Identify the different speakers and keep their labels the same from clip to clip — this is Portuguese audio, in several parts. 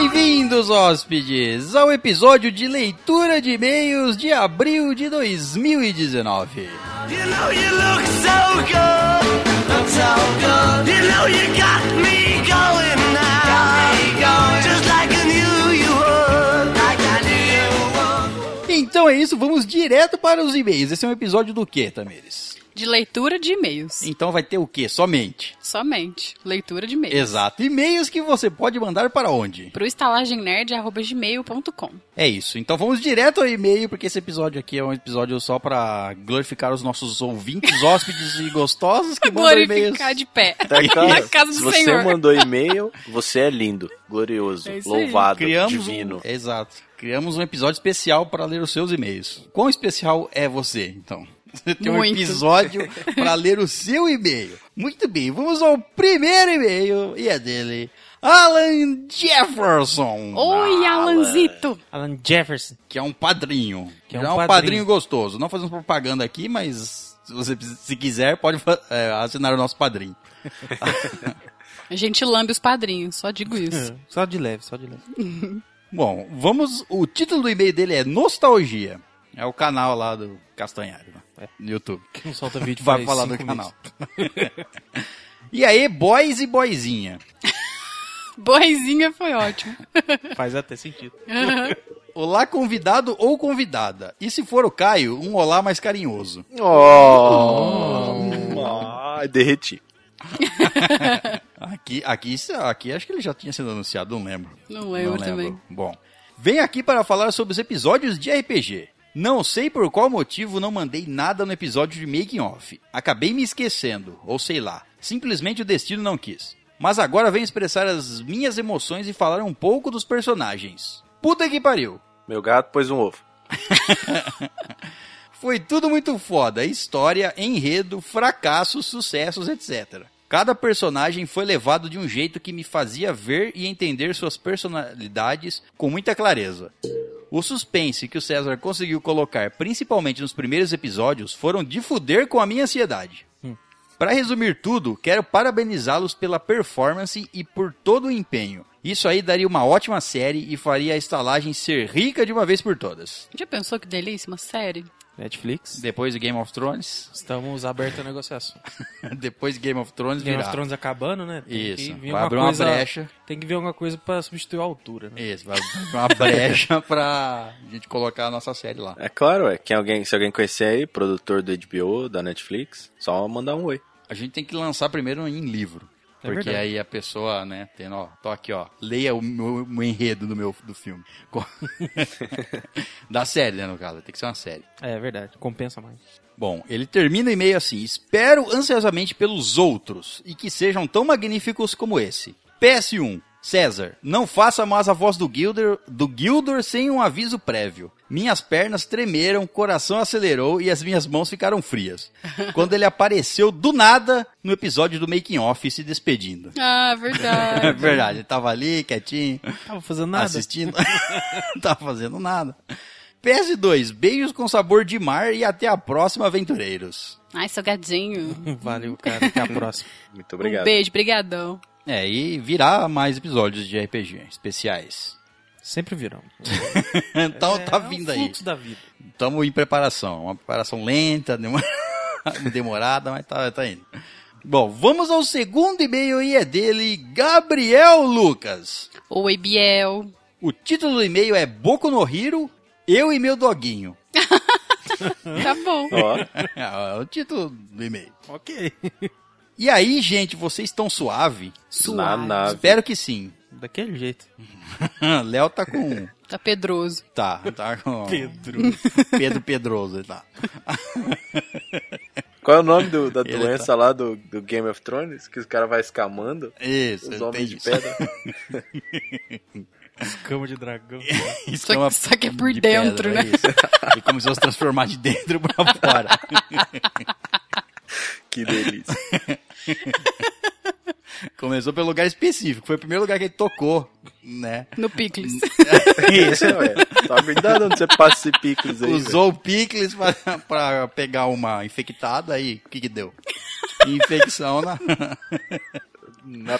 Speaker 1: bem-vindos, hóspedes, ao episódio de leitura de e-mails de abril de 2019.
Speaker 2: You know you look so good, look so good. You know you got me going now, just like I knew you would, like I knew you would.
Speaker 1: Então é isso, vamos direto para os e-mails. Esse é um episódio do quê, Tamires?
Speaker 3: De leitura de e-mails.
Speaker 1: Então vai ter o quê? Somente.
Speaker 3: Somente. Leitura de e-mails.
Speaker 1: Exato. E-mails que você pode mandar para onde?
Speaker 3: Pro estalagemnerd.gmail.com.
Speaker 1: É isso. Então vamos direto ao e-mail, porque esse episódio aqui é um episódio só para glorificar os nossos ouvintes, hóspedes e gostosos que mandam e-mails.
Speaker 3: Glorificar de pé.
Speaker 4: Tecla,
Speaker 3: Na casa do
Speaker 4: Tá se você
Speaker 3: Senhor.
Speaker 4: mandou e-mail, você é lindo, glorioso,
Speaker 3: É isso aí.
Speaker 4: louvado,
Speaker 1: Criamos
Speaker 4: divino.
Speaker 1: um- Exato. Criamos um episódio especial para ler os seus e-mails. Quão especial é você, então? Você tem um
Speaker 3: Muito.
Speaker 1: episódio para ler o seu e-mail. Muito bem, vamos ao primeiro e-mail e é dele, Alan Jefferson.
Speaker 3: Oi, Alanzito.
Speaker 5: Alan Jefferson.
Speaker 1: Que é um padrinho.
Speaker 5: Que é um
Speaker 1: Já padrinho.
Speaker 5: padrinho.
Speaker 1: gostoso. Não fazemos propaganda aqui, mas se você se quiser, pode fa- é, assinar o nosso padrinho.
Speaker 3: A gente lambe os padrinhos, só
Speaker 4: É.
Speaker 3: digo isso.
Speaker 5: É, Só de leve, só de leve.
Speaker 1: Bom, vamos. O título do e-mail dele é Nostalgia. É o canal lá do Castanhari,
Speaker 5: É.
Speaker 1: né? no YouTube.
Speaker 5: Não solta vídeo
Speaker 1: Vai
Speaker 5: faz
Speaker 1: falar do
Speaker 5: cinco
Speaker 1: canal.
Speaker 5: meses.
Speaker 1: e aí, boys e boyzinha.
Speaker 3: Boizinha foi ótimo.
Speaker 5: Faz até sentido.
Speaker 1: Olá, convidado ou convidada. E se for o Caio, um olá mais carinhoso.
Speaker 4: Oh, Ah, derreti.
Speaker 1: Aqui, aqui, aqui acho que ele já tinha sido anunciado, não lembro.
Speaker 3: Não lembro também.
Speaker 1: Bom, vem aqui para falar sobre os episódios de RPG. Não sei por qual motivo não mandei nada no episódio de Making Off. Acabei me esquecendo, ou sei lá. Simplesmente o destino não quis. Mas agora venho expressar as minhas emoções e falar um pouco dos personagens. Puta que pariu!
Speaker 4: Meu gato pôs um ovo.
Speaker 1: Foi tudo muito foda. História, enredo, fracassos, sucessos, etc. Cada personagem foi levado de um jeito que me fazia ver e entender suas personalidades com muita clareza. O suspense que o César conseguiu colocar, principalmente nos primeiros episódios, foram de fuder com a minha ansiedade. Para resumir tudo, quero parabenizá-los pela performance e por todo o empenho. Isso aí daria uma ótima série e faria a estalagem ser rica de uma vez por todas.
Speaker 3: Já pensou que delícia uma série?
Speaker 5: Netflix.
Speaker 1: Depois de Game of Thrones,
Speaker 5: Estamos abertos a negociação.
Speaker 1: Depois de Game of Thrones
Speaker 5: Game
Speaker 1: virá.
Speaker 5: of Thrones acabando, né?
Speaker 1: Isso,
Speaker 5: vir
Speaker 1: vai abrir uma brecha.
Speaker 5: Tem que ver alguma coisa pra substituir a altura, né?
Speaker 1: Isso, vai abrir uma brecha pra gente colocar a nossa série lá.
Speaker 4: É claro, é. Quem alguém, se alguém conhecer aí, produtor do HBO, da Netflix, só mandar um oi.
Speaker 1: A gente tem que lançar primeiro em livro.
Speaker 5: É
Speaker 1: porque
Speaker 5: verdade.
Speaker 1: aí a pessoa, né, tendo, ó, tô aqui, ó, leia o, meu, o enredo do meu do filme. Co- da série, né, no caso, tem que ser uma série.
Speaker 5: É verdade, compensa mais.
Speaker 1: Bom, ele termina o e-mail assim: Espero ansiosamente pelos outros e que sejam tão magníficos como esse. PS1. César, não faça mais a voz do Gildor, do Gildor sem um aviso prévio. Minhas pernas tremeram, o coração acelerou e as minhas mãos ficaram frias. Quando ele apareceu do nada no episódio do Making Off se despedindo.
Speaker 3: Ah,
Speaker 1: É
Speaker 3: verdade.
Speaker 1: verdade, ele tava ali quietinho
Speaker 5: Tava fazendo nada.
Speaker 1: assistindo. não tá fazendo nada. PS2, beijos com sabor de mar e até a próxima, aventureiros.
Speaker 3: Ai, seu gadinho.
Speaker 5: Hum, Valeu, cara. Até a próxima.
Speaker 4: Muito
Speaker 3: Um
Speaker 4: obrigado.
Speaker 3: beijo, brigadão.
Speaker 1: É, e virá mais episódios de RPG especiais.
Speaker 5: Sempre virão.
Speaker 1: Então tá
Speaker 5: É
Speaker 1: vindo
Speaker 5: o
Speaker 1: aí.
Speaker 5: fluxo da vida.
Speaker 1: Tamo em preparação. Uma preparação lenta, demor- demorada, mas tá, tá indo. Bom, vamos ao segundo e-mail e é dele, Gabriel Lucas.
Speaker 3: Oi, Biel.
Speaker 1: O título do e-mail é Boku no Hiro, Eu e Meu Doguinho.
Speaker 3: Tá bom.
Speaker 4: Ó,
Speaker 1: é o título do e-mail.
Speaker 5: Ok.
Speaker 1: E aí, gente, vocês estão suave?
Speaker 4: na
Speaker 3: Suave.
Speaker 4: nave.
Speaker 1: Espero que sim.
Speaker 5: Daquele jeito.
Speaker 1: Léo tá com.
Speaker 3: Tá pedroso.
Speaker 1: Tá, tá com.
Speaker 5: Pedro.
Speaker 1: Pedro Pedroso, tá.
Speaker 4: Qual é o nome do- da
Speaker 1: Ele
Speaker 4: doença lá do, do Game of Thrones? Que os caras vai escamando?
Speaker 1: Isso,
Speaker 4: Os homens
Speaker 1: tem
Speaker 4: de
Speaker 1: isso.
Speaker 4: pedra.
Speaker 5: Cama de dragão.
Speaker 1: Escama
Speaker 3: Só que- só que é por
Speaker 1: de
Speaker 3: dentro,
Speaker 1: pedra,
Speaker 3: né?
Speaker 1: é isso. E começou a se transformar de dentro pra fora.
Speaker 4: Que delícia.
Speaker 1: Começou pelo lugar específico, foi o primeiro lugar que ele tocou, né?
Speaker 3: No picles.
Speaker 4: Hum, Isso, ué. Tá cuidado onde você passa esse picles aí. velho.
Speaker 1: Usou o picles pra, pra pegar uma infectada, aí o que que deu? Infecção na,
Speaker 4: Na
Speaker 1: no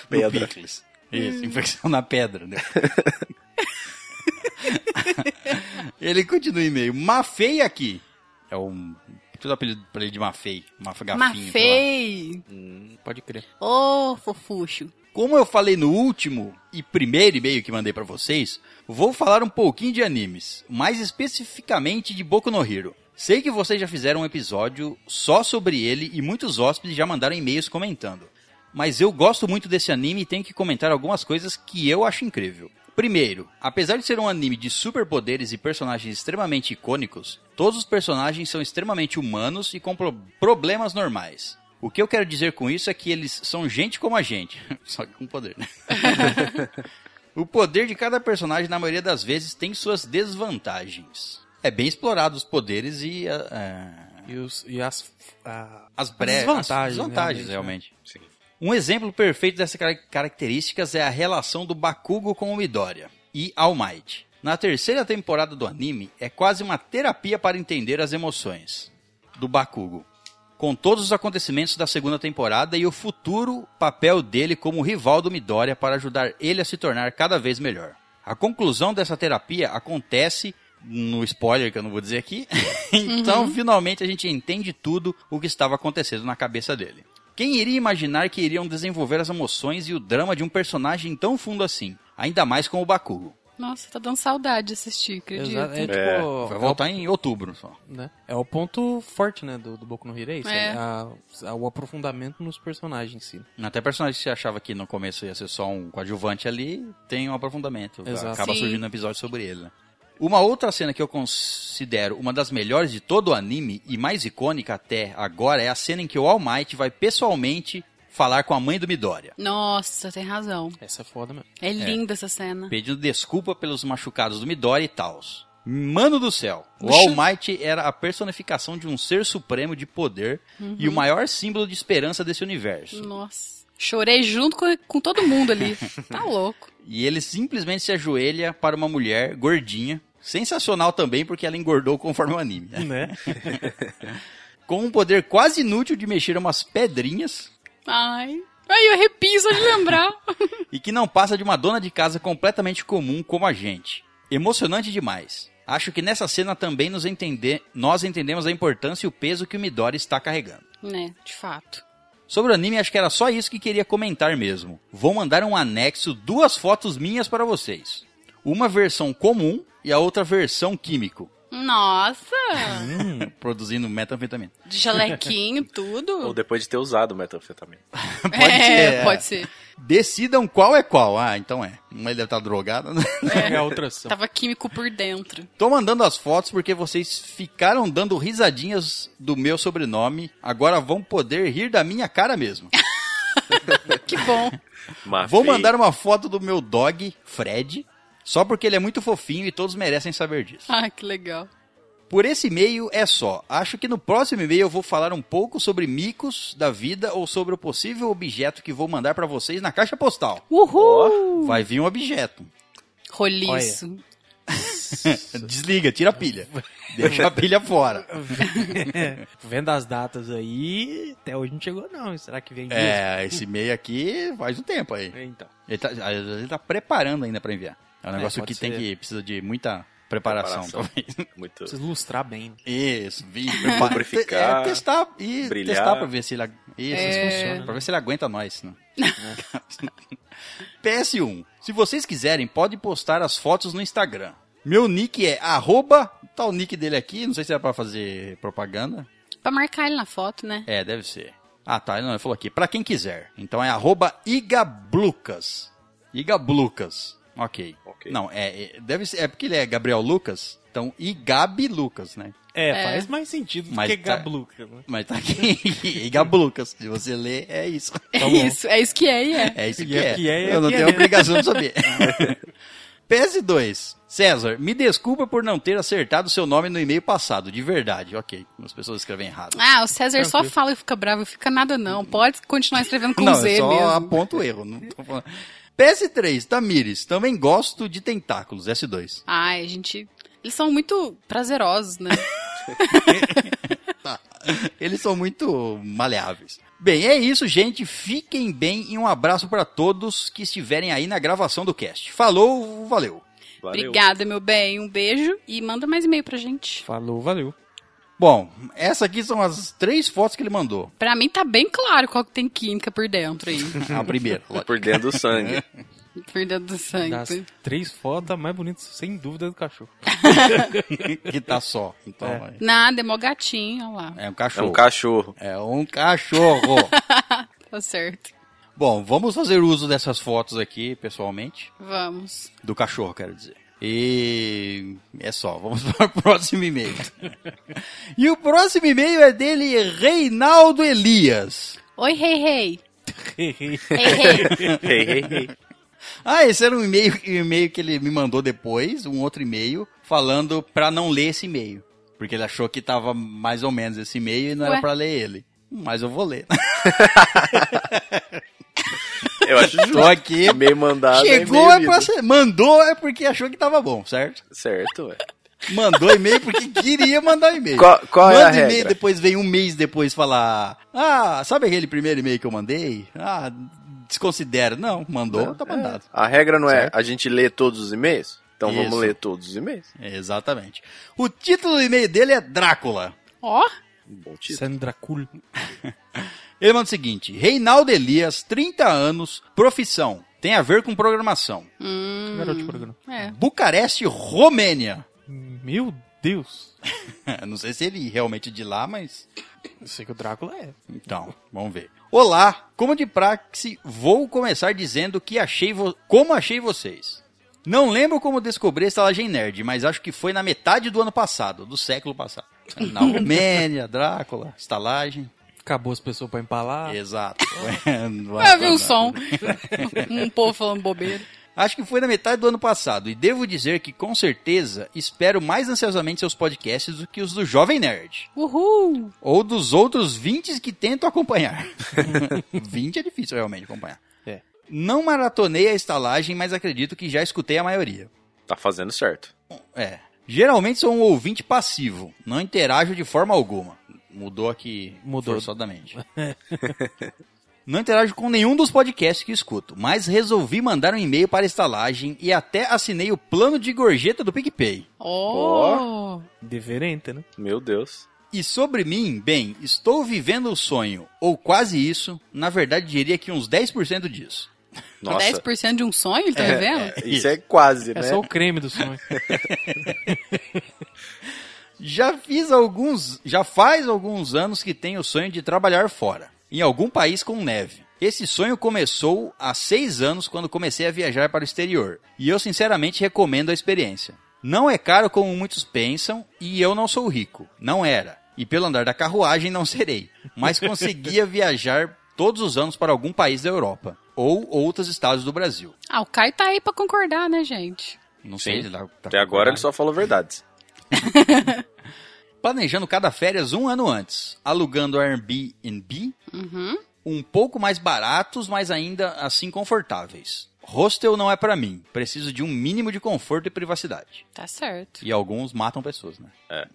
Speaker 4: pedra.
Speaker 1: picles. Isso, infecção na pedra, né? Ele continua o e-mail. Mafei aqui. É um. Tudo apelido pra ele de Mafei. Maf gafinho, sei lá.
Speaker 3: Mafei!
Speaker 5: Pode crer.
Speaker 3: Ô, fofucho.
Speaker 1: Como eu falei no último e primeiro e-mail que mandei pra vocês, vou falar um pouquinho de animes, mais especificamente de Boku no Hero. Sei que vocês já fizeram um episódio só sobre ele e muitos hóspedes já mandaram e-mails comentando. Mas eu gosto muito desse anime e tenho que comentar algumas coisas que eu acho incrível. Primeiro, apesar de ser um anime de superpoderes e personagens extremamente icônicos, todos os personagens são extremamente humanos e com pro- problemas normais. O que eu quero dizer com isso é que eles são gente como a gente, só que com poder, né? O poder de cada personagem, na maioria das vezes, tem suas desvantagens. É bem explorado os poderes e ah, ah,
Speaker 5: E, os, e as. a-
Speaker 1: as breves
Speaker 5: desvantagens,
Speaker 1: desvantagens, realmente.
Speaker 5: realmente,
Speaker 1: Um exemplo perfeito dessas cara- características é a relação do Bakugo com o Midoriya e All Might. Na terceira temporada do anime, é quase uma terapia para entender as emoções do Bakugo, com todos os acontecimentos da segunda temporada e o futuro papel dele como rival do Midoriya para ajudar ele a se tornar cada vez melhor. A conclusão dessa terapia acontece no spoiler que eu não vou dizer aqui. então, finalmente a gente entende tudo o que estava acontecendo na cabeça dele. Quem iria imaginar que iriam desenvolver as emoções e o drama de um personagem tão fundo assim, ainda mais com o Bakugo?
Speaker 3: Nossa, tá dando saudade de assistir, acredito.
Speaker 5: Exato, é, tipo,
Speaker 4: É,
Speaker 1: Vai voltar em outubro só.
Speaker 5: né? É o ponto forte, né, do, do Boku no Hero, é isso.
Speaker 3: É.
Speaker 5: É. a- o aprofundamento nos personagens em si.
Speaker 1: Até personagem que você achava que no começo ia ser só um coadjuvante ali, tem um aprofundamento.
Speaker 5: Exato.
Speaker 1: Acaba
Speaker 3: Sim.
Speaker 1: surgindo um episódio sobre ele, né? Uma outra cena que eu considero uma das melhores de todo o anime e mais icônica até agora é a cena em que o All Might vai pessoalmente falar com a mãe do Midoriya,
Speaker 3: Nossa, tem razão.
Speaker 5: Essa é foda mesmo.
Speaker 3: É linda essa cena.
Speaker 1: pedindo desculpa pelos machucados do Midoriya e tals. Mano do céu, o
Speaker 3: Puxa.
Speaker 1: All Might era a personificação de um ser supremo de poder e o maior símbolo de esperança desse universo.
Speaker 3: Nossa. Chorei junto com, com todo mundo ali. tá louco.
Speaker 1: E ele simplesmente se ajoelha para uma mulher gordinha. Sensacional também, porque ela engordou conforme o anime. né?
Speaker 5: Né?
Speaker 1: Com um poder quase inútil de mexer umas pedrinhas
Speaker 3: Ai. Ai, eu arrepio só de lembrar.
Speaker 1: e que não passa de uma dona de casa completamente comum como a gente. Emocionante demais. Acho que nessa cena também nos entender, nós entendemos a importância e o peso que o Midori está carregando.
Speaker 3: né, de fato.
Speaker 1: Sobre o anime, acho que era só isso que queria comentar mesmo. Vou mandar um anexo, duas fotos minhas para vocês. Uma versão comum e a outra versão químico,
Speaker 3: Nossa!
Speaker 1: produzindo metanfetamina.
Speaker 3: De jalequinho, tudo.
Speaker 4: Ou depois de ter usado o metanfetamina.
Speaker 1: Pode ser.
Speaker 3: é, pode ser.
Speaker 1: Decidam qual é qual. Ah, então é. Uma ele deve estar drogada.
Speaker 5: É a outra ação.
Speaker 3: Tava químico por dentro.
Speaker 1: Tô mandando as fotos porque vocês ficaram dando risadinhas do meu sobrenome. Agora vão poder rir da minha cara mesmo.
Speaker 3: Que bom.
Speaker 4: Mafei.
Speaker 1: Vou mandar uma foto do meu dog, Fred, só porque ele é muito fofinho e todos merecem saber disso.
Speaker 3: Ah, que legal.
Speaker 1: Por esse e-mail é só. Acho que no próximo e-mail eu vou falar um pouco sobre micos da vida ou sobre o possível objeto que vou mandar pra vocês na caixa postal.
Speaker 3: Uhul!
Speaker 1: Vai vir um objeto.
Speaker 3: Roliço.
Speaker 1: Desliga, tira a pilha. Deixa a pilha fora.
Speaker 5: Vendo as datas aí, até hoje não chegou não. Será que vem
Speaker 1: É, esse e-mail aqui faz um tempo aí.
Speaker 5: mesmo? Então.
Speaker 1: Ele tá, ele tá preparando ainda pra enviar. É um negócio que
Speaker 5: pode ser.
Speaker 1: tem que precisa de muita preparação,
Speaker 4: Preparação.
Speaker 1: talvez.
Speaker 4: Muito.
Speaker 5: Precisa lustrar bem.
Speaker 1: Isso, vi, preparar,
Speaker 4: Lubrificar,
Speaker 1: te- é, testar e
Speaker 4: brilhar.
Speaker 1: testar pra ver se ele ag- isso,
Speaker 5: É.
Speaker 1: isso funciona. Pra ver se ele aguenta nós, né? PS1. Se vocês quiserem, podem postar as fotos no Instagram. Meu nick é arroba, tá o nick dele aqui, não sei se é pra fazer propaganda.
Speaker 3: Pra marcar ele na foto, né?
Speaker 1: É, deve ser. Ah, tá. Ele não ele falou aqui. Pra quem quiser. Então é arroba igablucas. Igablucas. Ok.
Speaker 4: Ok.
Speaker 1: Não, é, é- deve ser. É porque ele é Gabriel Lucas. Então, Igabi Lucas, né?
Speaker 5: É,
Speaker 3: É.
Speaker 5: faz mais sentido do
Speaker 1: Mas
Speaker 5: que
Speaker 1: tá-
Speaker 5: Gabluca. né?
Speaker 1: Mas tá aqui. Igablucas. Se você ler, é isso.
Speaker 3: É
Speaker 5: bom.
Speaker 3: isso, é isso que é, e é.
Speaker 1: É isso
Speaker 5: E
Speaker 1: que
Speaker 5: é
Speaker 1: é.
Speaker 5: que é, e é
Speaker 1: Eu não
Speaker 5: que
Speaker 1: tenho
Speaker 5: é.
Speaker 1: obrigação de saber. PS2. César, me desculpa por não ter acertado seu nome no e-mail passado. De verdade. Ok. As pessoas escrevem errado.
Speaker 3: Ah, o César só
Speaker 5: Tranquilo.
Speaker 3: fala e fica bravo, fica nada não. Pode continuar escrevendo com
Speaker 1: não,
Speaker 3: Z
Speaker 1: eu só
Speaker 3: mesmo.
Speaker 1: aponto o erro. Não tô falando. PS3, Tamires, também gosto de tentáculos, S2.
Speaker 3: Ai, a gente. Eles são muito prazerosos, né?
Speaker 1: Tá. Eles são muito maleáveis. Bem, é isso, gente. Fiquem bem e um abraço pra todos que estiverem aí na gravação do cast. Falou, valeu.
Speaker 4: Valeu.
Speaker 3: Obrigada, meu bem. Um beijo e manda mais e-mail pra gente.
Speaker 5: Falou, valeu.
Speaker 1: Bom, essa aqui são as três fotos que ele mandou.
Speaker 3: Pra mim tá bem claro qual que tem química por dentro aí.
Speaker 1: A primeira. lógico.
Speaker 4: Por dentro do sangue.
Speaker 3: por dentro do sangue.
Speaker 5: Das três fotos, a mais bonita, sem dúvida, é do cachorro.
Speaker 1: que tá só. Então, é.
Speaker 3: Nada, é mó gatinho, olha lá.
Speaker 1: é um
Speaker 4: É
Speaker 1: cachorro.
Speaker 4: um cachorro.
Speaker 1: É um cachorro.
Speaker 3: Tá certo.
Speaker 1: Bom, vamos fazer uso dessas fotos aqui, pessoalmente.
Speaker 3: Vamos.
Speaker 1: Do cachorro, quero dizer. E é só, vamos para o próximo e-mail. e o próximo e-mail é dele, Reinaldo Elias.
Speaker 3: Oi, rei, rei.
Speaker 5: Hehe.
Speaker 3: Rei, rei.
Speaker 4: Hey, hey, hey.
Speaker 1: Ah, esse era um e-mail, e-mail que ele me mandou depois, um outro e-mail, falando pra não ler esse e-mail. Porque ele achou que tava mais ou menos esse e-mail e não era
Speaker 3: Ué.
Speaker 1: pra ler ele. Hum, Mas eu vou ler.
Speaker 4: Tá, Eu acho
Speaker 1: Tô
Speaker 4: justo. É
Speaker 1: aqui.
Speaker 4: Meio mandado.
Speaker 1: Chegou
Speaker 4: é
Speaker 1: é
Speaker 4: meio
Speaker 1: pra
Speaker 4: lido.
Speaker 1: ser. Mandou é porque achou que tava bom, certo?
Speaker 4: Certo, velho.
Speaker 1: Mandou e-mail porque queria mandar e-mail.
Speaker 4: Qual- qual é
Speaker 1: Manda
Speaker 4: a
Speaker 1: e-mail,
Speaker 4: regra?
Speaker 1: depois vem um mês depois falar. Ah, sabe aquele primeiro e-mail que eu mandei? Ah, desconsidera. Não, mandou, tá mandado.
Speaker 4: A regra não é
Speaker 1: Certo.
Speaker 4: a gente lê todos os e-mails? Então
Speaker 1: Isso.
Speaker 4: vamos ler todos os e-mails.
Speaker 1: Exatamente. O título do e-mail dele é Drácula.
Speaker 3: Ó,
Speaker 4: Bom título.
Speaker 5: Sandra Cool.
Speaker 1: Ele manda o seguinte: Reinaldo Elias, 30 anos, profissão. Tem a ver com programação.
Speaker 5: Garoto de programa.
Speaker 3: é.
Speaker 1: Bucareste, Romênia.
Speaker 5: Meu Deus.
Speaker 1: Não sei se ele realmente é de lá, mas.
Speaker 5: Eu sei que o Drácula é.
Speaker 1: Então, vamos ver. Olá, como de praxe, vou começar dizendo que achei vo- como achei vocês. Não lembro como descobri a estalagem nerd, mas acho que foi na metade do ano passado, do século passado. Na Romênia, Drácula, estalagem.
Speaker 5: Acabou as pessoas pra empalar.
Speaker 1: Exato.
Speaker 3: Eu vi um som. um povo falando bobeira.
Speaker 1: Acho que foi na metade do ano passado, e devo dizer que com certeza espero mais ansiosamente seus podcasts do que os do Jovem Nerd.
Speaker 3: Uhul.
Speaker 1: Ou dos outros 20 que tento acompanhar. 20 é difícil realmente acompanhar.
Speaker 5: É.
Speaker 1: Não maratonei a estalagem, mas acredito que já escutei a maioria.
Speaker 4: Tá fazendo certo.
Speaker 1: É. Geralmente sou um ouvinte passivo, não interajo de forma alguma. Mudou aqui
Speaker 5: Mudou.
Speaker 1: forçadamente. não interajo com nenhum dos podcasts que escuto, mas resolvi mandar um e-mail para a estalagem e até assinei o plano de gorjeta do PicPay.
Speaker 3: Ó. Tá
Speaker 5: Diferente, né?
Speaker 4: Meu Deus.
Speaker 1: E sobre mim, bem, estou vivendo o sonho, ou quase isso, na verdade diria que uns 10% disso.
Speaker 4: Nossa.
Speaker 3: 10% de um sonho, ele tá vivendo?
Speaker 4: Isso é quase,
Speaker 5: É
Speaker 4: né?
Speaker 5: só o creme do sonho.
Speaker 1: Já fiz alguns, já faz alguns anos que tenho o sonho de trabalhar fora, em algum país com neve. Esse sonho começou há seis anos quando comecei a viajar para o exterior, e eu sinceramente recomendo a experiência. Não é caro como muitos pensam, e eu não sou rico, não era, e pelo andar da carruagem não serei, mas conseguia viajar todos os anos para algum país da Europa ou outros estados do Brasil.
Speaker 3: Ah, o Caio tá aí pra concordar, né, gente?
Speaker 1: Não sei,
Speaker 4: Sim.
Speaker 1: ele tá- tá
Speaker 4: Até
Speaker 1: concordado.
Speaker 4: agora ele só falou verdades.
Speaker 1: planejando cada férias um ano antes, alugando Airbnb,
Speaker 3: Uhum.
Speaker 1: um pouco mais baratos, mas ainda assim confortáveis. Hostel não é pra mim, preciso de um mínimo de conforto e privacidade.
Speaker 3: Tá certo.
Speaker 1: E alguns matam pessoas, né?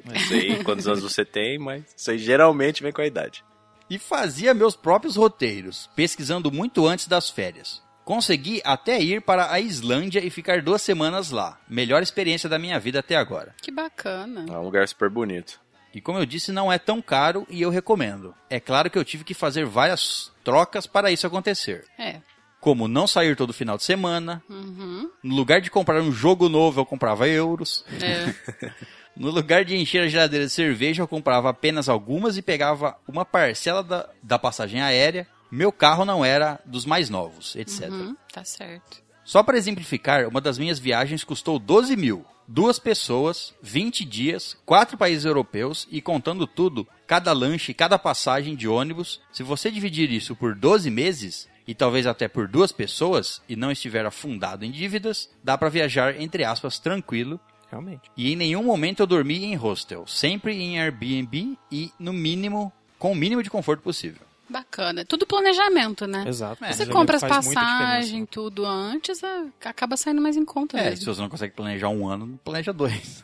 Speaker 4: Não sei quantos anos você tem, mas isso aí geralmente vem com a idade.
Speaker 1: E fazia meus próprios roteiros, pesquisando muito antes das férias. Consegui até ir para a Islândia e ficar duas semanas lá. Melhor experiência da minha vida até agora.
Speaker 3: Que bacana.
Speaker 4: É um lugar super bonito.
Speaker 1: E como eu disse, não é tão caro e eu recomendo. É claro que eu tive que fazer várias trocas para isso acontecer.
Speaker 3: É.
Speaker 1: como não sair todo final de semana,
Speaker 3: Uhum.
Speaker 1: no lugar de comprar um jogo novo eu comprava euros,
Speaker 3: É.
Speaker 1: no lugar de encher a geladeira de cerveja eu comprava apenas algumas e pegava uma parcela da, da passagem aérea, meu carro não era dos mais novos, etc.
Speaker 3: Uhum. Tá certo.
Speaker 1: Só para exemplificar, uma das minhas viagens custou 12 mil. Duas pessoas, 20 dias, quatro países europeus e contando tudo, cada lanche, cada passagem de ônibus, se você dividir isso por 12 meses e talvez até por duas pessoas e não estiver afundado em dívidas, dá para viajar entre aspas tranquilo
Speaker 5: Realmente.
Speaker 1: e em nenhum momento eu dormi em hostel, sempre em Airbnb e no mínimo com o mínimo de conforto possível.
Speaker 3: Bacana. Tudo planejamento, né?
Speaker 5: Exato.
Speaker 1: É.
Speaker 3: Você
Speaker 5: Planejamento
Speaker 3: compra as
Speaker 5: faz muita
Speaker 3: passagens,
Speaker 5: diferença.
Speaker 3: tudo antes, é, acaba saindo mais em conta
Speaker 1: É, se
Speaker 3: mesmo.
Speaker 1: você não consegue planejar um ano, planeja dois.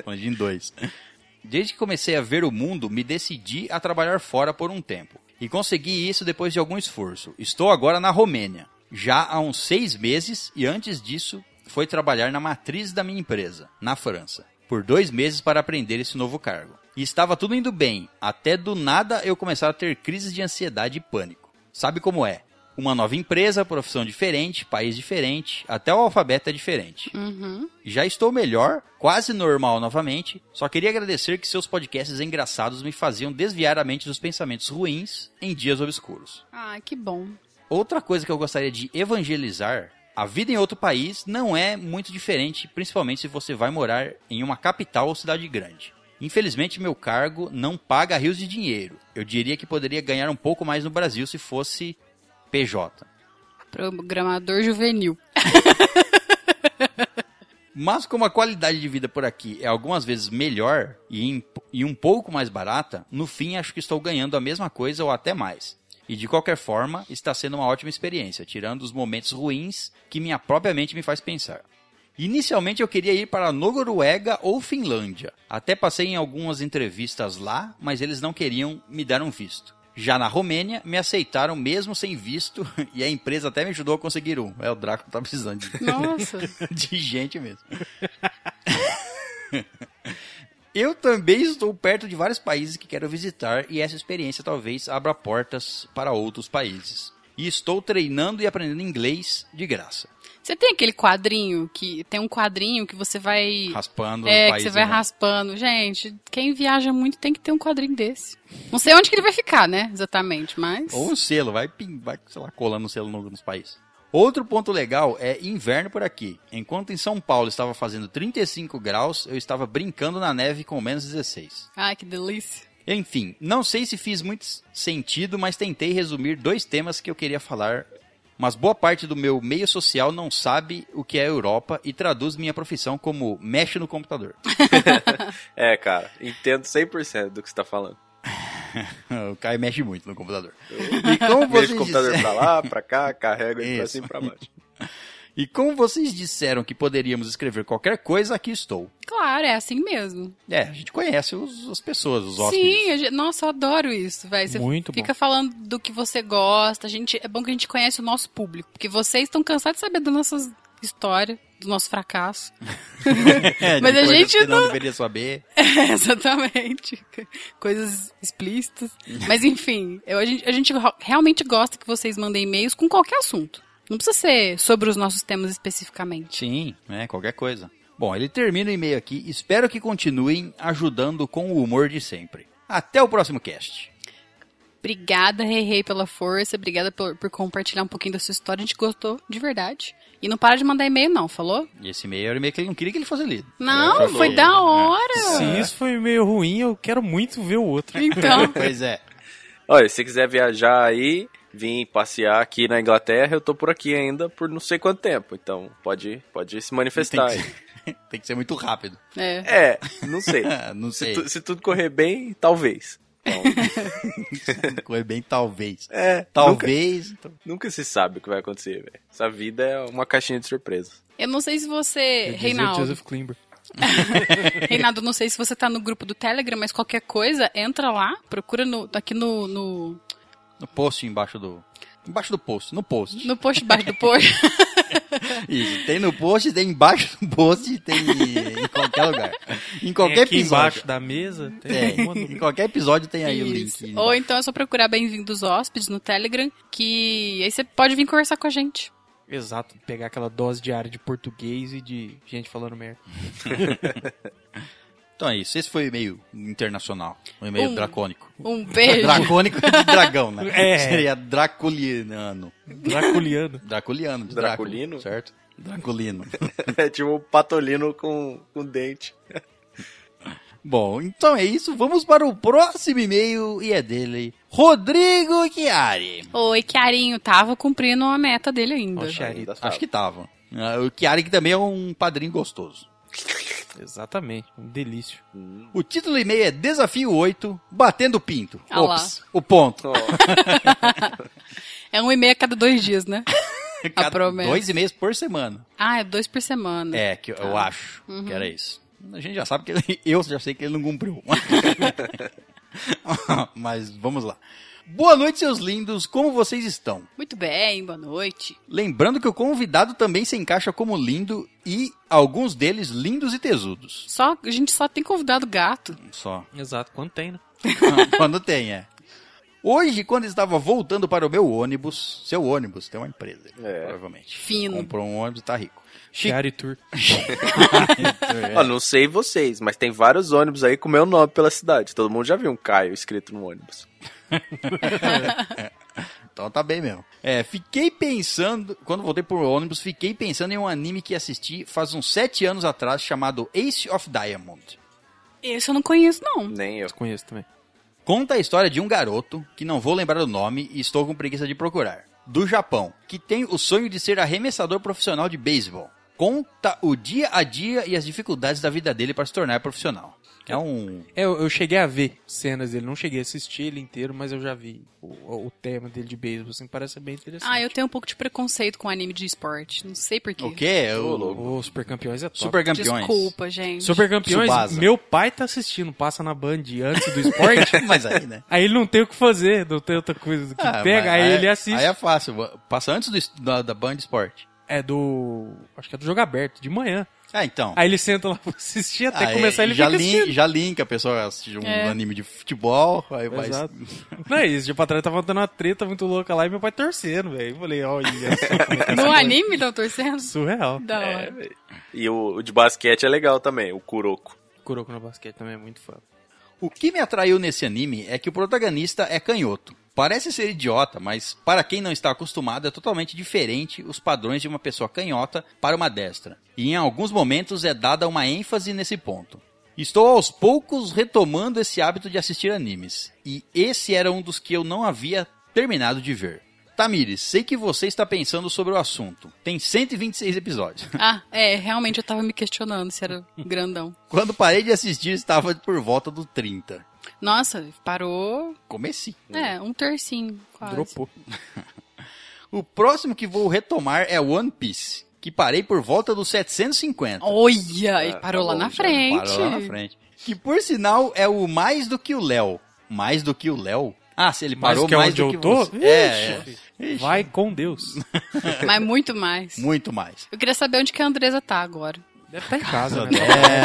Speaker 1: Planeja em dois. Desde que comecei a ver o mundo, me decidi a trabalhar fora por um tempo. E consegui isso depois de algum esforço. Estou agora na Romênia, já há uns seis meses, e antes disso, foi trabalhar na matriz da minha empresa, na França, por dois meses para aprender esse novo cargo. E estava tudo indo bem, até do nada eu começar a ter crises de ansiedade e pânico. Sabe como é? Uma nova empresa, profissão diferente, país diferente, até o alfabeto é diferente.
Speaker 3: Uhum.
Speaker 1: Já estou melhor, quase normal novamente. Só queria agradecer que seus podcasts engraçados me faziam desviar a mente dos pensamentos ruins em dias obscuros.
Speaker 3: Ah, que bom.
Speaker 1: Outra coisa que eu gostaria de evangelizar: a vida em outro país não é muito diferente, principalmente se você vai morar em uma capital ou cidade grande. Infelizmente, meu cargo não paga rios de dinheiro. Eu diria que poderia ganhar um pouco mais no Brasil se fosse PJ.
Speaker 3: Programador juvenil.
Speaker 1: Mas como a qualidade de vida por aqui é algumas vezes melhor e, em- e um pouco mais barata, no fim acho que estou ganhando a mesma coisa ou até mais. E de qualquer forma, está sendo uma ótima experiência, tirando os momentos ruins que minha própria mente me faz pensar. Inicialmente eu queria ir para a Noruega ou Finlândia. Até passei em algumas entrevistas lá, mas eles não queriam me dar um visto. Já na Romênia, me aceitaram mesmo sem visto e a empresa até me ajudou a conseguir um. É, o Draco tá precisando de
Speaker 3: Nossa.
Speaker 1: de gente mesmo. Eu também estou perto de vários países que quero visitar e essa experiência talvez abra portas para outros países. E estou treinando e aprendendo inglês de graça.
Speaker 3: Você tem aquele quadrinho que. Tem um quadrinho que você vai.
Speaker 1: Raspando
Speaker 3: É,
Speaker 1: o
Speaker 3: que
Speaker 1: país.
Speaker 3: você vai
Speaker 1: né?
Speaker 3: raspando. Gente, quem viaja muito tem que ter um quadrinho desse. Não sei onde que ele vai ficar, né? Exatamente, mas.
Speaker 1: Ou um selo, vai, pin- vai sei lá, colando um selo no- nos países. Outro ponto legal é inverno por aqui. Enquanto em São Paulo estava fazendo 35 graus, eu estava brincando na neve com menos 16.
Speaker 3: Ai, que delícia.
Speaker 1: Enfim, não sei se fiz muito s- sentido, mas tentei resumir dois temas que eu queria falar. Mas boa parte do meu meio social não sabe o que é Europa e traduz minha profissão como mexe no computador.
Speaker 4: É, cara, entendo 100% do que você tá falando.
Speaker 1: o Caio mexe muito no computador. E como
Speaker 4: Vejo
Speaker 1: vocês,
Speaker 4: o computador
Speaker 1: disseram-
Speaker 4: pra lá, pra cá, carrego ele pra
Speaker 1: Isso.
Speaker 4: cima e pra baixo.
Speaker 1: e como vocês disseram que poderíamos escrever qualquer coisa, aqui estou.
Speaker 3: Claro, é assim mesmo.
Speaker 1: É, a gente conhece os- as pessoas, os hóspedes.
Speaker 3: Sim, a gente- nossa, eu adoro isso, velho. Você
Speaker 5: Muito
Speaker 3: fica falando do que você gosta. A gente, é bom que a gente conhece o nosso público. Porque vocês estão cansados de saber das nossas histórias, do nosso fracasso.
Speaker 1: É, de
Speaker 3: Mas a
Speaker 1: coisas
Speaker 3: gente
Speaker 1: que não deveria saber.
Speaker 3: É, exatamente. Coisas explícitas. Mas enfim, eu- a, gente, a gente ro- realmente gosta que vocês mandem e-mails com qualquer assunto. Não precisa ser sobre os nossos temas especificamente.
Speaker 1: Sim, né? Qualquer coisa. Bom, ele termina o e-mail aqui. Espero que continuem ajudando com o humor de sempre. Até o próximo cast.
Speaker 3: Obrigada, Rei Rei, pela força. Obrigada por, por compartilhar um pouquinho da sua história. A gente gostou, de verdade. E não para de mandar e-mail, não, falou?
Speaker 1: E esse e-mail era o e-mail que ele não queria que ele fosse lido.
Speaker 3: Não,
Speaker 1: Ele falou,
Speaker 3: foi da
Speaker 1: né?
Speaker 3: hora.
Speaker 5: Se isso foi meio ruim, eu quero muito ver o outro.
Speaker 3: Então,
Speaker 1: Pois é.
Speaker 4: Olha, se quiser viajar aí, vir passear aqui na Inglaterra, eu tô por aqui ainda por não sei quanto tempo. Então, pode, pode se
Speaker 1: Tem
Speaker 4: manifestar
Speaker 1: que,
Speaker 4: aí.
Speaker 1: ser, tem que ser muito rápido. Ah,
Speaker 3: é.
Speaker 4: É, não sei.
Speaker 1: não
Speaker 4: se,
Speaker 1: sei.
Speaker 4: tu- se tudo correr bem, talvez. Então,
Speaker 1: Correr bem, talvez.
Speaker 4: é, Nunca,
Speaker 1: Talvez. então-
Speaker 4: nunca se sabe o que vai acontecer, velho. Essa vida é uma caixinha de surpresas.
Speaker 3: Eu não sei se você, Reinaldo,
Speaker 5: Joseph Klimber.
Speaker 3: Reinaldo, não sei se você tá no grupo do Telegram, mas qualquer coisa, entra lá, procura no, tá aqui no, no,
Speaker 1: No post embaixo do. Embaixo do post, no post.
Speaker 3: no post baixo do post.
Speaker 1: Isso, tem no post, tem embaixo do post, tem em em qualquer lugar. Em qualquer
Speaker 5: Tem aqui
Speaker 1: episódio. É.
Speaker 5: embaixo da mesa tem,
Speaker 1: Tem.
Speaker 5: uma
Speaker 1: Em qualquer episódio tem aí
Speaker 3: Isso.
Speaker 1: o link.
Speaker 3: Ou então é só procurar Bem-vindos Hóspedes no Telegram, que aí você pode vir conversar com a gente.
Speaker 5: Exato, pegar aquela dose diária de português e de gente falando merda.
Speaker 1: Então é isso. Esse foi o e-mail internacional. Um e-mail
Speaker 3: Um.
Speaker 1: dracônico.
Speaker 3: Um beijo.
Speaker 1: Dracônico de dragão, né?
Speaker 5: É.
Speaker 1: Seria draculiano.
Speaker 5: Draculiano.
Speaker 1: Draculiano, de
Speaker 4: Draculino?
Speaker 1: Drácula, certo? Draculino.
Speaker 4: É tipo um patolino com, com dente.
Speaker 1: Bom, então é isso. Vamos para o próximo e-mail e é dele, Rodrigo Chiari.
Speaker 3: Oi, Chiarinho, tava cumprindo a meta dele ainda.
Speaker 5: Ó, Chiarito.
Speaker 4: Tá.
Speaker 1: Acho que tava. Ah, O Chiari que também é um padrinho gostoso.
Speaker 5: Exatamente, um delício.
Speaker 1: O título do e-mail é Desafio 8, Batendo Pinto.
Speaker 3: Ah lá.
Speaker 1: Ops, o ponto.
Speaker 4: Ó,
Speaker 3: É um e-mail a cada dois dias, né?
Speaker 1: Cada
Speaker 3: promessa.
Speaker 1: Dois e-mails por semana.
Speaker 3: Ah, é dois por semana.
Speaker 1: É, que eu, eu acho que era isso. A gente já sabe que ele, eu já sei que ele não cumpriu. Mas vamos lá. Boa noite, seus lindos. Como vocês estão?
Speaker 3: Muito bem, boa noite.
Speaker 1: Lembrando que o convidado também se encaixa como lindo e alguns deles lindos e tesudos.
Speaker 3: Só, a gente só tem convidado gato.
Speaker 1: Só.
Speaker 5: Exato, quando tem, né?
Speaker 1: quando tem, é. Hoje, quando estava voltando para o meu ônibus, seu ônibus, tem uma empresa,
Speaker 4: É.
Speaker 1: provavelmente.
Speaker 3: Fino.
Speaker 1: Comprou um ônibus, tá rico. Chi-
Speaker 5: Chiari Tour.
Speaker 1: é.
Speaker 4: Ó, não sei vocês, mas tem vários ônibus aí com meu nome pela cidade. Todo mundo já viu um Caio escrito no ônibus.
Speaker 1: Então tá bem mesmo. É, fiquei pensando, quando voltei pro ônibus, fiquei pensando em um anime que assisti faz uns 7 anos atrás chamado Ace of Diamond.
Speaker 3: Esse eu não conheço, não.
Speaker 4: Nem eu.
Speaker 5: Conheço também.
Speaker 1: Conta a história de um garoto, que não vou lembrar o nome e estou com preguiça de procurar, do Japão, que tem o sonho de ser arremessador profissional de beisebol. Conta o dia a dia e as dificuldades da vida dele para se tornar profissional. É um.
Speaker 5: É, eu, eu cheguei a ver cenas dele, não cheguei a assistir ele inteiro, mas eu já vi o, o tema dele de beisebol, assim, parece ser bem interessante.
Speaker 3: Ah, eu tenho um pouco de preconceito com anime de esporte. Não sei porquê.
Speaker 1: O quê? É
Speaker 4: Ô,
Speaker 1: O...
Speaker 4: louco.
Speaker 5: Ô, Super Campeões é top.
Speaker 1: Super campeões.
Speaker 3: Desculpa, gente.
Speaker 5: Super Campeões,
Speaker 1: Tsubasa.
Speaker 5: meu pai tá assistindo, passa na Band antes do esporte,
Speaker 1: Mas aí, né?
Speaker 5: aí ele não tem o que fazer, não tem outra coisa que
Speaker 1: Ah,
Speaker 5: pega,
Speaker 1: mas
Speaker 5: aí, ele assiste.
Speaker 1: Aí é fácil. Passa antes do, da, da Band Sport.
Speaker 5: É do... acho que é do Jogo Aberto, de manhã.
Speaker 1: Ah, então.
Speaker 5: Aí ele senta lá pra assistir, até
Speaker 1: Ah,
Speaker 5: começar
Speaker 1: é,
Speaker 5: ele
Speaker 1: já
Speaker 5: fica
Speaker 1: lin-
Speaker 5: assistindo.
Speaker 1: Já linka a pessoa assiste um
Speaker 3: É.
Speaker 1: anime de futebol, aí vai.
Speaker 5: Exato. Não, esse dia pra trás tava dando uma treta muito louca lá e meu pai torcendo, velho. Eu falei, olha só como é que é
Speaker 3: No anime, não torcendo?
Speaker 5: surreal.
Speaker 3: Da
Speaker 4: É,
Speaker 3: hora.
Speaker 4: velho. e o, o de basquete é legal também, o Kuroko.
Speaker 5: Kuroko no basquete também é muito fã.
Speaker 1: O que me atraiu nesse anime é que o protagonista é canhoto. Parece ser idiota, mas para quem não está acostumado é totalmente diferente os padrões de uma pessoa canhota para uma destra. E em alguns momentos é dada uma ênfase nesse ponto. Estou aos poucos retomando esse hábito de assistir animes, e esse era um dos que eu não havia terminado de ver. Tamires, sei que você está pensando sobre o assunto. Tem 126 episódios.
Speaker 3: Ah, é, realmente eu tava me questionando se era grandão.
Speaker 1: Quando parei de assistir, estava por volta do 30.
Speaker 3: Nossa, parou.
Speaker 1: Comecei.
Speaker 3: É, um tercinho, quase.
Speaker 5: Dropou.
Speaker 1: O próximo que vou retomar é One Piece, que parei por volta dos 750.
Speaker 3: Olha,
Speaker 4: Ah,
Speaker 1: É,
Speaker 3: ele parou
Speaker 4: tá
Speaker 3: lá
Speaker 4: bom,
Speaker 3: na
Speaker 4: já
Speaker 3: frente.
Speaker 1: Parou lá na frente. Que por sinal é o mais do que o Léo. Mais do que o Léo? Ah, se ele
Speaker 5: Mais
Speaker 1: parou
Speaker 5: que
Speaker 1: mais
Speaker 5: onde
Speaker 1: do
Speaker 5: eu
Speaker 1: que
Speaker 5: tô?
Speaker 1: você. É,
Speaker 5: Ixi.
Speaker 1: é. Ixi,
Speaker 5: Vai com Deus.
Speaker 3: Mas muito mais.
Speaker 1: muito mais.
Speaker 3: Eu queria saber onde que a Andresa tá agora.
Speaker 5: Deve estar em casa, né?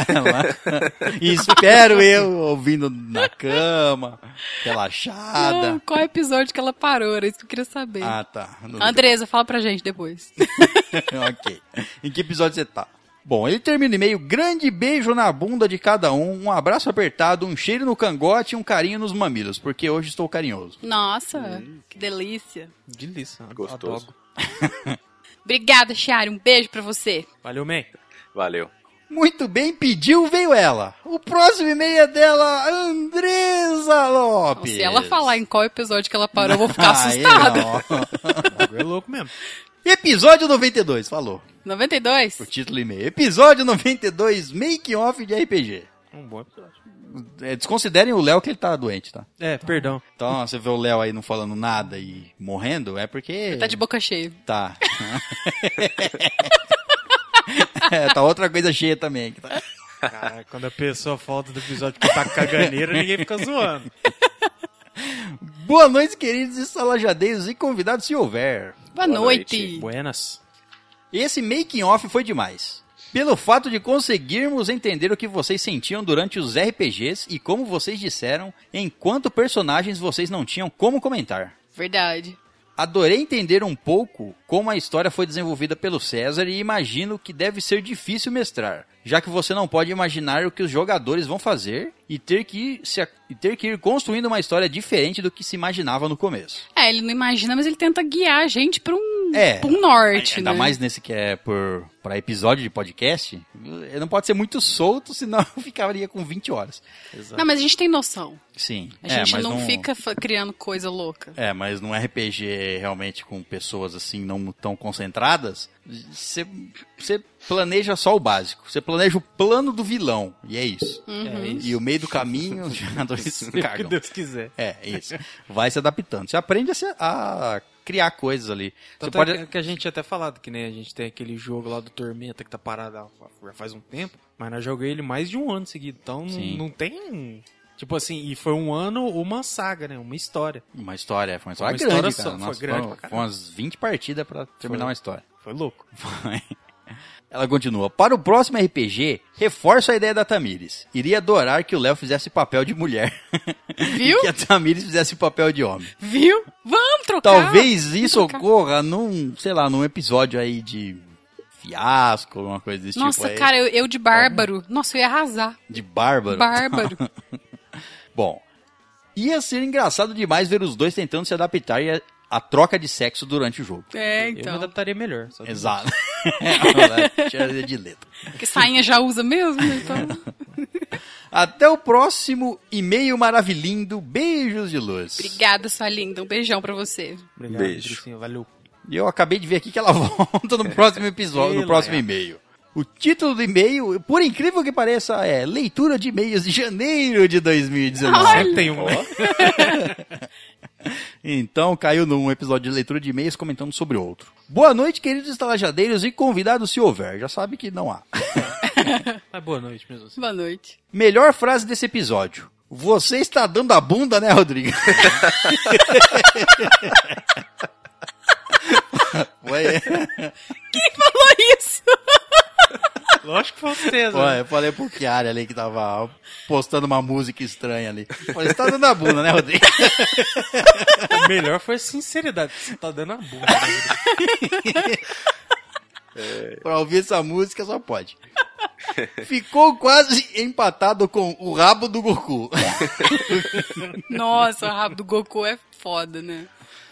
Speaker 1: É, lá- espero eu ouvindo na cama,
Speaker 3: Ah,
Speaker 1: relaxada.
Speaker 3: qual episódio que ela parou? Era isso que eu queria saber.
Speaker 1: Ah, tá. Não-
Speaker 3: Andresa, fala pra gente depois.
Speaker 1: ok. Em que episódio você tá? Bom, ele termina o e-mail. Grande beijo na bunda de cada um, um abraço apertado, um cheiro no cangote e um carinho nos mamilos, porque hoje estou carinhoso.
Speaker 3: Nossa,
Speaker 1: Hum.
Speaker 3: que delícia.
Speaker 5: Delícia.
Speaker 4: Gostoso.
Speaker 5: É, adoro.
Speaker 3: Obrigada, Chiara. Um beijo pra você.
Speaker 5: Valeu, man.
Speaker 4: Valeu.
Speaker 1: Muito bem, pediu, veio ela. O próximo e-mail é dela, Andresa Lopes.
Speaker 3: Se ela falar em qual episódio que ela parou, eu vou ficar
Speaker 1: Aí
Speaker 3: assustada.
Speaker 1: não.
Speaker 5: O bagulho é louco mesmo.
Speaker 1: Episódio 92, falou.
Speaker 3: 92?
Speaker 1: O título do e-mail. Episódio 92, Make Off de RPG.
Speaker 5: Um bom episódio.
Speaker 1: É, Desconsiderem o Léo que ele tá doente, tá?
Speaker 5: É, perdão.
Speaker 1: Então, ó, você vê o Léo aí não falando nada e morrendo, é porque.
Speaker 3: Tá de boca cheia.
Speaker 1: Tá. é, tá outra coisa cheia também. que tá-
Speaker 5: Cara, quando a pessoa falta do episódio que tá caganeira, ninguém fica zoando.
Speaker 1: Boa noite, queridos estalajadeiros e convidados, se houver.
Speaker 3: Boa,
Speaker 4: Boa
Speaker 3: noite.
Speaker 5: Buenas.
Speaker 1: Esse making off foi demais. Pelo fato de conseguirmos entender o que vocês sentiam durante os RPGs e como vocês disseram, enquanto personagens vocês não tinham como comentar.
Speaker 3: Verdade.
Speaker 1: Adorei entender um pouco como a história foi desenvolvida pelo César e imagino que deve ser difícil mestrar, já que você não pode imaginar o que os jogadores vão fazer e ter que ir, se a- e ter que ir construindo uma história diferente do que se imaginava no começo.
Speaker 3: É, ele não imagina, mas ele tenta guiar a gente pra um,
Speaker 1: É.
Speaker 3: pra um norte,
Speaker 1: Ainda
Speaker 3: né?
Speaker 1: mais nesse que é por para episódio de podcast, ele não pode ser muito solto, senão eu ficaria com 20 horas.
Speaker 3: Não, mas a gente tem noção.
Speaker 1: Sim.
Speaker 3: A
Speaker 1: é,
Speaker 3: gente
Speaker 1: mas
Speaker 3: não, fica fa- criando coisa louca.
Speaker 1: É, mas num RPG realmente com pessoas assim não tão concentradas, você você planeja só o básico. Você planeja o plano do vilão. E é isso.
Speaker 3: Uhum.
Speaker 5: É isso.
Speaker 1: E o meio do caminho, os jogadores
Speaker 5: O que
Speaker 1: cagam.
Speaker 5: Deus quiser.
Speaker 1: É, isso. Vai se adaptando. Você aprende a, se- a criar coisas ali. Você
Speaker 5: Tanto
Speaker 1: pode.
Speaker 5: é que- que a gente tinha até falado que nem a gente tem aquele jogo lá do Tormenta que tá parado há- já faz um tempo, mas nós joguei ele mais de um ano seguido, então não,
Speaker 1: Sim.
Speaker 5: não tem Tipo assim, e foi um ano, uma saga, né? Uma história.
Speaker 1: Uma história, foi uma história
Speaker 5: Uma
Speaker 1: grande,
Speaker 5: história
Speaker 1: cara.
Speaker 5: só,
Speaker 1: Nossa,
Speaker 5: foi grande
Speaker 1: foram-
Speaker 5: pra caralho.
Speaker 1: Foram umas 20 partidas pra terminar
Speaker 5: Foi.
Speaker 1: uma história.
Speaker 5: Foi louco.
Speaker 1: Foi. Ela continua. Para o próximo RPG, reforço a ideia da Tamires. Iria adorar que o Léo fizesse papel de mulher.
Speaker 3: Viu?
Speaker 1: e que a Tamires fizesse papel de homem.
Speaker 3: Viu? Vamos trocar.
Speaker 1: Talvez isso
Speaker 3: trocar.
Speaker 1: ocorra num, sei lá, num episódio aí de fiasco, alguma coisa desse
Speaker 3: Nossa,
Speaker 1: tipo aí.
Speaker 3: cara, eu, eu de bárbaro. Nossa, eu ia arrasar.
Speaker 1: De bárbaro.
Speaker 3: Bárbaro.
Speaker 1: Bom, ia ser engraçado demais ver os dois tentando se adaptar e a, a troca de sexo durante o jogo.
Speaker 3: É,
Speaker 5: Eu me
Speaker 3: então.
Speaker 5: adaptaria melhor. só que-
Speaker 1: Exato. Ela Tiraria É, de letra.
Speaker 3: Porque sainha já usa mesmo, né? então.
Speaker 1: Até o próximo e-mail maravilhindo. Beijos de luz.
Speaker 3: Obrigada, sua linda. Um beijão pra você.
Speaker 5: Obrigado,
Speaker 4: Beijo.
Speaker 5: Andressinho, valeu.
Speaker 1: E eu acabei de ver aqui que ela volta no próximo episódio, no
Speaker 5: Ela
Speaker 1: próximo
Speaker 5: é.
Speaker 1: e-mail. O título do e-mail, por incrível que pareça, é Leitura de E-mails de Janeiro de 2019.
Speaker 5: Sempre tem um.
Speaker 1: Então caiu num episódio de leitura de e-mails comentando sobre outro. Boa noite, queridos estalajadeiros e convidados se houver. Já sabe que não há.
Speaker 5: Mas boa noite mesmo. assim.
Speaker 3: Boa noite.
Speaker 1: Melhor frase desse episódio. Você está dando a bunda, né, Rodrigo? Ué,
Speaker 3: Quem falou isso?
Speaker 5: Lógico que foi vocês, né?
Speaker 1: ué, eu falei pro Chiara ali que tava postando uma música estranha ali. Eu Falei, você tá dando a bunda, né, Rodrigo?
Speaker 5: O melhor foi a sinceridade. Você tá dando a bunda. né?
Speaker 1: Pra ouvir essa música só pode. Ficou quase empatado com o rabo do Goku.
Speaker 3: Nossa, o rabo do Goku é foda, né?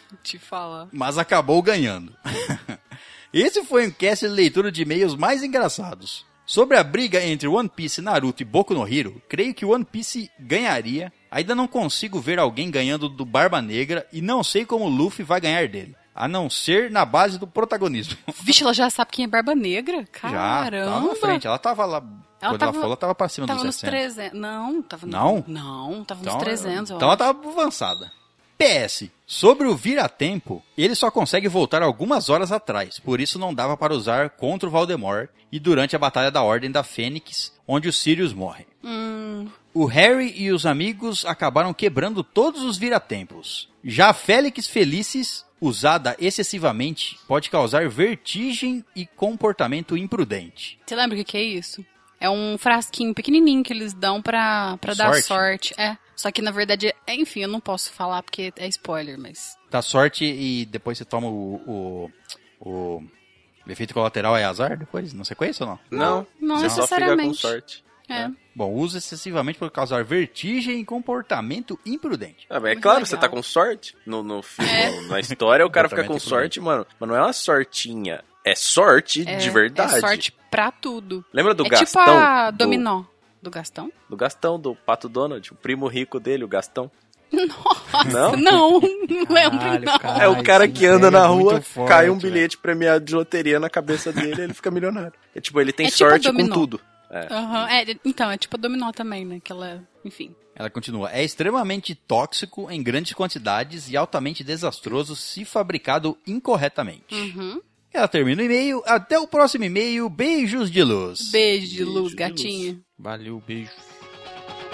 Speaker 3: Vou Te falar.
Speaker 1: mas acabou ganhando. Esse foi um cast de leitura de e-mails mais engraçados. Sobre a briga entre One Piece, Naruto e Boku no Hero, creio que One Piece ganharia. Ainda não consigo ver alguém ganhando do Barba Negra e não sei como o Luffy vai ganhar dele. A não ser na base do protagonismo.
Speaker 3: Vixe, ela já sabe quem é Barba Negra? Caramba.
Speaker 1: Já, tava na frente. Ela tava lá. quando
Speaker 3: tava-
Speaker 1: ela falou, ela tava pra cima
Speaker 3: Tava
Speaker 1: dos
Speaker 3: nos
Speaker 1: 60.
Speaker 3: 300. Não, tava no-
Speaker 1: Não?
Speaker 3: Não, tava nos 300. eu
Speaker 1: Então ela
Speaker 3: acho.
Speaker 1: tava avançada. PS. Sobre o vira-tempo, ele só consegue voltar algumas horas atrás, por isso não dava para usar contra o Valdemar e durante a Batalha da Ordem da Fênix, onde os Sirius morrem.
Speaker 3: Hum.
Speaker 1: O Harry e os amigos acabaram quebrando todos os viratempos. Já a Félix Felicis, usada excessivamente, pode causar vertigem e comportamento imprudente.
Speaker 3: Você lembra o que, que é isso? É um frasquinho pequenininho que eles dão pra, pra dar sorte. É. Só que na verdade, é- enfim, eu não posso falar porque é spoiler, mas.
Speaker 1: Dá sorte e depois você toma o. o, o efeito colateral é azar depois? Na sequência ou não?
Speaker 4: Não,
Speaker 3: não
Speaker 4: você só fica com
Speaker 3: necessariamente.
Speaker 4: sorte.
Speaker 3: É.
Speaker 1: Bom, uso excessivamente pode causar vertigem e comportamento imprudente.
Speaker 4: Ah, mas é
Speaker 3: Muito
Speaker 4: claro,
Speaker 3: legal.
Speaker 4: você tá com sorte. No, no filme,
Speaker 3: É.
Speaker 4: no- na história, o cara fica com
Speaker 1: Exatamente,
Speaker 4: sorte, mano. Mas não é uma sortinha. É sorte
Speaker 3: É,
Speaker 4: de verdade.
Speaker 3: É sorte pra tudo.
Speaker 4: Lembra do
Speaker 3: é
Speaker 4: Gastão?
Speaker 3: tipo a
Speaker 4: Do-
Speaker 3: Dominó. Do Gastão?
Speaker 4: Do Gastão, do Pato Donald, o primo rico dele, o Gastão.
Speaker 3: Nossa,
Speaker 4: Não?
Speaker 3: não, não lembro, não.
Speaker 5: cara.
Speaker 4: É o
Speaker 5: Ai,
Speaker 4: cara
Speaker 5: Ah, esse
Speaker 4: que anda
Speaker 5: velho
Speaker 4: na
Speaker 5: é muito
Speaker 4: rua, cai
Speaker 5: forte,
Speaker 4: um bilhete premiado de loteria na cabeça dele ele fica milionário. É tipo, ele tem
Speaker 3: É tipo
Speaker 4: sorte com
Speaker 3: dominó.
Speaker 4: tudo.
Speaker 3: Aham, é, então, é tipo a dominó também, né? Que ela, enfim.
Speaker 1: Ela continua. É extremamente tóxico em grandes quantidades e altamente desastroso se fabricado incorretamente.
Speaker 3: Uhum.
Speaker 1: Ela termina o e-mail. Até o próximo e-mail. Beijos de luz.
Speaker 3: Beijo de luz,
Speaker 4: de
Speaker 3: gatinho.
Speaker 5: Valeu, beijo.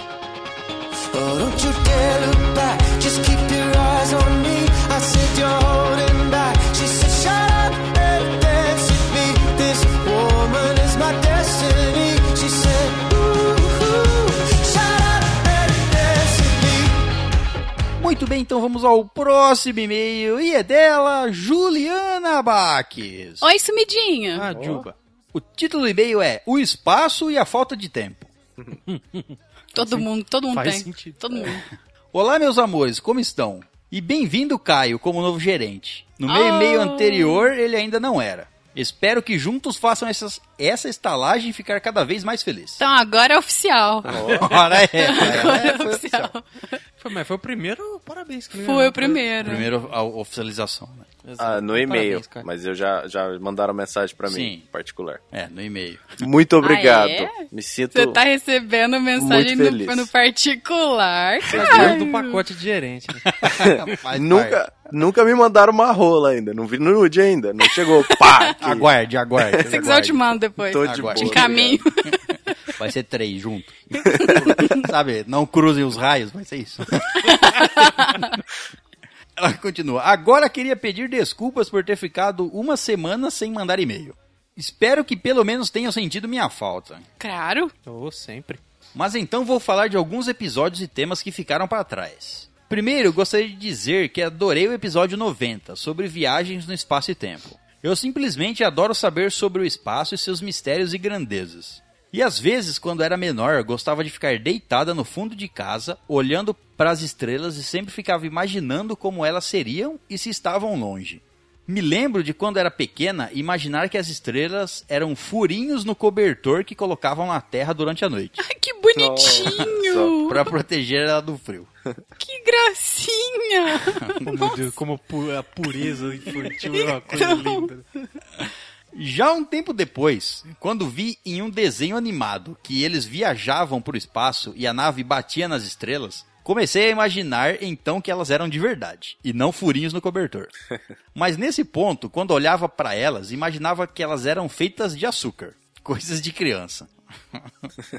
Speaker 2: Oh, don't you dare look back. Just keep your eyes on me. I said you're holding back. She said, Shut up and dance with me. This woman is my destiny. She said, Ooh, ooh, shut up and dance with me.
Speaker 1: Muito bem, então vamos ao próximo e-mail. E é dela, Juliana Baques.
Speaker 3: Oi, sumidinha.
Speaker 5: Ah, Juba.
Speaker 1: O título do e-mail é O Espaço e a Falta de Tempo.
Speaker 3: todo mundo, todo mundo
Speaker 5: faz
Speaker 3: tem.
Speaker 5: sentido. É.
Speaker 3: Todo mundo.
Speaker 1: Olá, meus amores, como estão? E bem-vindo, Caio, como novo gerente. No meu
Speaker 3: Oh.
Speaker 1: e-mail anterior, ele ainda não era. Espero que juntos façam essas- essa estalagem ficar cada vez mais feliz.
Speaker 3: Então agora é oficial.
Speaker 4: Ah,
Speaker 1: Ora, é,
Speaker 3: agora
Speaker 1: é,
Speaker 3: é,
Speaker 1: foi
Speaker 3: oficial.
Speaker 1: oficial.
Speaker 5: Foi, mas foi o primeiro parabéns que ele
Speaker 3: Foi
Speaker 5: ganhou.
Speaker 3: o primeiro.
Speaker 1: Primeiro a oficialização. né?
Speaker 5: Exato.
Speaker 4: Ah, no e-mail.
Speaker 5: Parabéns, cara.
Speaker 4: mas eu já, já mandaram mensagem pra mim,
Speaker 1: Sim.
Speaker 4: particular.
Speaker 1: É, no e-mail.
Speaker 4: Muito obrigado.
Speaker 3: é?
Speaker 4: Me sinto.
Speaker 3: Você tá recebendo mensagem
Speaker 4: Muito
Speaker 3: no,
Speaker 4: feliz.
Speaker 3: no particular.
Speaker 5: Primeiro do pacote de gerente. né?
Speaker 1: Faz
Speaker 4: Nunca, Nunca me mandaram uma rola ainda. Não vi nude ainda. Não chegou. Pá! aqui.
Speaker 1: Aguarde, aguarde.
Speaker 3: Se quiser, eu te mando depois.
Speaker 4: é Tô de
Speaker 1: Agora.
Speaker 4: boa.
Speaker 1: Te
Speaker 3: Te encaminho.
Speaker 5: é.
Speaker 1: Vai ser três junto. Sabe, não cruzem os raios, vai ser isso. Ela continua. Agora queria pedir desculpas por ter ficado uma semana sem mandar e-mail. Espero que pelo menos tenham sentido minha falta.
Speaker 3: Claro.
Speaker 5: Oh, sempre.
Speaker 1: Mas então vou falar de alguns episódios e temas que ficaram para trás. Primeiro, gostaria de dizer que adorei o episódio 90, sobre viagens no espaço e tempo. Eu simplesmente adoro saber sobre o espaço e seus mistérios e grandezas. E às vezes, quando era menor, gostava de ficar deitada no fundo de casa, olhando para as estrelas e sempre ficava imaginando como elas seriam e se estavam longe. Me lembro de quando era pequena imaginar que as estrelas eram furinhos no cobertor que colocavam na terra durante a noite
Speaker 3: Ai, que bonitinho.
Speaker 1: para proteger ela do frio.
Speaker 3: Que gracinha.
Speaker 5: Oh, meu Deus, como pu- a pureza infantil é uma coisa
Speaker 3: Então.
Speaker 5: linda.
Speaker 1: Já um tempo depois, quando vi em um desenho animado que eles viajavam para o espaço e a nave batia nas estrelas, comecei a imaginar então que elas eram de verdade e não furinhos no cobertor. Mas nesse ponto, quando olhava para elas, imaginava que elas eram feitas de açúcar, coisas de criança.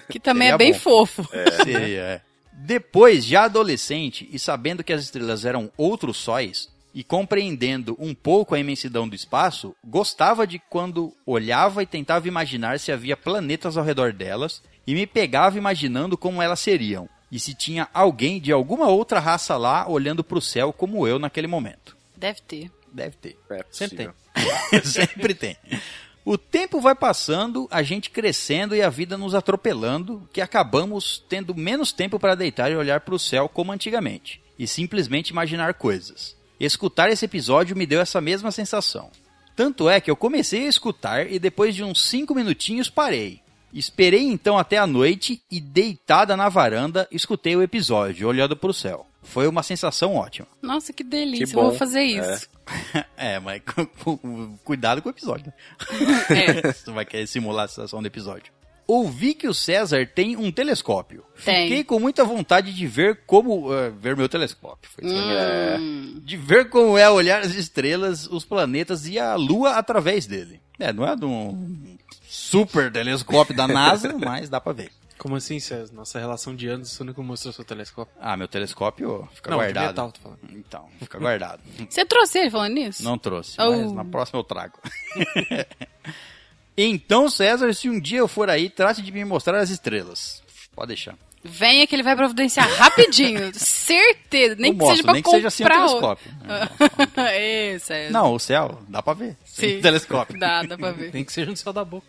Speaker 3: Que também é,
Speaker 1: Seria
Speaker 3: bem
Speaker 1: bom.
Speaker 3: fofo.
Speaker 1: Seria, é. Depois, já adolescente e sabendo que as estrelas eram outros sóis e compreendendo um pouco a imensidão do espaço, gostava de quando olhava e tentava imaginar se havia planetas ao redor delas e me pegava imaginando como elas seriam e se tinha alguém de alguma outra raça lá olhando para o céu como eu naquele momento.
Speaker 3: Deve ter.
Speaker 1: Deve ter.
Speaker 4: É
Speaker 1: Sempre
Speaker 4: possível.
Speaker 1: tem. Sempre tem. O tempo vai passando, a gente crescendo e a vida nos atropelando, que acabamos tendo menos tempo para deitar e olhar para o céu como antigamente, e simplesmente imaginar coisas. Escutar esse episódio me deu essa mesma sensação. Tanto é que eu comecei a escutar e depois de uns 5 minutinhos parei. Esperei então até a noite e, deitada na varanda, escutei o episódio, olhando para o céu. Foi uma sensação ótima.
Speaker 3: Nossa, que delícia.
Speaker 4: Que
Speaker 3: Eu vou
Speaker 4: bom.
Speaker 3: fazer isso.
Speaker 1: É, mas cu- cu- cuidado com o episódio.
Speaker 3: É.
Speaker 1: Você vai querer simular a sensação do episódio. Ouvi que o César tem um telescópio.
Speaker 3: Tem.
Speaker 1: Fiquei com muita vontade de ver como. eh, ver meu telescópio. Foi isso
Speaker 5: Hum.
Speaker 1: que eu
Speaker 4: É.
Speaker 3: Hum.
Speaker 1: falei. De ver como é olhar as estrelas, os planetas e a Lua através dele. É, não é de um super telescópio da NASA, mas dá pra ver.
Speaker 5: Como assim, César? Nossa relação de anos, você nunca mostrou seu telescópio?
Speaker 1: Ah, meu telescópio fica
Speaker 5: Não, de
Speaker 1: guardado.
Speaker 5: metal, tô falando.
Speaker 1: Então, fica guardado.
Speaker 3: Você trouxe ele falando nisso?
Speaker 1: Não trouxe,
Speaker 3: Oh.
Speaker 1: mas na próxima eu trago. então, César, se um dia eu for aí, trate de me mostrar as estrelas. Pode deixar.
Speaker 3: Venha que ele vai providenciar rapidinho. Certeza. Nem
Speaker 1: eu
Speaker 3: que
Speaker 1: mostro,
Speaker 3: seja pra
Speaker 1: nem que seja
Speaker 3: comprar
Speaker 1: sem o telescópio.
Speaker 3: outro. isso, é.
Speaker 1: Não, o céu, dá pra ver. Sem
Speaker 3: Sim.
Speaker 1: telescópio.
Speaker 3: Dá, dá pra ver.
Speaker 5: Nem que seja no céu da boca.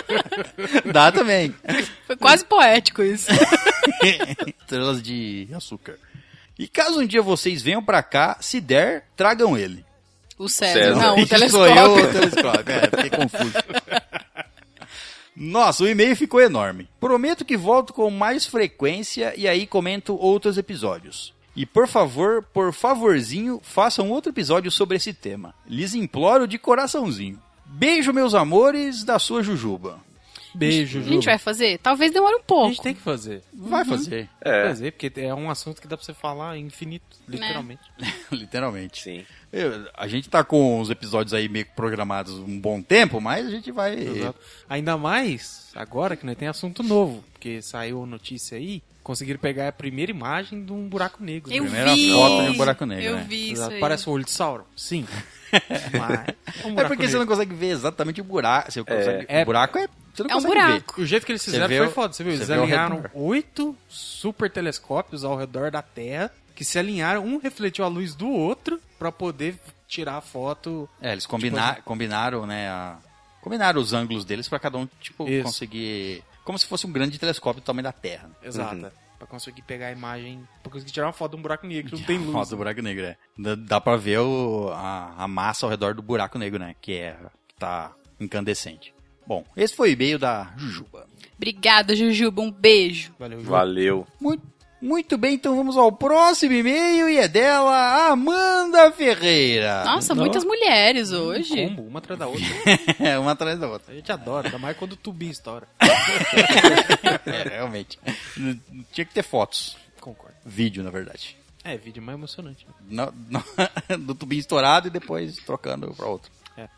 Speaker 1: dá também.
Speaker 3: Foi quase poético isso.
Speaker 1: estrelas de açúcar. E caso um dia vocês venham pra cá, se der, tragam ele.
Speaker 3: O César.
Speaker 4: César.
Speaker 3: Não, o
Speaker 1: É, Isso Sou eu, o
Speaker 3: telescópio.
Speaker 1: telescópio. É, fiquei confuso. Nossa, o e-mail ficou enorme. Prometo que volto com mais frequência e aí comento outros episódios. E por favor, por favorzinho, façam outro episódio sobre esse tema. Lhes imploro de coraçãozinho. Beijo, meus amores, da sua Jujuba.
Speaker 5: Beijo,
Speaker 3: A
Speaker 5: Ju.
Speaker 3: gente vai fazer? Talvez demore um
Speaker 5: A
Speaker 3: pouco.
Speaker 5: gente tem que fazer.
Speaker 1: Vai fazer,
Speaker 5: Tem
Speaker 4: É.
Speaker 5: que fazer, porque é um assunto que dá pra você falar infinito,
Speaker 3: É.
Speaker 5: literalmente.
Speaker 1: literalmente.
Speaker 4: Sim.
Speaker 1: Eu- a gente tá com os episódios aí meio que programados um bom tempo, mas a gente vai.
Speaker 5: Exato. Ainda mais agora que nós tem assunto novo, porque saiu a notícia aí, conseguiram pegar a primeira imagem de um buraco negro.
Speaker 3: Eu
Speaker 5: né?
Speaker 1: Primeira
Speaker 3: vi.
Speaker 1: foto de um buraco negro,
Speaker 3: Eu
Speaker 1: né?
Speaker 3: vi isso
Speaker 5: Exato.
Speaker 3: aí.
Speaker 5: Parece o olho de Sauron, sim. Mas é um
Speaker 1: É
Speaker 5: buraco
Speaker 1: porque você não
Speaker 5: negro.
Speaker 1: consegue ver exatamente o buraco. Você consegue-
Speaker 5: É.
Speaker 1: O buraco é. Você não
Speaker 3: É um
Speaker 1: consegue ver.
Speaker 3: buraco.
Speaker 5: O jeito que eles fizeram
Speaker 1: vê
Speaker 5: foi
Speaker 1: o-
Speaker 5: foda, você viu?
Speaker 1: você
Speaker 5: Eles
Speaker 1: vê o
Speaker 5: alinharam
Speaker 1: redor.
Speaker 5: oito super telescópios ao redor da Terra, que se alinharam, um refletiu a luz do outro pra poder tirar a foto.
Speaker 1: É, eles combina- combinaram, né? a- Combinaram os ângulos deles pra cada um, tipo,
Speaker 5: Isso.
Speaker 1: conseguir. Como se fosse um grande telescópio do tamanho da Terra.
Speaker 5: Exata. Pra conseguir pegar a imagem, pra conseguir tirar uma foto de um buraco negro, que não tem luz.
Speaker 1: Nossa, o buraco negro, é. Dá, dá pra ver o- a, a massa ao redor do buraco negro, né? Que é. que tá incandescente. Bom, esse foi o e-mail da Jujuba.
Speaker 3: Obrigada, Jujuba. Um beijo.
Speaker 5: Valeu, Ju.
Speaker 4: Uhum. Valeu.
Speaker 1: Muito, muito bem, então vamos ao próximo e-mail e é dela, Amanda Ferreira.
Speaker 3: Nossa, muitas mulheres
Speaker 1: hum,
Speaker 3: hoje.
Speaker 5: Combo, uma atrás da outra.
Speaker 1: É, uma atrás da outra.
Speaker 5: A gente adora, ainda mais quando o tubinho estoura.
Speaker 1: É, realmente. Tinha que ter fotos.
Speaker 5: Concordo.
Speaker 1: Vídeo, na verdade.
Speaker 5: É, vídeo mais emocionante. né?
Speaker 1: No, no- do tubinho estourado e depois trocando pra outro.
Speaker 5: É.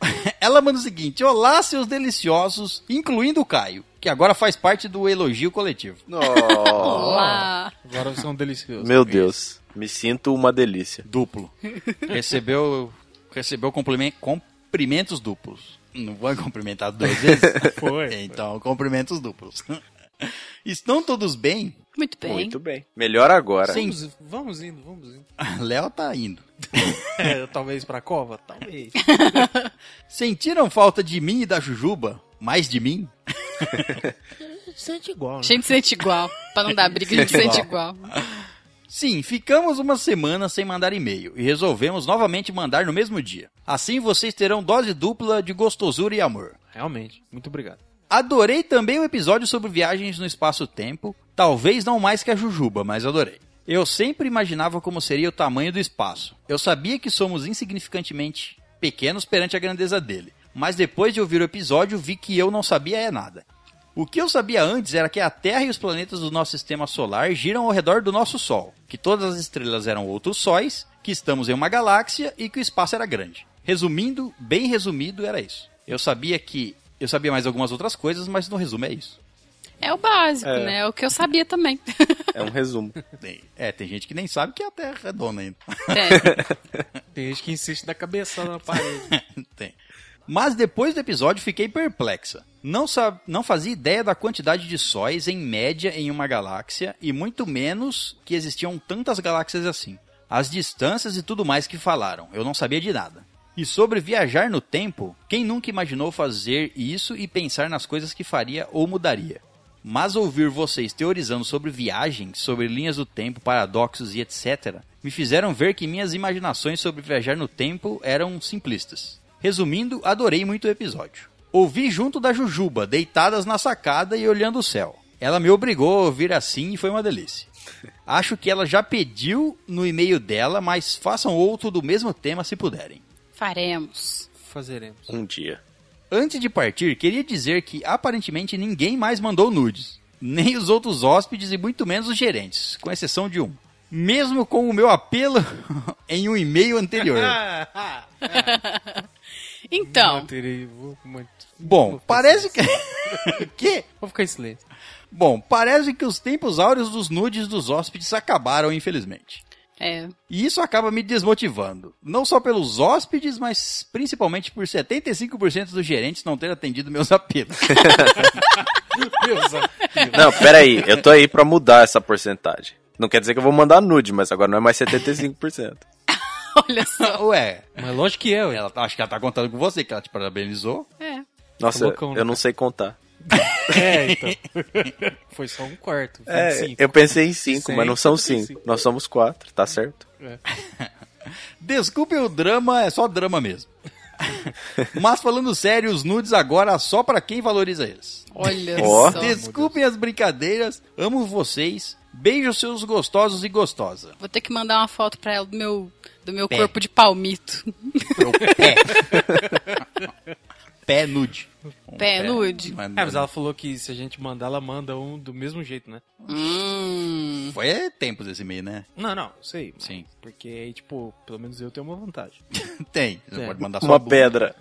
Speaker 1: Ela manda o seguinte: Olá, seus deliciosos, incluindo o Caio, que agora faz parte do elogio coletivo.
Speaker 3: Olá!
Speaker 5: Agora são deliciosos.
Speaker 4: Meu Deus. Me sinto uma delícia.
Speaker 1: Duplo. Recebeu, recebeu cumprimen- cumprimentos duplos. Não vou cumprimentar duas vezes?
Speaker 5: Foi.
Speaker 1: Então, cumprimentos duplos. Estão todos bem?
Speaker 3: Muito bem.
Speaker 4: Muito bem. Melhor agora.
Speaker 1: Sim.
Speaker 5: Vamos, vamos indo, vamos indo.
Speaker 1: Léo tá indo.
Speaker 5: É, talvez pra cova? Talvez.
Speaker 1: Sentiram falta de mim e da Jujuba? Mais de mim?
Speaker 5: Sente igual,
Speaker 3: A
Speaker 5: né?
Speaker 3: gente sente igual. Pra não dar briga, a gente
Speaker 1: Sente
Speaker 3: sente igual.
Speaker 1: Sim, ficamos uma semana sem mandar e-mail e resolvemos novamente mandar no mesmo dia. Assim vocês terão dose dupla de gostosura e amor.
Speaker 5: Realmente. Muito obrigado.
Speaker 1: Adorei também o episódio sobre viagens no espaço-tempo, talvez não mais que a Jujuba, mas adorei. Eu sempre imaginava como seria o tamanho do espaço. Eu sabia que somos insignificantemente pequenos perante a grandeza dele, mas depois de ouvir o episódio vi que eu não sabia é nada. O que eu sabia antes era que a Terra e os planetas do nosso sistema solar giram ao redor do nosso Sol, que todas as estrelas eram outros sóis, que estamos em uma galáxia e que o espaço era grande. Resumindo, bem resumido, era isso. Eu sabia que. Eu sabia mais algumas outras coisas, mas no resumo é isso.
Speaker 3: É o básico,
Speaker 4: É.
Speaker 3: né? É o que eu sabia também.
Speaker 4: É um resumo.
Speaker 1: Tem- É, tem gente que nem sabe que a Terra é redonda ainda.
Speaker 3: É.
Speaker 5: Tem gente que insiste na cabeçada na parede.
Speaker 1: Tem. Mas depois do episódio fiquei perplexa. Não, sa- não fazia ideia da quantidade de sóis em média em uma galáxia e muito menos que existiam tantas galáxias assim. As distâncias e tudo mais que falaram, eu não sabia de nada. E sobre viajar no tempo, quem nunca imaginou fazer isso e pensar nas coisas que faria ou mudaria? Mas ouvir vocês teorizando sobre viagens, sobre linhas do tempo, paradoxos e etc., me fizeram ver que minhas imaginações sobre viajar no tempo eram simplistas. Resumindo, adorei muito o episódio. Ouvi junto da Jujuba, deitadas na sacada e olhando o céu. Ela me obrigou a ouvir assim e foi uma delícia. Acho que ela já pediu no e-mail dela, mas façam outro do mesmo tema se puderem.
Speaker 3: Faremos.
Speaker 5: Fazeremos.
Speaker 4: Um dia.
Speaker 1: Antes de partir, queria dizer que aparentemente ninguém mais mandou nudes. Nem os outros hóspedes e muito menos os gerentes, com exceção de um. Mesmo com o meu apelo em um e-mail anterior.
Speaker 5: Ah,
Speaker 3: Então,
Speaker 5: Manterei, vou, manter-
Speaker 1: Bom, parece que. que?
Speaker 5: vou ficar em silêncio.
Speaker 1: Bom, parece que os tempos áureos dos nudes dos hóspedes acabaram, infelizmente.
Speaker 3: é.
Speaker 1: E isso acaba me desmotivando. Não só pelos hóspedes, mas principalmente por 75% dos gerentes não ter atendido meus apelos.
Speaker 5: Deus,
Speaker 4: Não, peraí. Eu tô aí pra mudar essa porcentagem. Não quer dizer que eu vou mandar nude, mas agora não é mais 75%.
Speaker 3: Olha só.
Speaker 1: Ué,
Speaker 5: mas lógico que é, ué.
Speaker 1: ela, acho que ela tá contando com você, que ela te parabenizou.
Speaker 3: É.
Speaker 4: Nossa,
Speaker 5: loucão, né,
Speaker 4: eu não sei contar.
Speaker 5: É, então. Foi só um quarto. foi
Speaker 4: É,
Speaker 5: cinco.
Speaker 4: eu pensei em 5, mas
Speaker 5: Cinco,
Speaker 4: não são
Speaker 5: tudo bem,
Speaker 4: 5. Nós somos 4, tá certo?
Speaker 1: Desculpe o drama, é só drama mesmo. Mas falando sério, os nudes agora só pra quem valoriza eles.
Speaker 3: Olha
Speaker 4: Ó.
Speaker 3: só.
Speaker 1: Desculpem as brincadeiras, amo vocês. Beijo seus gostosos e gostosa.
Speaker 3: Vou ter que mandar uma foto pra ela do meu, do meu
Speaker 1: Pé.
Speaker 3: corpo de palmito.
Speaker 1: Pro pé. pé nude. Um
Speaker 3: Pé nude.
Speaker 1: Não
Speaker 5: É, mas ela falou que se a gente mandar, ela manda um do mesmo jeito, né?
Speaker 3: Hum.
Speaker 1: Foi tempos esse meio, né?
Speaker 5: Não, não, eu sei. mas-
Speaker 1: Sim.
Speaker 5: Porque aí, tipo, pelo menos eu tenho uma vantagem.
Speaker 1: Tem. Você
Speaker 5: Tem.
Speaker 1: pode mandar sua
Speaker 4: Uma
Speaker 1: bunda.
Speaker 4: pedra.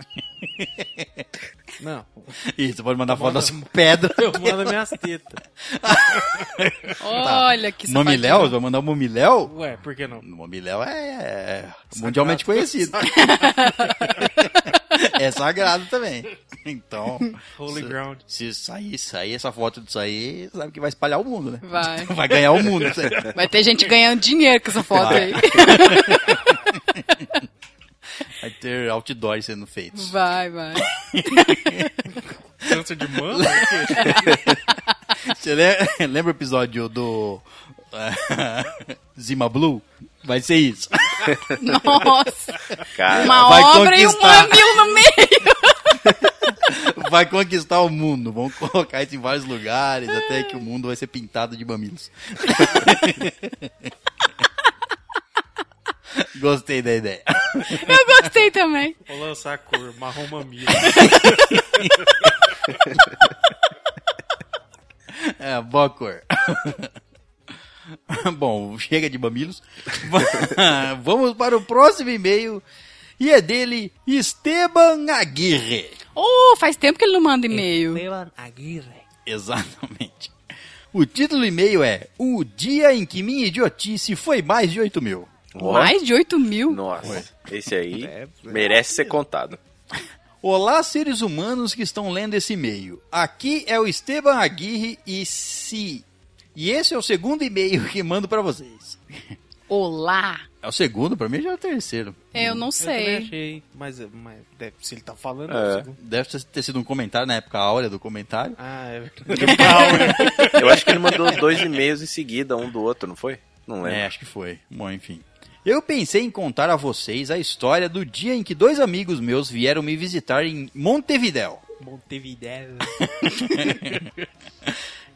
Speaker 5: Não,
Speaker 1: Isso, você pode mandar foto da
Speaker 5: mando-
Speaker 1: sua pedra.
Speaker 5: eu mando minhas tetas.
Speaker 1: Tá.
Speaker 3: Olha que
Speaker 1: Mamiléu? Você
Speaker 3: safadinho.
Speaker 1: vai mandar um mamiléu?
Speaker 5: Ué, por que não?
Speaker 1: O Momiléu é, é mundialmente conhecido. é sagrado também. Então,
Speaker 5: Holy
Speaker 1: se,
Speaker 5: ground.
Speaker 1: se sair, sair essa foto disso aí, sabe que vai espalhar o mundo, né?
Speaker 3: Vai.
Speaker 1: Vai ganhar o mundo. né? isso aí.
Speaker 3: Vai ter gente ganhando dinheiro com essa foto
Speaker 1: Vai.
Speaker 3: aí.
Speaker 1: Vai ter outdoors sendo feitos.
Speaker 3: Vai, vai.
Speaker 5: Câncer de mama?
Speaker 1: Você lembra, lembra o episódio do eh, Zima Blue? Vai ser isso.
Speaker 3: Nossa.
Speaker 4: Cara,
Speaker 3: Uma
Speaker 1: vai
Speaker 3: obra e um
Speaker 1: conquistar.
Speaker 3: mamilo no meio.
Speaker 1: Vai conquistar o mundo. Vamos colocar isso em vários lugares até que o mundo vai ser pintado de mamilos. Gostei da ideia.
Speaker 3: Eu gostei também.
Speaker 5: Vou lançar a cor, marrom mamilo.
Speaker 1: É, boa cor. Bom, chega de mamilos. Va- Vamos para o próximo e-mail. E é dele, Esteban Aguirre.
Speaker 3: Oh, faz tempo que ele não manda e-mail.
Speaker 1: Exatamente. O título do e-mail é O Dia em que Minha Idiotice Foi Mais de 8 mil.
Speaker 3: Mais de 8 mil.
Speaker 4: Nossa, esse aí merece ser contado.
Speaker 1: Olá, seres humanos que estão lendo esse e-mail. Aqui é o Esteban Aguirre e se. E esse é o segundo e-mail que mando pra vocês.
Speaker 3: Olá.
Speaker 1: É o segundo? Pra mim já é o terceiro.
Speaker 3: Eu não
Speaker 5: Eu também
Speaker 3: sei.
Speaker 5: achei, mas, mas deve- se ele tá falando...
Speaker 4: É.
Speaker 5: eu sigo.
Speaker 1: Deve ter- ter sido um comentário na época áurea do comentário.
Speaker 5: Ah, é verdade.
Speaker 4: Eu acho que ele mandou dois e-mails em seguida, um do outro, não foi? Não
Speaker 1: É,
Speaker 4: lembro.
Speaker 1: acho que foi. Bom, enfim. Eu pensei em contar a vocês a história do dia em que dois amigos meus vieram me visitar em Montevidéu.
Speaker 5: Montevideo.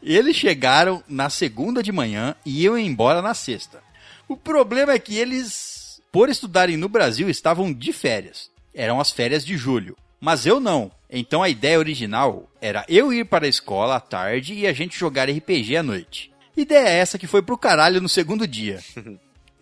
Speaker 1: Eles chegaram na segunda de manhã e iam embora na sexta. O problema é que eles, por estudarem no Brasil, estavam de férias. Eram as férias de julho. Mas eu não. Então a ideia original era eu ir para a escola à tarde e a gente jogar RPG à noite. Ideia é essa que foi pro caralho no segundo dia.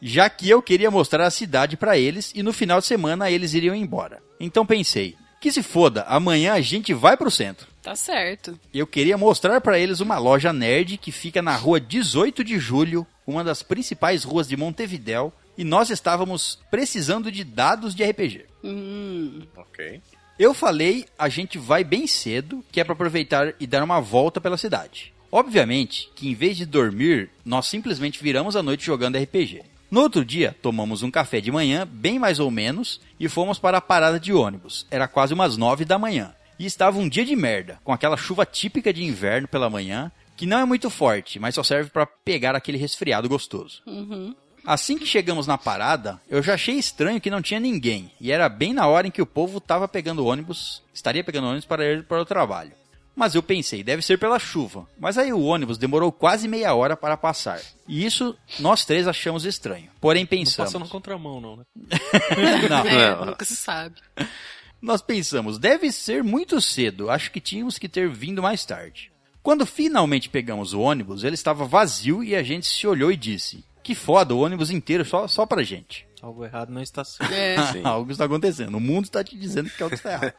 Speaker 1: já que eu queria mostrar a cidade pra eles e no final de semana eles iriam embora. Então pensei, que se foda, amanhã a gente vai pro centro.
Speaker 3: Tá certo.
Speaker 1: Eu queria mostrar pra eles uma loja nerd que fica na rua 18 de Julho, uma das principais ruas de Montevidéu, e nós estávamos precisando de dados de RPG.
Speaker 3: Hum,
Speaker 4: Ok.
Speaker 1: Eu falei, a gente vai bem cedo, que é pra aproveitar e dar uma volta pela cidade. Obviamente que em vez de dormir, nós simplesmente viramos a noite jogando RPG. No outro dia, tomamos um café de manhã, bem mais ou menos, e fomos para a parada de ônibus. Era quase umas nove da manhã. E estava um dia de merda, com aquela chuva típica de inverno pela manhã, que não é muito forte, mas só serve pra pegar aquele resfriado gostoso.
Speaker 3: uhum.
Speaker 1: Assim que chegamos na parada, eu já achei estranho que não tinha ninguém, e era bem na hora em que o povo tava pegando ônibus, estaria pegando ônibus para ir para o trabalho. Mas eu pensei, deve ser pela chuva. Mas aí o ônibus demorou quase meia hora para passar. E isso nós três achamos estranho. Porém
Speaker 5: Não
Speaker 4: é
Speaker 1: pensamos,
Speaker 5: passou na contramão, não, né?
Speaker 1: Não.
Speaker 3: é,
Speaker 4: Não.
Speaker 3: nunca se sabe.
Speaker 1: Nós pensamos, deve ser muito cedo, acho que tínhamos que ter vindo mais tarde. Quando finalmente pegamos o ônibus, ele estava vazio e a gente se olhou e disse: Que foda, o ônibus inteiro só, só pra gente.
Speaker 5: Algo errado não está certo.
Speaker 3: É.
Speaker 4: Sim.
Speaker 1: Algo está acontecendo. O mundo está te dizendo que algo está errado.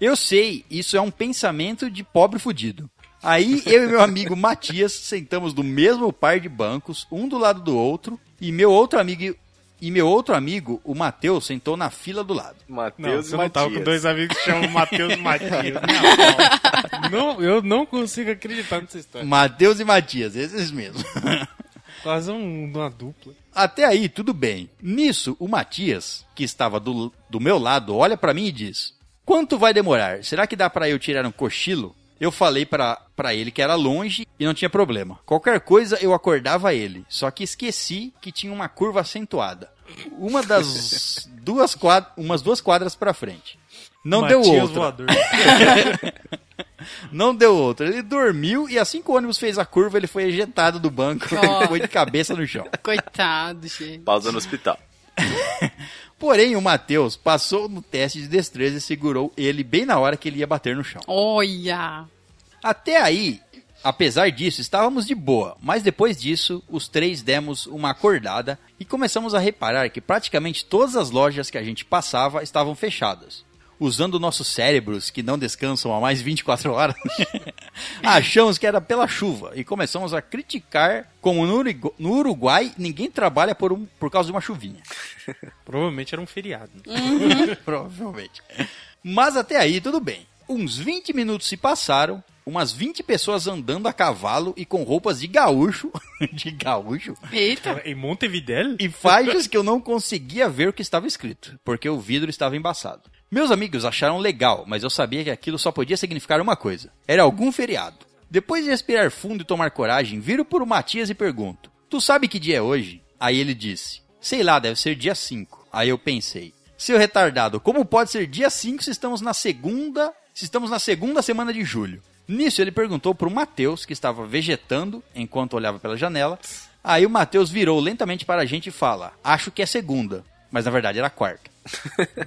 Speaker 1: eu sei, isso é um pensamento de pobre fudido. Aí eu e meu amigo Matias sentamos no mesmo par de bancos, um do lado do outro, e meu outro amigo e meu outro amigo, o Matheus, sentou na fila do lado.
Speaker 4: Matheus e
Speaker 5: eu não tava com
Speaker 4: Matias.
Speaker 5: dois amigos que chamam Matheus e Matias. Não, não. Não, eu não consigo acreditar nessa história.
Speaker 1: Matheus e Matias, esses mesmos.
Speaker 5: Quase um, uma dupla.
Speaker 1: Até aí, tudo bem. Nisso, o Matias, que estava do, do meu lado, olha pra mim e diz: Quanto vai demorar? Será que dá pra eu tirar um cochilo? Eu falei pra pra ele que era longe e não tinha problema. Qualquer coisa eu acordava ele, só que esqueci que tinha uma curva acentuada. Uma das duas quadras, umas duas quadras pra frente. Não
Speaker 5: Matias
Speaker 1: deu outra.
Speaker 5: voador.
Speaker 1: Não deu outra. Ele dormiu e assim que o ônibus fez a curva, ele foi ejetado do banco
Speaker 3: Ó.
Speaker 1: e foi de cabeça no chão.
Speaker 3: Coitado, gente.
Speaker 4: Pausa no hospital.
Speaker 1: Porém, o Matheus passou no teste de destreza e segurou ele bem na hora que ele ia bater no chão.
Speaker 3: Olha.
Speaker 1: Até aí, apesar disso, estávamos de boa, mas depois disso, os três demos uma acordada e começamos a reparar que praticamente todas as lojas que a gente passava estavam fechadas. Usando nossos cérebros, que não descansam há mais 24 horas, achamos que era pela chuva e começamos a criticar como no Urugu- no Uruguai ninguém trabalha por, um- por causa de uma chuvinha.
Speaker 5: Provavelmente era um feriado.
Speaker 1: Provavelmente. Mas até aí, tudo bem. Uns 20 minutos se passaram, umas 20 pessoas andando a cavalo e com roupas de gaúcho, de gaúcho,
Speaker 3: Eita.
Speaker 5: Então, Em Montevidéu?
Speaker 1: e faixas que eu não conseguia ver o que estava escrito, porque o vidro estava embaçado. Meus amigos acharam legal, mas eu sabia que aquilo só podia significar uma coisa: era algum feriado. Depois de respirar fundo e tomar coragem, viro por Matias e pergunto: Tu sabe que dia é hoje? Aí ele disse: Sei lá, deve ser dia 5. Aí eu pensei: Seu retardado, como pode ser dia 5 se estamos na segunda, se estamos na segunda semana de julho? Nisso ele perguntou pro Matheus, que estava vegetando enquanto olhava pela janela. Aí o Matheus virou lentamente para a gente e fala: Acho que é segunda, mas na verdade era quarta.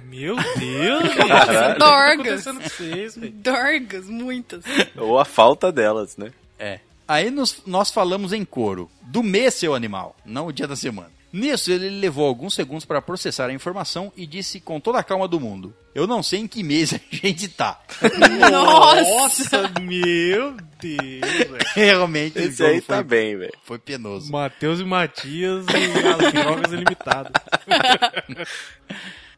Speaker 5: Meu Deus,
Speaker 3: Nossa,
Speaker 5: O que tá
Speaker 3: dorgas.
Speaker 5: acontecendo com vocês, velho?
Speaker 3: Dorgas, muitas.
Speaker 4: Ou a falta delas, né?
Speaker 1: É. Aí nos- nós falamos em coro. Do mês, seu animal, não o dia da semana. Nisso, ele levou alguns segundos para processar a informação e disse com toda a calma do mundo: Eu não sei em que mês a gente tá.
Speaker 3: Nossa!
Speaker 5: meu Deus, velho.
Speaker 1: Realmente,
Speaker 4: Esse
Speaker 1: jogo
Speaker 4: aí tá bem, velho.
Speaker 1: foi penoso.
Speaker 5: Matheus e Matias e as drogas ilimitadas.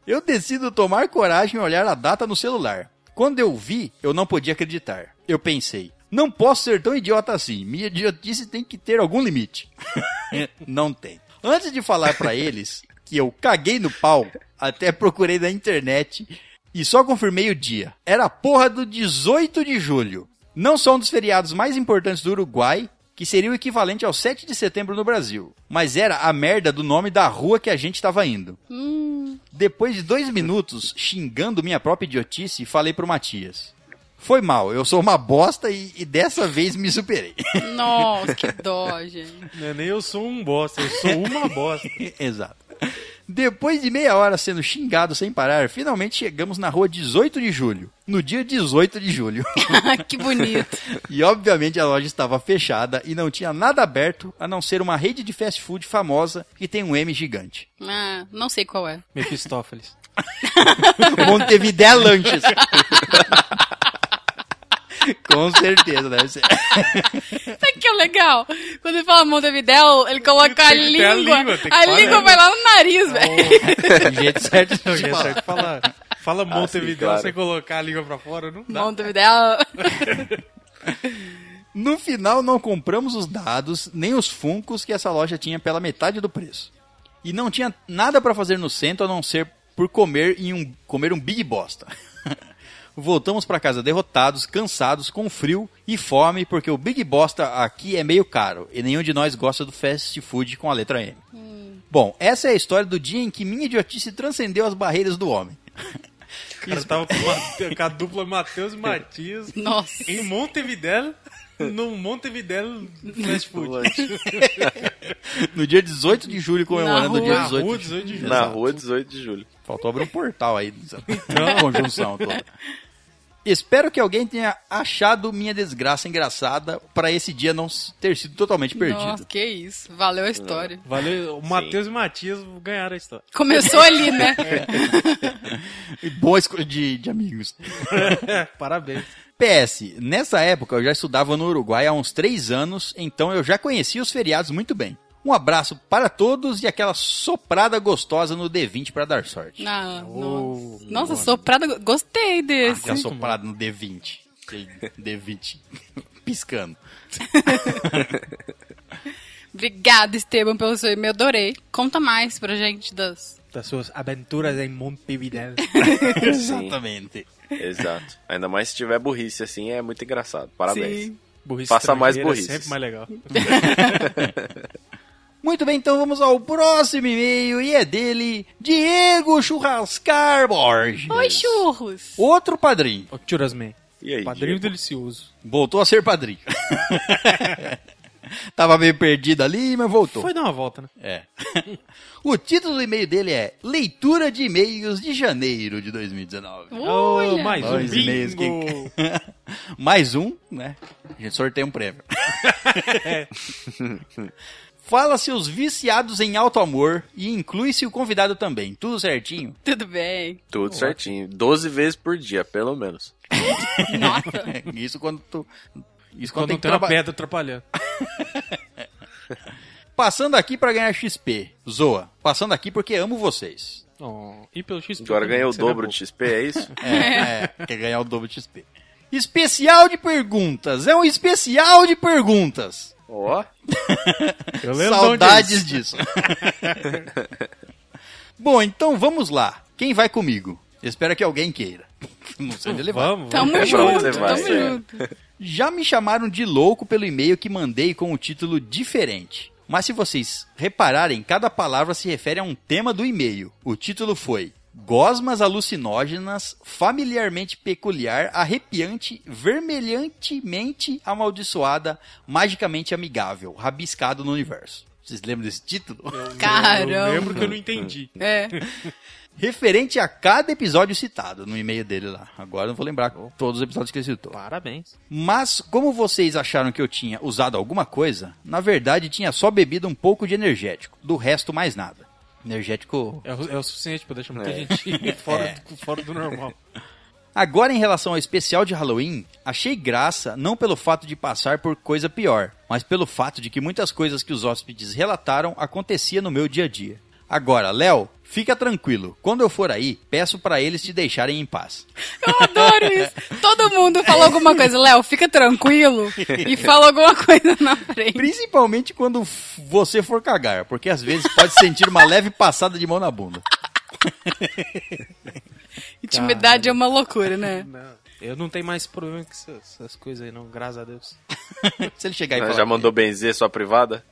Speaker 1: Eu decido tomar coragem e olhar a data no celular. Quando eu vi, eu não podia acreditar. Eu pensei, não posso ser tão idiota assim. Minha idiotice tem que ter algum limite. É, não tem. Antes de falar pra eles que eu caguei no pau, até procurei na internet e só confirmei o dia. Era a porra do 18 de julho. Não só um dos feriados mais importantes do Uruguai, que seria o equivalente ao 7 de setembro no Brasil, mas era a merda do nome da rua que a gente estava indo. Depois de dois minutos xingando minha própria idiotice, falei pro Matias. Foi mal, eu sou uma bosta e, e dessa vez me superei.
Speaker 3: Nossa, que dó, gente.
Speaker 5: Não é nem eu sou um bosta, eu sou uma bosta.
Speaker 1: Exato. Depois de meia hora sendo xingado sem parar, finalmente chegamos na rua 18 de julho. No dia 18 de julho.
Speaker 3: que bonito.
Speaker 1: E obviamente a loja estava fechada e não tinha nada aberto a não ser uma rede de fast food famosa que tem um M gigante.
Speaker 3: Ah, não sei qual é.
Speaker 5: Mephistófeles.
Speaker 1: é Montevidéu Lanches. Com certeza, deve ser.
Speaker 3: Sabe que é legal? Quando ele fala Montevidéu, ele coloca a
Speaker 5: Tem que ter a
Speaker 3: língua.
Speaker 5: língua, tem que
Speaker 3: A
Speaker 5: falar.
Speaker 3: língua vai lá no nariz, velho.
Speaker 1: Tem jeito certo
Speaker 5: Não,
Speaker 1: de
Speaker 5: é
Speaker 1: falar.
Speaker 5: certo falar. Fala Montevideo
Speaker 4: claro.
Speaker 5: sem colocar a língua pra fora, não dá.
Speaker 3: Montevidéu.
Speaker 1: No final, não compramos os dados nem os funcos que essa loja tinha pela metade do preço. E não tinha nada pra fazer no centro a não ser por comer em um comer um big bosta. Voltamos pra casa derrotados, cansados, com frio e fome, porque o big bosta aqui é meio caro e nenhum de nós gosta do fast food com a letra M. Bom, essa é a história do dia em que minha idiotice transcendeu as barreiras do homem.
Speaker 5: O cara tava com, Mate- com a dupla Matheus e Matias
Speaker 3: Nossa.
Speaker 5: em Montevideo, num Montevideo fast food.
Speaker 1: No dia 18 de julho, comemorando o
Speaker 3: Na
Speaker 1: dia
Speaker 5: Na
Speaker 1: 18
Speaker 5: rua,
Speaker 1: de
Speaker 5: 18 Ah, de julho.
Speaker 4: Na rua, 18 de julho.
Speaker 1: Faltou abrir um portal aí nessa Então, conjunção toda. Espero que alguém tenha achado minha desgraça engraçada pra esse dia não s- ter sido totalmente perdido.
Speaker 3: Nossa, que isso. Valeu a história.
Speaker 5: É. Valeu, o Matheus e Matias ganharam a história.
Speaker 3: Começou ali, né?
Speaker 1: E boa escolha de, de amigos.
Speaker 5: Parabéns.
Speaker 1: PS, nessa época eu já estudava no Uruguai há uns 3 anos, então eu já conhecia os feriados muito bem. Um abraço para todos e aquela soprada gostosa no D20 pra dar sorte.
Speaker 3: Ah,
Speaker 5: Oh,
Speaker 3: nossa. Nossa, soprada. Gostei desse.
Speaker 1: Aquela soprada no D20. Aquele D20 piscando.
Speaker 3: Obrigada, Esteban, pelo seu e-mail. Adorei. Conta mais pra gente das.
Speaker 5: Das suas aventuras em Montevideo.
Speaker 1: Exatamente.
Speaker 4: Exato. Ainda mais se tiver burrice assim, é muito engraçado. Parabéns.
Speaker 3: Sim.
Speaker 5: Burrice
Speaker 4: Faça mais
Speaker 5: estrangeira é
Speaker 4: burrices.
Speaker 5: sempre mais legal.
Speaker 1: Muito bem, então vamos ao próximo e-mail e é dele, Diego Churrascar Borges.
Speaker 3: Oi, churros.
Speaker 1: Outro padrinho.
Speaker 5: Ô, Churrasman,
Speaker 4: E aí?
Speaker 5: padrinho
Speaker 4: Diego?
Speaker 5: delicioso.
Speaker 1: Voltou a ser padrinho. Tava meio perdido ali, mas voltou.
Speaker 5: Foi dar uma volta, né?
Speaker 1: É. o título do e-mail dele é Leitura de E-mails de Janeiro de 2019.
Speaker 5: Ô,
Speaker 3: Olha.
Speaker 5: mais um
Speaker 1: Dois e-mails que- é?
Speaker 5: bingo.
Speaker 1: Mais um, né? A gente sorteia um prêmio. Fala seus viciados em alto amor e inclui-se o convidado também. Tudo certinho?
Speaker 3: Tudo bem.
Speaker 4: Tudo certinho. 12 vezes por dia, pelo menos.
Speaker 3: Nossa.
Speaker 1: É, Isso quando tu. Isso
Speaker 5: Quando
Speaker 1: quando,
Speaker 5: não
Speaker 1: tu
Speaker 5: tem uma
Speaker 1: traba...
Speaker 5: pedra atrapalhando.
Speaker 1: Passando aqui pra ganhar XP. Zoa. Passando aqui porque amo vocês.
Speaker 5: Ó, e pelo XP.
Speaker 4: Agora
Speaker 5: também,
Speaker 4: ganhei o
Speaker 5: que você dá
Speaker 4: dobro de
Speaker 5: pouco.
Speaker 4: XP, é isso?
Speaker 1: É, é, quer ganhar o dobro de XP. Especial de perguntas. É um especial de perguntas.
Speaker 4: Ó,
Speaker 5: Eu lembro de onde é
Speaker 1: Saudades disso. Bom, então vamos lá. Quem vai comigo? Espero que alguém queira. Não sei onde
Speaker 5: é isso.
Speaker 1: ele vai.
Speaker 5: Vamos, vamos.
Speaker 3: Tamo
Speaker 4: É pra
Speaker 3: junto,
Speaker 4: onde você vai,
Speaker 3: tamo
Speaker 4: é.
Speaker 3: junto.
Speaker 1: Já me chamaram de louco pelo e-mail que mandei com o título diferente. Mas se vocês repararem, cada palavra se refere a um tema do e-mail. O título foi Gosmas alucinógenas, familiarmente peculiar, arrepiante, vermelhantemente amaldiçoada, magicamente amigável, rabiscado no universo. Vocês lembram desse título?
Speaker 3: Caramba.
Speaker 5: Eu lembro que eu não entendi.
Speaker 4: Hum.
Speaker 3: É.
Speaker 1: Referente a cada episódio citado no e-mail dele lá. Agora eu não vou lembrar todos os episódios que ele citou.
Speaker 6: Parabéns.
Speaker 1: Mas, como vocês acharam que eu tinha usado alguma coisa, na verdade tinha só bebido um pouco de energético. Do resto, mais nada. Energético.
Speaker 5: É o, é o suficiente pra deixar muita
Speaker 4: É.
Speaker 5: gente fora, do, fora do normal.
Speaker 1: Agora, em relação ao especial de Halloween, achei graça não pelo fato de passar por coisa pior, mas pelo fato de que muitas coisas que os hóspedes relataram acontecia no meu dia a dia. Agora, Léo, fica tranquilo. Quando eu for aí, peço pra eles te deixarem em paz.
Speaker 3: Eu adoro isso. Todo mundo falou alguma coisa. Léo, fica tranquilo e fala alguma coisa na frente.
Speaker 1: Principalmente quando f- você for cagar, porque às vezes pode sentir uma leve passada de mão na bunda.
Speaker 3: Intimidade é uma loucura, né?
Speaker 5: Não, eu não tenho mais problema com essas, essas coisas aí, não, graças a Deus.
Speaker 1: Se ele chegar e
Speaker 4: Né,
Speaker 1: falar.
Speaker 4: Já mandou benzer sua privada?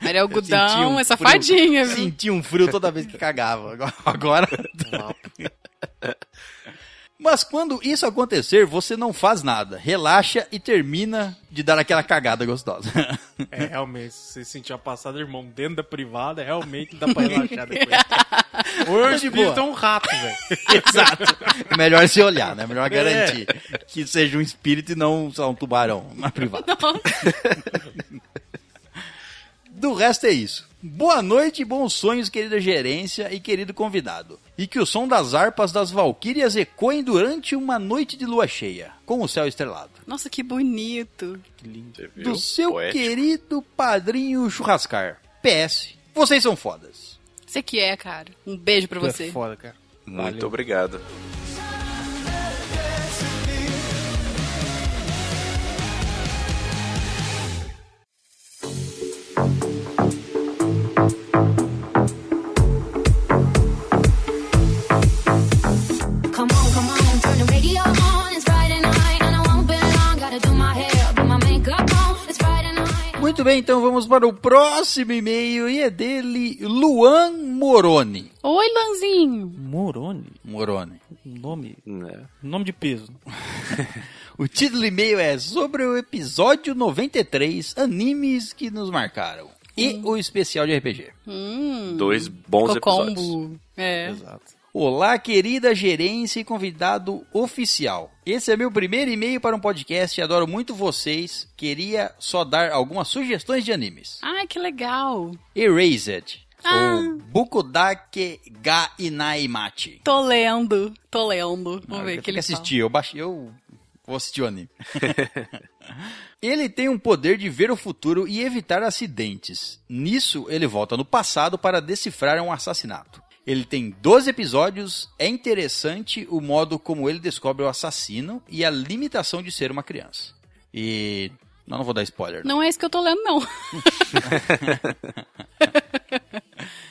Speaker 3: Maria
Speaker 1: "Eu senti
Speaker 3: Algodão
Speaker 1: um frio,
Speaker 3: é safadinha, viu?
Speaker 1: Senti um frio toda vez que cagava. Agora- Agora. Mas quando isso acontecer, você não faz nada. Relaxa e termina de dar aquela cagada gostosa.
Speaker 5: É, realmente, se você sentir a passada, irmão, dentro da privada, realmente dá pra relaxar depois. Hoje
Speaker 1: Então, de
Speaker 5: o
Speaker 1: boa.
Speaker 5: espírito é um rato, velho.
Speaker 1: Exato. Melhor se olhar, né? Melhor garantir que seja um espírito e não só um tubarão na privada. Do resto é isso. Boa noite e bons sonhos, querida gerência e querido convidado. E que o som das harpas das valquírias ecoem durante uma noite de lua cheia, com o céu estrelado.
Speaker 3: Nossa, que bonito.
Speaker 4: Você viu?
Speaker 1: Do seu
Speaker 4: Poético.
Speaker 1: querido padrinho churrascar. PS, vocês são fodas.
Speaker 3: Você que é, cara. Um beijo pra
Speaker 5: É
Speaker 3: você.
Speaker 5: foda, cara.
Speaker 4: Muito obrigado.
Speaker 7: Come on, come on, turn the radio on. It's Friday night and I won't be long. Gotta do my hair, put my makeup on. It's Friday night.
Speaker 1: Muito bem, então vamos para o próximo e-mail e é dele Luan Moroni.
Speaker 3: Oi, Lanzinho.
Speaker 6: Moroni.
Speaker 1: Moroni.
Speaker 6: Nome.
Speaker 4: Né?
Speaker 6: Nome de peso.
Speaker 1: O título do e-mail é sobre o episódio 93, animes que nos marcaram. E o especial de RPG.
Speaker 4: Dois bons episódios.
Speaker 3: Cocombo. Hum, É.
Speaker 6: Exato.
Speaker 1: Olá, querida gerência e convidado oficial. Esse é meu primeiro e-mail para um podcast e adoro muito vocês. Queria só dar algumas sugestões de animes.
Speaker 3: Ai, que legal.
Speaker 1: Erased.
Speaker 3: Ah.
Speaker 1: Ou Bukudake ga Inaimachi.
Speaker 3: Tô lendo. Tô lendo. Vamos
Speaker 1: Eu
Speaker 3: ver o que ele fala.
Speaker 1: assistir, eu baixei, eu vou assistir o anime. ele tem um poder de ver o futuro e evitar acidentes. Nisso, ele volta no passado para decifrar um assassinato. Ele tem 12 episódios, é interessante o modo como ele descobre o assassino e a limitação de ser uma criança. E. Não, não vou dar spoiler.
Speaker 3: Não é isso que eu tô lendo, não.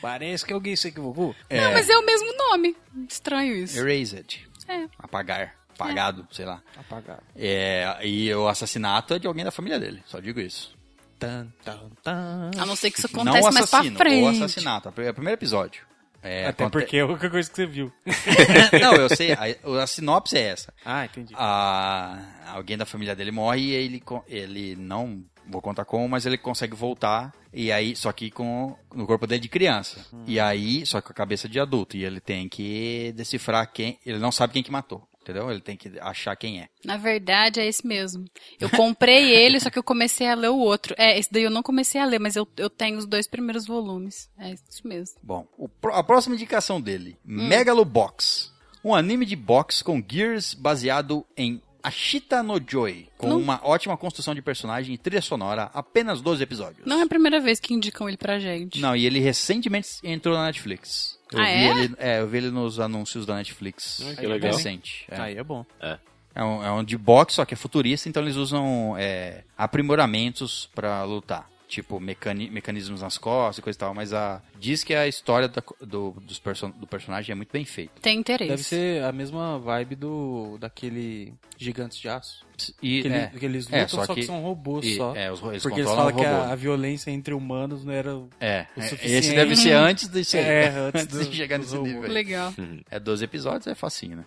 Speaker 6: Parece que alguém se equivocou.
Speaker 3: Não, mas é o mesmo nome. Estranho isso.
Speaker 1: Erased.
Speaker 3: É.
Speaker 1: Apagar. Apagado, sei lá.
Speaker 6: Apagado.
Speaker 1: É, e o assassinato é de alguém da família dele, só digo isso.
Speaker 6: Tan, tan, tan.
Speaker 3: A não ser que isso
Speaker 1: não
Speaker 3: acontece
Speaker 1: o
Speaker 3: mais pra
Speaker 1: assassino, o
Speaker 3: frente.
Speaker 1: assassinato. É o primeiro episódio. É,
Speaker 5: Até
Speaker 1: aconte-
Speaker 5: porque é a única coisa que você viu.
Speaker 1: não, eu sei, a, a sinopse é essa.
Speaker 5: Ah, entendi.
Speaker 1: A- alguém da família dele morre e ele, co- ele não. Vou contar como, mas ele consegue voltar. E aí, só que com no corpo dele de criança. E aí, só que com a cabeça de adulto. E ele tem que decifrar quem. Ele não sabe quem que matou. Entendeu? Ele tem que achar quem é.
Speaker 3: Na verdade, é esse mesmo. Eu comprei ele, só que eu comecei a ler o outro. É, esse daí eu não comecei a ler, mas eu, eu tenho os dois primeiros volumes. É isso mesmo.
Speaker 1: Bom, o pró- a próxima indicação dele:
Speaker 3: Hum.
Speaker 1: Megalobox. Um anime de box com Gears baseado em Ashita no Joy, com
Speaker 3: Não-
Speaker 1: uma ótima construção de personagem e trilha sonora, apenas 12 episódios.
Speaker 3: Não é a primeira vez que indicam ele pra gente.
Speaker 1: Não, e ele recentemente entrou na Netflix. Eu
Speaker 3: Ah,
Speaker 1: vi
Speaker 3: é?
Speaker 1: ele, é, eu vi ele nos anúncios da Netflix.
Speaker 4: que legal.
Speaker 1: Recente. É.
Speaker 6: Aí é bom.
Speaker 1: É um, é um de boxe, só que é futurista, então eles usam é, aprimoramentos pra lutar. Tipo, mecani- mecanismos nas costas e coisa e tal. Mas a, diz que a história da co- do, dos person- do personagem é muito bem feita.
Speaker 3: Tem interesse.
Speaker 6: Deve ser a mesma vibe do daquele Gigantes de Aço.
Speaker 1: E,
Speaker 6: Que, ele-
Speaker 1: é,
Speaker 6: que eles
Speaker 1: é,
Speaker 6: lutam, só, que, são robôs
Speaker 1: e-
Speaker 6: só.
Speaker 1: é, os ro- eles
Speaker 6: porque eles
Speaker 1: controlam
Speaker 6: falam
Speaker 1: o
Speaker 6: que
Speaker 1: robô.
Speaker 6: a, a violência entre humanos não era.
Speaker 1: É,
Speaker 6: o
Speaker 1: é, esse
Speaker 6: suficiente.
Speaker 1: deve ser antes de, ser,
Speaker 6: É,
Speaker 1: antes
Speaker 6: antes
Speaker 1: de
Speaker 6: do-
Speaker 1: chegar
Speaker 6: do
Speaker 1: nesse
Speaker 6: robô.
Speaker 1: nível. aí.
Speaker 3: Legal.
Speaker 1: É 12 episódios, é facinho, né?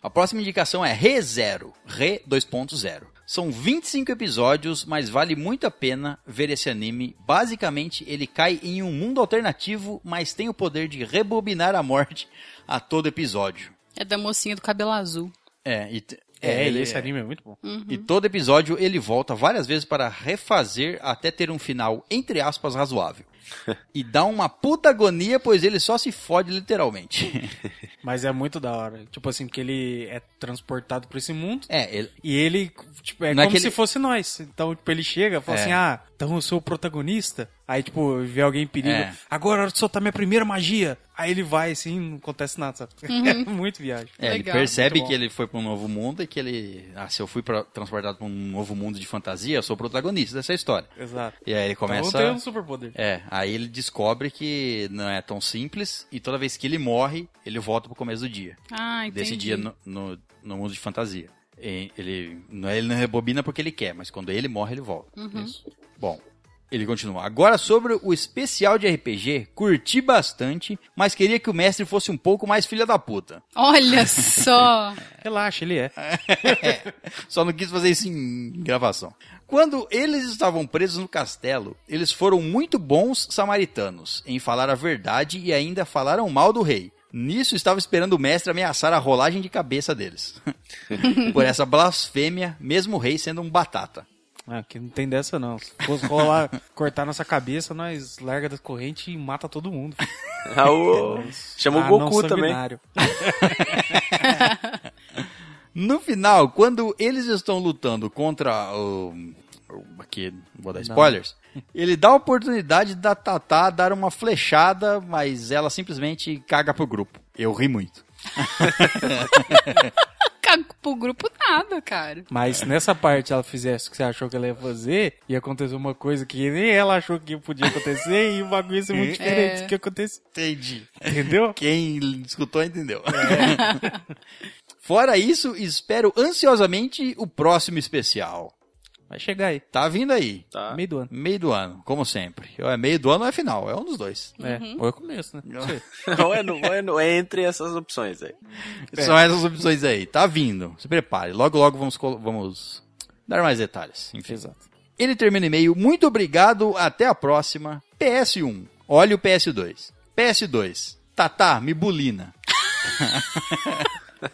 Speaker 1: A próxima indicação é Re Zero. Re 2.0. São 25 episódios, mas vale muito a pena ver esse anime. Basicamente, ele cai em um mundo alternativo, mas tem o poder de rebobinar a morte a todo episódio.
Speaker 3: É da mocinha do cabelo azul.
Speaker 1: É, e t-
Speaker 6: É,
Speaker 1: ele-
Speaker 6: esse anime é muito bom.
Speaker 5: Hum.
Speaker 1: e todo episódio ele volta várias vezes para refazer até ter um final, entre aspas, razoável. e dá uma puta agonia, pois ele só se fode literalmente.
Speaker 5: Mas é muito da hora. Tipo assim, porque ele é transportado pra esse mundo.
Speaker 1: é, ele,
Speaker 5: E ele, tipo, é
Speaker 1: Não é
Speaker 5: como
Speaker 1: que
Speaker 5: se
Speaker 1: ele-
Speaker 5: fosse nós. Então, tipo, ele chega e fala
Speaker 1: É.
Speaker 5: assim, ah, então eu sou o protagonista. Aí, tipo, vê alguém em perigo.
Speaker 1: É.
Speaker 5: Agora, a hora de soltar minha primeira magia. Aí ele vai, assim, não acontece nada, sabe? É muito viagem.
Speaker 1: Uhum. é, ele
Speaker 3: Legal,
Speaker 1: percebe
Speaker 5: muito bom.
Speaker 1: que ele foi para um novo mundo e que ele. Ah, se eu fui pra, transportado para um novo mundo de fantasia, eu sou o protagonista dessa história.
Speaker 5: Exato.
Speaker 1: E aí ele começa.
Speaker 5: Então, eu tenho um superpoder.
Speaker 1: É, aí ele descobre que não é tão simples e toda vez que ele morre, ele volta pro começo do dia.
Speaker 3: Ah, entendi.
Speaker 1: desse dia no, no, no mundo de fantasia. E Ele não, é, ele não rebobina porque ele quer, mas quando ele morre, ele volta.
Speaker 5: Uhum.
Speaker 1: Isso. Bom, ele continua. Agora sobre o especial de RPG, curti bastante, mas queria que o mestre fosse um pouco mais filha da puta.
Speaker 3: Olha só.
Speaker 5: Relaxa, ele é.
Speaker 1: Só não quis fazer isso em gravação. Quando eles estavam presos no castelo, eles foram muito bons samaritanos em falar a verdade e ainda falaram mal do rei. Nisso estava esperando o mestre ameaçar a rolagem de cabeça deles. Por essa blasfêmia, mesmo o rei sendo um batata.
Speaker 5: Ah, que não tem dessa, não. Se fosse rolar, cortar nossa cabeça, nós larga das correntes e mata todo mundo.
Speaker 4: Raul
Speaker 1: É.
Speaker 4: chamou o
Speaker 5: Ah, não,
Speaker 4: Goku também.
Speaker 5: sanguinário.
Speaker 1: No final, quando eles estão lutando contra o. o- Aqui, não vou dar spoilers. Ele dá a oportunidade da Tatá dar uma flechada, mas ela simplesmente caga pro grupo. Eu ri muito.
Speaker 3: Cago pro grupo nada, cara.
Speaker 5: Mas se nessa parte ela fizesse o que você achou que ela ia fazer, ia acontecer uma coisa que nem ela achou que podia acontecer e o bagulho ia ser muito diferente do que aconteceu.
Speaker 1: Entendi.
Speaker 5: Entendeu?
Speaker 1: Quem escutou entendeu. Fora isso, espero ansiosamente o próximo especial.
Speaker 5: Vai chegar aí.
Speaker 1: Tá vindo aí.
Speaker 4: Tá.
Speaker 5: Meio do ano.
Speaker 1: Meio do ano, como sempre. Ou é meio do ano ou é final, é um dos dois.
Speaker 5: É. Ou é começo, né?
Speaker 4: Não é, não é, não é entre essas opções aí.
Speaker 1: São essas opções aí. Tá vindo. Se prepare. Logo, logo vamos, colo- vamos dar mais detalhes. Enfim.
Speaker 5: Exato.
Speaker 1: Ele termina o e-mail. Muito obrigado. Até a próxima. PS1. Olha o PS2. PS2. Tatá, me bulina.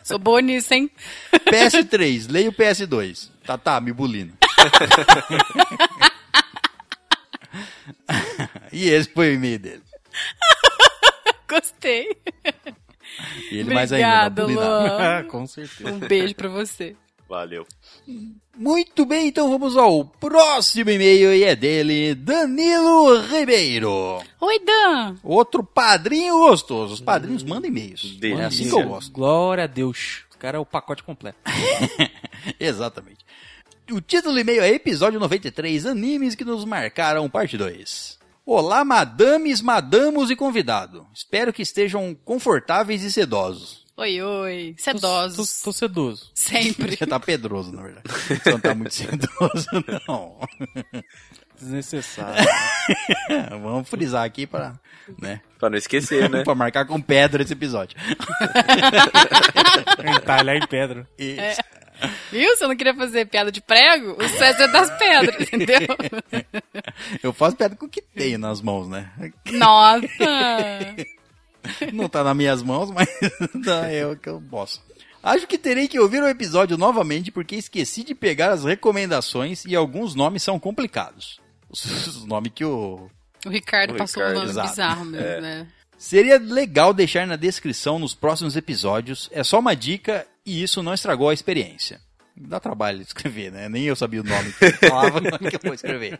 Speaker 3: Sou boa nisso, hein?
Speaker 1: PS3. Leia o PS2. Tatá, me bulina. e esse foi o e-mail dele.
Speaker 3: Gostei.
Speaker 1: E ele mais ainda.
Speaker 3: Obrigada,
Speaker 1: não bulinar.
Speaker 3: Luan.
Speaker 5: Ah, com certeza.
Speaker 3: Um beijo pra você.
Speaker 4: Valeu.
Speaker 1: Muito bem, então vamos ao próximo e-mail e é dele, Danilo Ribeiro.
Speaker 3: Oi, Dan.
Speaker 1: Outro padrinho gostoso. Os padrinhos mandam e-mails.
Speaker 4: Delícia.
Speaker 1: É assim que eu gosto.
Speaker 5: Glória a Deus. O cara é o pacote completo.
Speaker 1: Exatamente. O título do e-mail é Episódio 93, Animes que nos marcaram, parte 2. Olá, madames, madamos e convidado. Espero que estejam confortáveis e sedosos.
Speaker 3: Oi, oi.
Speaker 5: Tô,
Speaker 3: Sedosos.
Speaker 5: tô sedoso.
Speaker 3: Sempre.
Speaker 1: Já tá pedroso, na verdade. Você não tá muito sedoso, não.
Speaker 5: Desnecessário.
Speaker 1: Vamos frisar aqui pra, né,
Speaker 4: Pra não esquecer, né?
Speaker 1: pra marcar com pedra esse episódio.
Speaker 5: Entalhar em pedra.
Speaker 1: E-
Speaker 3: Viu? Você não queria fazer piada de prego? O César é das pedras, entendeu?
Speaker 1: Eu faço piada com o que tenho nas mãos, né?
Speaker 3: Nossa.
Speaker 1: Não tá nas minhas mãos, mas não é o que eu posso. Acho que terei que ouvir o episódio novamente porque esqueci de pegar as recomendações e alguns nomes são complicados. Os nomes que o.
Speaker 3: O Ricardo
Speaker 4: O
Speaker 3: passou
Speaker 4: Ricardo,
Speaker 3: um nome
Speaker 1: exato.
Speaker 3: bizarro mesmo, né?
Speaker 1: Seria legal deixar na descrição nos próximos episódios. É só uma dica e isso não estragou a experiência. Dá trabalho escrever, né? Nem eu sabia o nome que eu falava na hora que eu vou escrever.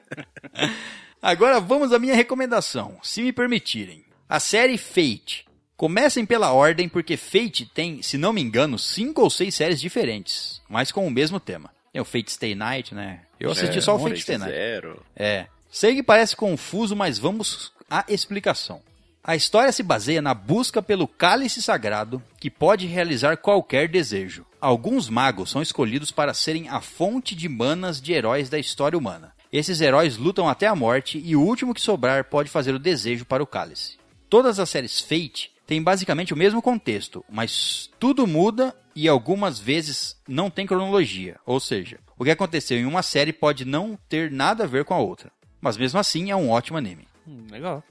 Speaker 1: Agora vamos à minha recomendação, se me permitirem. A série Fate. Comecem pela ordem, porque Fate tem, se não me engano, cinco ou seis séries diferentes, mas com o mesmo tema. É o Fate Stay Night, né? Eu assisti
Speaker 4: É,
Speaker 1: só o Fate Stay Night.
Speaker 4: Zero.
Speaker 1: É. Sei que parece confuso, mas vamos à explicação. A história se baseia na busca pelo cálice sagrado, que pode realizar qualquer desejo. Alguns magos são escolhidos para serem a fonte de manas de heróis da história humana. Esses heróis lutam até a morte e o último que sobrar pode fazer o desejo para o cálice. Todas as séries Fate têm basicamente o mesmo contexto, mas tudo muda e algumas vezes não tem cronologia. Ou seja, O que aconteceu em uma série pode não ter nada a ver com a outra. Mas mesmo assim é um ótimo anime.
Speaker 6: Hum, legal.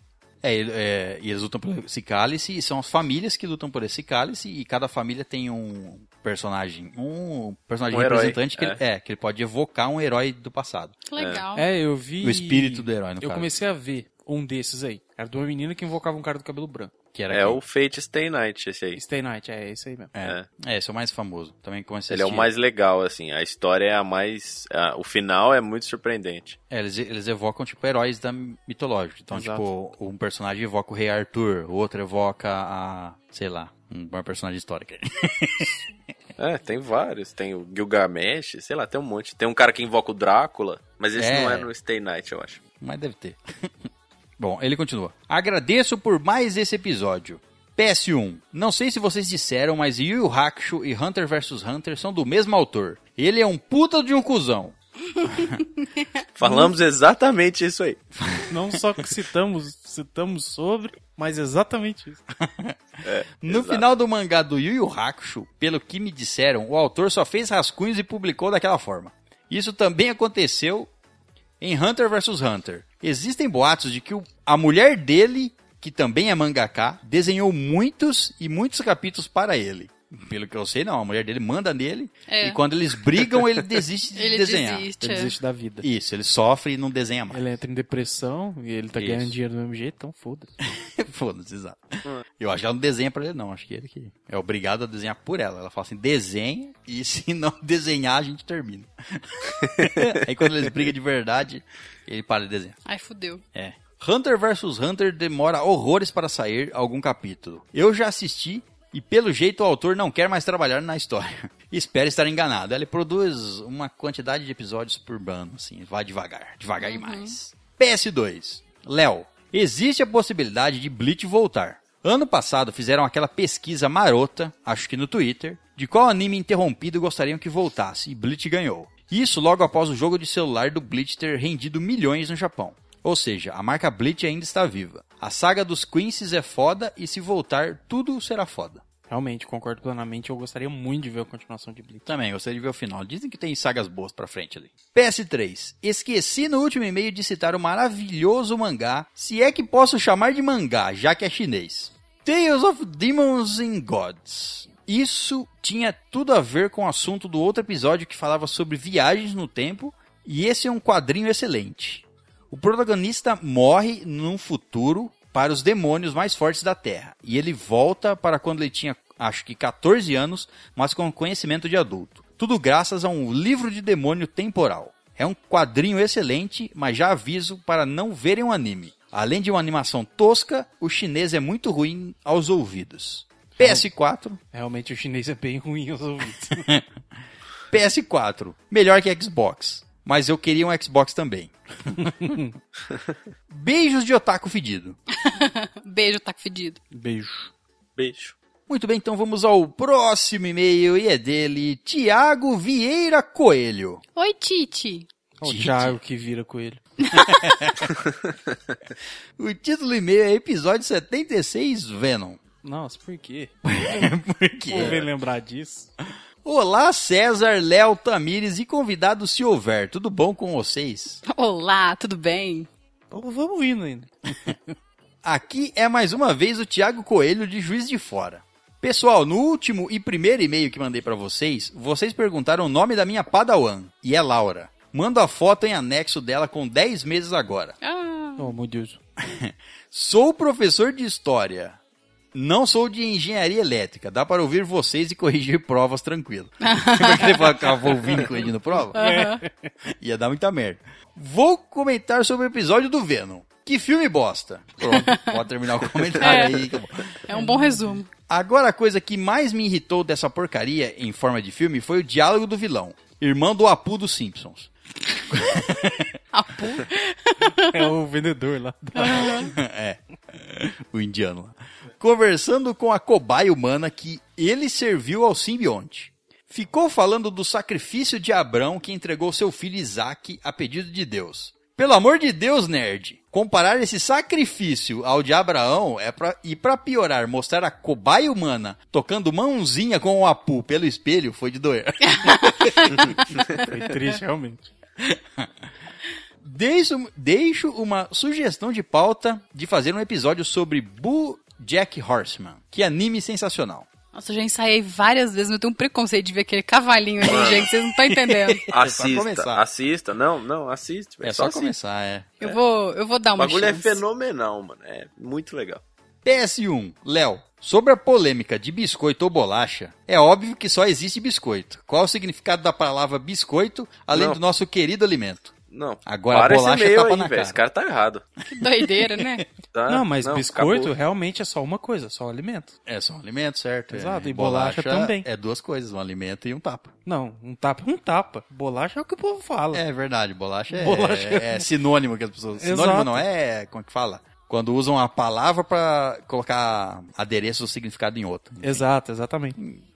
Speaker 1: É, ele- é, e eles lutam por esse cálice, e são as famílias que lutam por esse cálice, e cada família tem um personagem, um personagem
Speaker 4: Um herói,
Speaker 1: representante que,
Speaker 4: é.
Speaker 1: Ele, é, que ele pode evocar um herói do passado.
Speaker 3: Que
Speaker 5: Ah,
Speaker 3: legal.
Speaker 6: É, eu vi.
Speaker 1: O espírito do herói, no
Speaker 6: Eu
Speaker 1: caso.
Speaker 6: comecei a ver um desses aí. Era de uma menina que invocava um cara do cabelo branco.
Speaker 1: Que era
Speaker 4: É
Speaker 1: quem?
Speaker 4: o Fate Stay Night, esse aí.
Speaker 6: Stay Night, é isso aí mesmo.
Speaker 1: É. É, esse é o mais famoso. Também comecei a
Speaker 4: Ele é o
Speaker 1: assistir.
Speaker 4: mais legal, assim. A história é a mais. a- o final é muito surpreendente.
Speaker 1: É, eles, eles evocam, tipo, heróis da mitológica. Então, tipo, um personagem evoca o Rei Arthur, o outro evoca a. sei lá, um- uma personagem histórica.
Speaker 4: É, tem vários. Tem o Gilgamesh, sei lá, tem um monte. Tem um cara que invoca o Drácula, mas esse
Speaker 1: É.
Speaker 4: não é no Stay Night, eu acho.
Speaker 1: Mas deve ter. Bom, ele continua. Agradeço por mais esse episódio. PS1. Não sei se vocês disseram, mas Yu Yu Hakusho e Hunter vs Hunter são do mesmo autor. Ele é um puta de um cuzão.
Speaker 4: Falamos exatamente isso aí.
Speaker 5: Não só que citamos, citamos sobre, mas exatamente isso.
Speaker 1: No
Speaker 4: Exato.
Speaker 1: final do mangá do Yu Yu Hakusho, pelo que me disseram, o autor só fez rascunhos e publicou daquela forma. Isso também aconteceu em Hunter vs Hunter. Existem boatos de que o- a mulher dele, que também é mangaká, desenhou muitos e muitos capítulos para ele. Pelo que eu sei, não. A mulher dele manda nele
Speaker 3: É.
Speaker 1: e quando eles brigam, ele desiste de
Speaker 3: Ele
Speaker 1: desenhar.
Speaker 3: desiste.
Speaker 5: Ele
Speaker 3: é.
Speaker 5: desiste da vida.
Speaker 1: Isso, ele sofre e não desenha mais.
Speaker 5: Ele entra em depressão e ele tá
Speaker 1: Isso.
Speaker 5: ganhando dinheiro do mesmo jeito, então foda-se.
Speaker 1: Foda-se, exato. Eu acho que ela não desenha pra ele, não. Acho que ele que é obrigado a desenhar por ela. Ela fala assim: desenha, e se não desenhar, a gente termina. Aí quando eles brigam de verdade, ele para de desenhar.
Speaker 3: Ai, fudeu.
Speaker 1: É. Hunter vs Hunter demora horrores para sair algum capítulo. Eu já assisti e pelo jeito o autor não quer mais trabalhar na história. Espero estar enganado. Ele produz uma quantidade de episódios por ano, assim, vai devagar, devagar demais. PS2. Léo, existe a possibilidade de Bleach voltar. Ano passado fizeram aquela pesquisa marota, acho que no Twitter, de qual anime interrompido gostariam que voltasse, e Bleach ganhou. Isso logo após o jogo de celular do Bleach ter rendido milhões no Japão. Ou seja, a marca Bleach ainda está viva. A saga dos Quincy's é foda e se voltar, tudo será foda.
Speaker 6: Realmente, concordo plenamente. Eu gostaria muito de ver a continuação de Bleach.
Speaker 1: Também, gostaria de ver o final. Dizem que tem sagas boas pra frente ali. PS3. Esqueci no último e-mail de citar o maravilhoso mangá, se é que posso chamar de mangá, já que é chinês. Tales of Demons and Gods. Isso tinha tudo a ver com o assunto do outro episódio que falava sobre viagens no tempo, e esse é um quadrinho excelente. O protagonista morre num futuro para os demônios mais fortes da Terra. E ele volta para quando ele tinha, acho que 14 anos, mas com conhecimento de adulto. Tudo graças a um livro de demônio temporal. É um quadrinho excelente, mas já aviso para não verem um anime. Além de uma animação tosca, o chinês é muito ruim aos ouvidos. PS4,
Speaker 6: Realmente, o chinês é bem ruim aos ouvidos.
Speaker 1: PS4, melhor que Xbox. Mas eu queria um Xbox também. Beijos de otaku fedido.
Speaker 3: Beijo, taco fedido.
Speaker 5: Beijo.
Speaker 4: Beijo.
Speaker 1: Muito bem, então vamos ao próximo e-mail e é dele, Tiago Vieira Coelho.
Speaker 3: Oi, Titi.
Speaker 5: O
Speaker 1: Tite.
Speaker 5: Thiago que vira coelho.
Speaker 1: O título do e-mail é Episódio 76 Venom.
Speaker 5: Nossa, por quê?
Speaker 1: Por quê?
Speaker 5: Vou ver lembrar disso.
Speaker 1: Olá, César, Léo, Tamires e convidado se houver. Tudo bom com vocês?
Speaker 3: Olá, tudo bem?
Speaker 5: Vamos vamos indo ainda.
Speaker 1: Aqui é mais uma vez o Thiago Coelho de Juiz de Fora. Pessoal, no último e primeiro e-mail que mandei pra vocês, vocês perguntaram o nome da minha Padawan, e é Laura. Mando a foto em anexo dela com 10 meses agora.
Speaker 3: Ah,
Speaker 5: Oh, meu Deus.
Speaker 1: Sou professor de história. Não sou de engenharia elétrica. Dá para ouvir vocês e corrigir provas tranquilo. Porque ele falou que eu vou ouvindo e corrigindo prova?
Speaker 3: É.
Speaker 1: Ia dar muita merda. Vou comentar sobre o episódio do Venom. Que filme bosta. Pronto, pode terminar o comentário aí. que eu-
Speaker 3: é um bom resumo.
Speaker 1: Agora a coisa que mais me irritou dessa porcaria em forma de filme foi o diálogo do vilão. Irmão do Apu dos Simpsons.
Speaker 3: Apu.
Speaker 5: É o vendedor lá.
Speaker 1: é. O indiano lá. Conversando com a cobaia humana que ele serviu ao simbionte. Ficou falando do sacrifício de Abrão que entregou seu filho Isaac a pedido de Deus. Pelo amor de Deus, nerd! Comparar esse sacrifício ao de Abraão é pra, e pra piorar, mostrar a cobaia humana tocando mãozinha com o Apu pelo espelho foi de doer.
Speaker 5: Foi triste, realmente.
Speaker 1: Deixo, deixo uma sugestão de pauta de fazer um episódio sobre Boo Jack Horseman. Que é anime sensacional.
Speaker 3: Nossa, eu já ensaiei várias vezes, mas eu tenho um preconceito de ver aquele cavalinho ali, gente. Vocês não estão entendendo.
Speaker 4: Assista,
Speaker 1: É começar.
Speaker 4: assista. Não, não, assiste. velho,
Speaker 1: É só
Speaker 4: assiste.
Speaker 1: começar, é.
Speaker 3: Eu vou, eu vou dar
Speaker 4: O
Speaker 3: uma
Speaker 4: bagulho é
Speaker 3: chance.
Speaker 4: fenomenal, mano. É muito legal.
Speaker 1: PS1, Léo. Sobre a polêmica de biscoito ou bolacha, é óbvio que só existe biscoito. Qual o significado da palavra biscoito, além
Speaker 4: Não.
Speaker 1: do nosso querido alimento?
Speaker 4: Não,
Speaker 1: Agora a
Speaker 4: para
Speaker 1: bolacha
Speaker 4: esse meio
Speaker 1: tapa
Speaker 4: aí,
Speaker 1: na
Speaker 4: velho.
Speaker 1: cara.
Speaker 4: Esse cara tá errado.
Speaker 3: Que doideira, né?
Speaker 4: Tá?
Speaker 5: não, mas biscoito
Speaker 4: acabou.
Speaker 5: realmente é só uma coisa, só alimento.
Speaker 1: É só um alimento, certo?
Speaker 5: Exato,
Speaker 1: É,
Speaker 5: e bolacha também.
Speaker 1: É duas coisas, um alimento e um tapa.
Speaker 5: Não, um tapa é um tapa. Bolacha é o que o povo fala.
Speaker 1: É verdade, bolacha é,
Speaker 5: Bolacha é-
Speaker 1: é sinônimo que as pessoas. Sinônimo
Speaker 5: Exato.
Speaker 1: não é, como é que fala? Quando usam a palavra pra colocar adereço ou significado em outro.
Speaker 5: Exato, exatamente.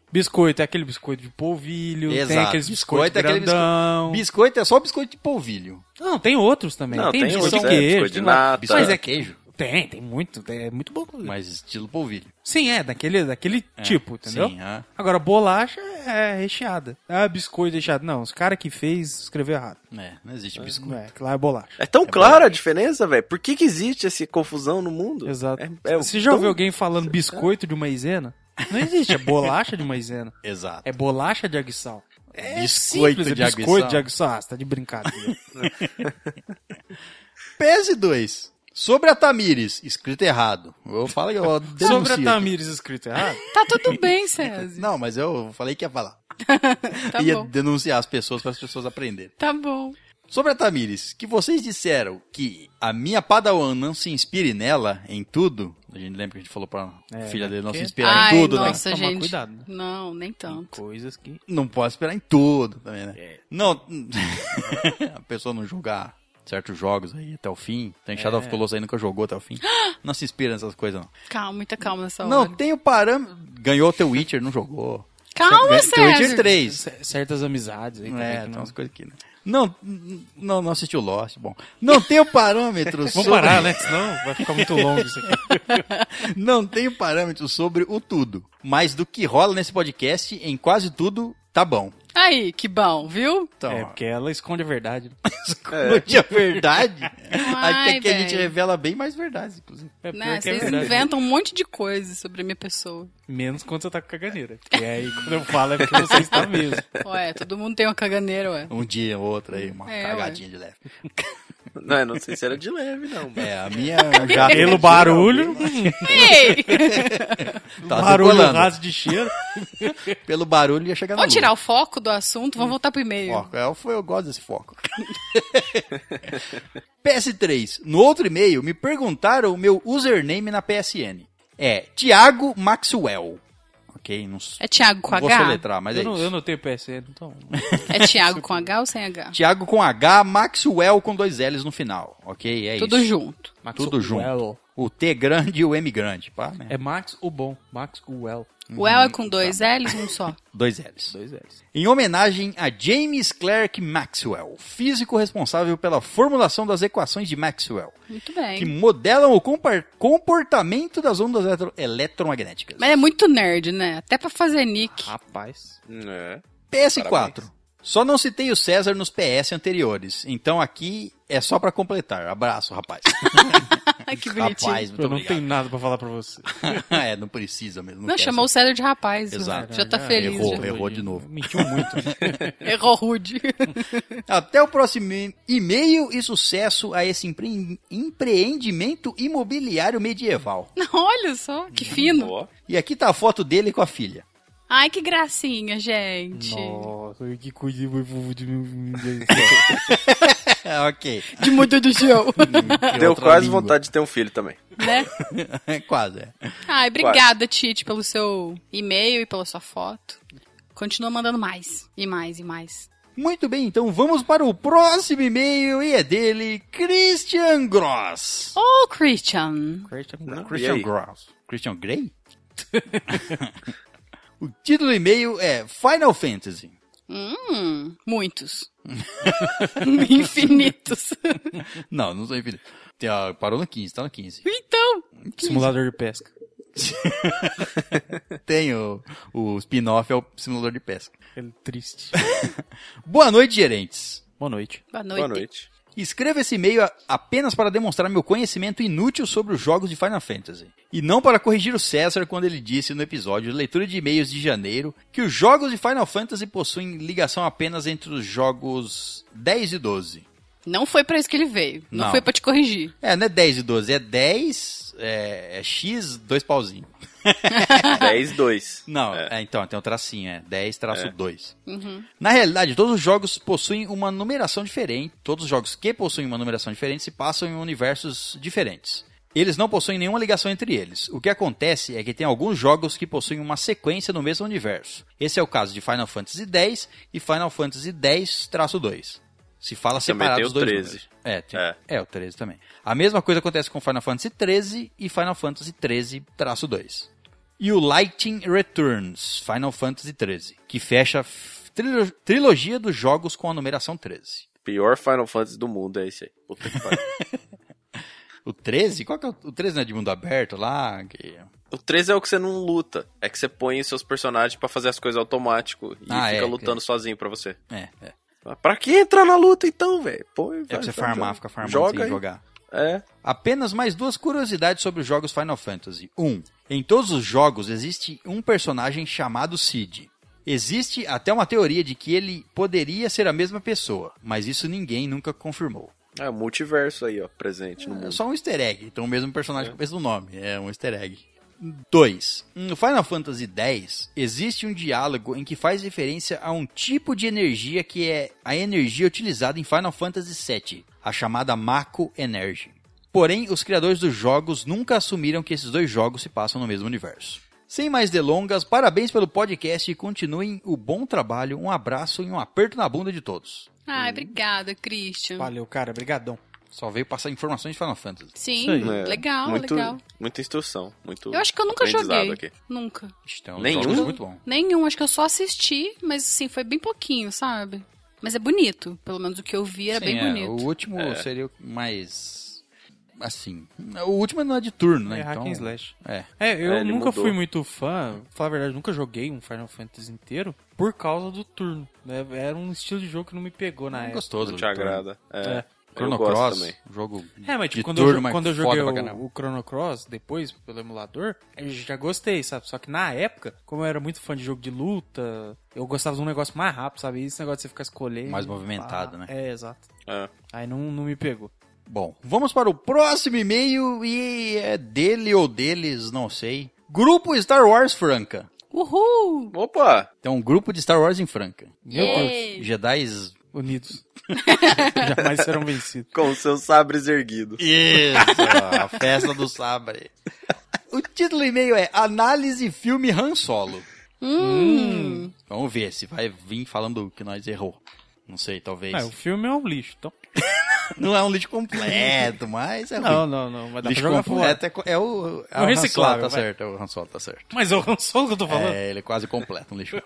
Speaker 5: Biscoito é aquele biscoito de polvilho, tem
Speaker 1: Exato.
Speaker 5: aqueles biscoitos
Speaker 1: Biscoito é aquele bisco-
Speaker 5: grandão.
Speaker 1: Biscoito é só biscoito de polvilho.
Speaker 5: Não, tem outros também.
Speaker 4: Não,
Speaker 5: tem,
Speaker 4: tem
Speaker 5: biscoito de
Speaker 4: outros, é,
Speaker 5: queijo.
Speaker 4: biscoito de
Speaker 5: tem lá-
Speaker 4: nata.
Speaker 5: Mas
Speaker 1: Biscoito
Speaker 5: é
Speaker 1: é queijo,
Speaker 5: Tem, tem muito. É muito bom.
Speaker 1: mas estilo polvilho.
Speaker 5: Sim, é, daquele, daquele tipo, entendeu?
Speaker 1: Sim, ah.
Speaker 5: Agora, bolacha é recheada. Ah, biscoito recheado. Não, os caras que fez escreveu errado.
Speaker 1: É, não existe biscoito.
Speaker 5: Não é, que lá é bolacha.
Speaker 4: É tão clara a diferença, velho. Por que, que existe essa confusão no mundo?
Speaker 5: Exato. então,
Speaker 4: É- é
Speaker 5: Você já
Speaker 4: tão-
Speaker 5: ouviu alguém falando biscoito de maisena? Não existe, é bolacha de maisena.
Speaker 1: Exato.
Speaker 5: É bolacha de aguissal. É
Speaker 1: Biscoito
Speaker 5: simples,
Speaker 1: de
Speaker 5: é biscoito
Speaker 1: aguissal.
Speaker 5: de aguissal. Ah, você tá de brincadeira.
Speaker 1: PS2. Sobre a Tamires, escrito errado. Eu falo que eu denuncio.
Speaker 5: Sobre a
Speaker 1: aqui.
Speaker 5: Tamires escrito errado?
Speaker 3: Tá tudo bem, César.
Speaker 1: Não, mas eu falei que ia falar.
Speaker 3: Tá
Speaker 1: ia
Speaker 3: bom.
Speaker 1: denunciar as pessoas para as pessoas aprenderem.
Speaker 3: Tá bom.
Speaker 1: Sobre a Tamires, que vocês disseram que a minha Padawan não se inspire nela em tudo. A gente lembra que a gente falou pra
Speaker 5: É,
Speaker 1: filha
Speaker 5: né?
Speaker 1: dele não se inspirar
Speaker 3: Ai,
Speaker 1: em tudo, né?
Speaker 3: nossa,
Speaker 5: Tem que tomar
Speaker 3: gente.
Speaker 5: cuidado, né?
Speaker 3: Não, nem tanto.
Speaker 5: Coisas que.
Speaker 1: Não pode esperar em tudo também, né?
Speaker 5: É.
Speaker 1: Não, a pessoa não jogar certos jogos aí até o fim.
Speaker 5: É.
Speaker 1: Tem Shadow of Colossus aí nunca jogou até o fim. Não se inspira nessas coisas, não.
Speaker 3: Calma, muita calma nessa
Speaker 1: Não,
Speaker 3: hora.
Speaker 1: tem o parâmetro. Ganhou o The Witcher, não jogou.
Speaker 3: Calma,
Speaker 1: The Witcher
Speaker 3: César.
Speaker 1: 3.
Speaker 5: c- Certas amizades aí. também
Speaker 1: É,
Speaker 5: que
Speaker 1: tem
Speaker 5: não-
Speaker 1: umas coisas aqui, né? Não, não, não assistiu Lost, bom. Não tem o parâmetro
Speaker 5: Vamos
Speaker 1: sobre-
Speaker 5: parar, né? Senão vai ficar muito longo isso aqui.
Speaker 1: Não tem o parâmetro sobre o tudo. Mas do que rola nesse podcast, em quase tudo, tá bom.
Speaker 3: Aí, que bom, viu?
Speaker 1: Então,
Speaker 5: É, porque ela esconde a verdade. né?
Speaker 1: não tinha é verdade. até
Speaker 3: Ai,
Speaker 1: que a gente
Speaker 3: velho.
Speaker 1: revela bem mais verdades, inclusive.
Speaker 5: É pior
Speaker 3: Né?
Speaker 5: que é
Speaker 3: Vocês
Speaker 5: verdade.
Speaker 3: inventam um monte de coisa sobre a minha pessoa.
Speaker 5: Menos quando você tá com caganeira. E aí, quando eu falo, é porque você está mesmo.
Speaker 3: Ué, todo mundo tem uma caganeira, ué.
Speaker 1: Um dia, outro aí, uma
Speaker 3: É,
Speaker 1: cagadinha de leve.
Speaker 4: Não, eu não sei se era de leve, não. mano.
Speaker 1: É, a minha já
Speaker 5: Pelo barulho,
Speaker 3: Ei!
Speaker 1: tá
Speaker 5: barulho
Speaker 1: decolando.
Speaker 5: raso de cheiro.
Speaker 1: Pelo barulho ia chegar no
Speaker 3: Vamos tirar
Speaker 1: Lula.
Speaker 3: o foco do assunto, vamos voltar pro e-mail.
Speaker 1: foco. Eu, eu gosto desse foco. PS3. No outro e-mail, me perguntaram o meu username na PSN. É Thiago Maxwell. Ok, não s-
Speaker 3: É Thiago com
Speaker 1: não vou
Speaker 3: H?
Speaker 1: soletrar, mas
Speaker 5: eu,
Speaker 1: é
Speaker 5: não,
Speaker 1: isso.
Speaker 5: eu não tenho PSN, então.
Speaker 3: É Thiago com H ou sem H?
Speaker 1: Thiago com H, Maxwell com dois L's no final. Ok, é
Speaker 3: Tudo
Speaker 1: isso.
Speaker 3: junto.
Speaker 1: Tudo junto.
Speaker 5: Maxwell.
Speaker 1: O T grande e o M grande, pá, né?
Speaker 5: É Max o bom. Max o well.
Speaker 1: Uhum.
Speaker 3: O El é com dois
Speaker 1: Tá.
Speaker 3: L's, um só.
Speaker 1: Dois L's.
Speaker 5: Dois L's.
Speaker 1: Em homenagem a James Clerk Maxwell, físico responsável pela formulação das equações de Maxwell, que
Speaker 3: Muito bem.
Speaker 1: modelam o compar- comportamento das ondas eletro- eletromagnéticas.
Speaker 3: Mas é muito nerd, né? Até pra fazer nick.
Speaker 5: Rapaz.
Speaker 4: É.
Speaker 1: PS4. Só não citei o César nos PS anteriores, então aqui é só pra completar. Abraço, rapaz.
Speaker 3: Ai, que bonitinho.
Speaker 1: rapaz, muito
Speaker 5: eu não tenho
Speaker 1: obrigado.
Speaker 5: nada pra falar pra você.
Speaker 1: é, não precisa mesmo.
Speaker 3: Não,
Speaker 1: quer
Speaker 3: chamou o César de rapaz.
Speaker 1: Exato.
Speaker 3: Já tá feliz.
Speaker 1: errou,
Speaker 3: já.
Speaker 1: errou de novo.
Speaker 5: Mentiu muito.
Speaker 3: Errou rude.
Speaker 1: Até o próximo e- e-mail e sucesso a esse empre- empreendimento imobiliário medieval.
Speaker 3: Não, Olha só, que fino.
Speaker 4: Ó,
Speaker 1: E aqui tá a foto dele com a filha.
Speaker 3: Ai, que gracinha, gente.
Speaker 5: Nossa, que coisa mais fofa de mim.
Speaker 1: É, ok.
Speaker 3: De muito do céu.
Speaker 4: Deu
Speaker 1: outra
Speaker 4: quase
Speaker 1: língua.
Speaker 4: vontade de ter um filho também.
Speaker 3: né?
Speaker 1: quase, é.
Speaker 3: Ai, obrigada, Tite, pelo seu e-mail e pela sua foto. Continua mandando mais. E mais, e mais.
Speaker 1: Muito bem, então vamos para o próximo e-mail e é dele, Christian Gross.
Speaker 3: Ô, Christian.
Speaker 4: Não, e
Speaker 1: Christian
Speaker 4: aí?
Speaker 1: Gross. Christian Grey? o título do e-mail é Final Fantasy.
Speaker 3: Hum, muitos. Infinitos.
Speaker 1: Não, não sou infinito. Tem a- Parou no 15, tá no 15.
Speaker 3: então,
Speaker 5: Simulador de pesca.
Speaker 1: Tem o, o spin-off, é o simulador de pesca.
Speaker 5: Ele É triste.
Speaker 1: Boa noite, gerentes.
Speaker 6: Boa noite.
Speaker 3: Boa noite.
Speaker 4: Boa noite.
Speaker 1: Escreva esse e-mail a- apenas para demonstrar meu conhecimento inútil sobre os jogos de Final Fantasy. E não para corrigir o César quando ele disse no episódio de leitura de e-mails de janeiro que os jogos de Final Fantasy possuem ligação apenas entre os jogos 10 e 12.
Speaker 3: Não foi pra isso que ele veio. Não,
Speaker 1: Não.
Speaker 3: foi pra te corrigir.
Speaker 1: É, não é 10 e 12, é 10, é, é X, dois pauzinhos.
Speaker 4: 10, 2.
Speaker 1: Não,
Speaker 4: É.
Speaker 1: é, então, tem um tracinho, é 10 traço 2.
Speaker 3: Uhum.
Speaker 1: Na realidade, todos os jogos possuem uma numeração diferente. Todos os jogos que possuem uma numeração diferente se passam em universos diferentes. Eles não possuem nenhuma ligação entre eles. O que acontece é que tem alguns jogos que possuem uma sequência no mesmo universo. Esse é o caso de Final Fantasy X e Final Fantasy X-2. Se fala
Speaker 4: Também
Speaker 1: separado
Speaker 4: tem
Speaker 1: os
Speaker 4: o
Speaker 1: dois
Speaker 4: 13.
Speaker 1: números. É, tem-
Speaker 4: É.
Speaker 1: é, o 13 também. A mesma coisa acontece com Final Fantasy 13 e Final Fantasy 13-2 e o Lightning Returns, Final Fantasy XIII, que fecha a f- trilo- trilogia dos jogos com a numeração 13.
Speaker 4: Pior Final Fantasy do mundo é esse aí. Puta que pariu.
Speaker 1: O 13? Qual que é o, o 13 não é de mundo aberto lá? Que...
Speaker 4: O 13 é o que você não luta. É que você põe os seus personagens pra fazer as coisas automático e
Speaker 1: Ah,
Speaker 4: fica
Speaker 1: é,
Speaker 4: lutando sozinho pra você.
Speaker 1: É, é.
Speaker 4: Ah, Pra que entrar na luta então, velho? Põe,
Speaker 1: É pra você farmar, ficar farmando
Speaker 4: Joga
Speaker 1: sem
Speaker 4: aí.
Speaker 1: jogar.
Speaker 4: É.
Speaker 1: Apenas mais duas curiosidades sobre os jogos Final Fantasy. 1. Um, em todos os jogos existe um personagem chamado Cid. Existe até uma teoria de que ele poderia ser a mesma pessoa, mas isso ninguém nunca confirmou.
Speaker 4: É o multiverso aí, ó, presente no
Speaker 1: É
Speaker 4: mundo.
Speaker 1: só um easter egg. Então o mesmo personagem com o mesmo nome. É um easter egg. 2. No Final Fantasy X, existe um diálogo em que faz referência a um tipo de energia que é a energia utilizada em Final Fantasy VII, a chamada Mako Energy. Porém, os criadores dos jogos nunca assumiram que esses dois jogos se passam no mesmo universo. Sem mais delongas, parabéns pelo podcast e continuem o bom trabalho. Um abraço e um aperto na bunda de todos.
Speaker 3: Ai, obrigada, Christian.
Speaker 5: Valeu, cara. Obrigadão.
Speaker 1: Só veio passar informações de Final Fantasy.
Speaker 3: Sim,
Speaker 6: Isso aí.
Speaker 4: É,
Speaker 3: legal,
Speaker 4: muito,
Speaker 3: legal.
Speaker 4: Muita instrução, muito
Speaker 3: Eu acho que eu nunca
Speaker 4: aprendizado
Speaker 3: joguei.
Speaker 4: aqui.
Speaker 3: Nunca.
Speaker 1: Ixi, tem uns
Speaker 4: Nenhum?
Speaker 1: jogos muito bom.
Speaker 3: Nenhum, acho que eu só assisti, mas assim, foi bem pouquinho, sabe? Mas é bonito, pelo menos o que eu vi era
Speaker 1: Sim,
Speaker 3: bem
Speaker 1: é,
Speaker 3: bonito.
Speaker 1: O último seria o mais. Assim. O último não é de turno, né?
Speaker 6: É hack
Speaker 1: então,
Speaker 6: and slash.
Speaker 1: É.
Speaker 6: É, eu
Speaker 4: É, ele
Speaker 6: nunca
Speaker 4: mudou.
Speaker 6: fui muito fã, pra falar a verdade, nunca joguei um Final Fantasy inteiro por causa do turno. né? Era um estilo de jogo que não me pegou na época.
Speaker 1: Gostoso.
Speaker 4: Não te
Speaker 1: de turno.
Speaker 4: agrada. É.
Speaker 1: Chrono
Speaker 4: eu gosto
Speaker 1: Cross,
Speaker 4: também.
Speaker 1: jogo.
Speaker 6: É, mas tipo,
Speaker 1: de
Speaker 6: quando,
Speaker 1: turno,
Speaker 6: eu, jo-
Speaker 1: mas
Speaker 6: quando eu
Speaker 1: foda
Speaker 6: joguei
Speaker 1: pra caramba.
Speaker 6: o, o Chrono Cross, depois, pelo emulador, eu já gostei, sabe? Só que na época, como eu era muito fã de jogo de luta, eu gostava de um negócio mais rápido, sabe? E esse negócio de você ficar escolhendo...
Speaker 1: Mais movimentado, né?
Speaker 6: É, exato.
Speaker 4: É.
Speaker 6: Aí não, não me pegou.
Speaker 1: Bom, vamos para o próximo e-mail e é dele ou deles, não sei. Grupo Star Wars Franca.
Speaker 3: Uhul!
Speaker 4: Opa!
Speaker 1: Tem um grupo de Star Wars em Franca.
Speaker 6: Meu Deus.
Speaker 3: Ei!
Speaker 1: Jedi.
Speaker 6: Unidos. Jamais serão vencidos.
Speaker 4: Com seus sabres erguidos.
Speaker 1: Isso, a festa do sabre. O título do e-mail é Análise Filme Han Solo.
Speaker 3: Hum.
Speaker 1: Vamos ver se vai vir falando que nós errou. Não sei, talvez.
Speaker 6: Ah, o filme é um lixo, então...
Speaker 1: Não é um lixo completo, mas é
Speaker 6: Não,
Speaker 1: ruim.
Speaker 6: não, não. Mas dá
Speaker 1: lixo
Speaker 6: pra jogar fora.
Speaker 1: completo é, co- é o. É
Speaker 6: O
Speaker 1: o
Speaker 6: reciclável,
Speaker 1: Han Solo, tá
Speaker 6: vai.
Speaker 1: certo, é o Han Solo, tá certo.
Speaker 6: Mas é o Han Solo que eu tô falando.
Speaker 1: É, ele é quase completo, um lixo.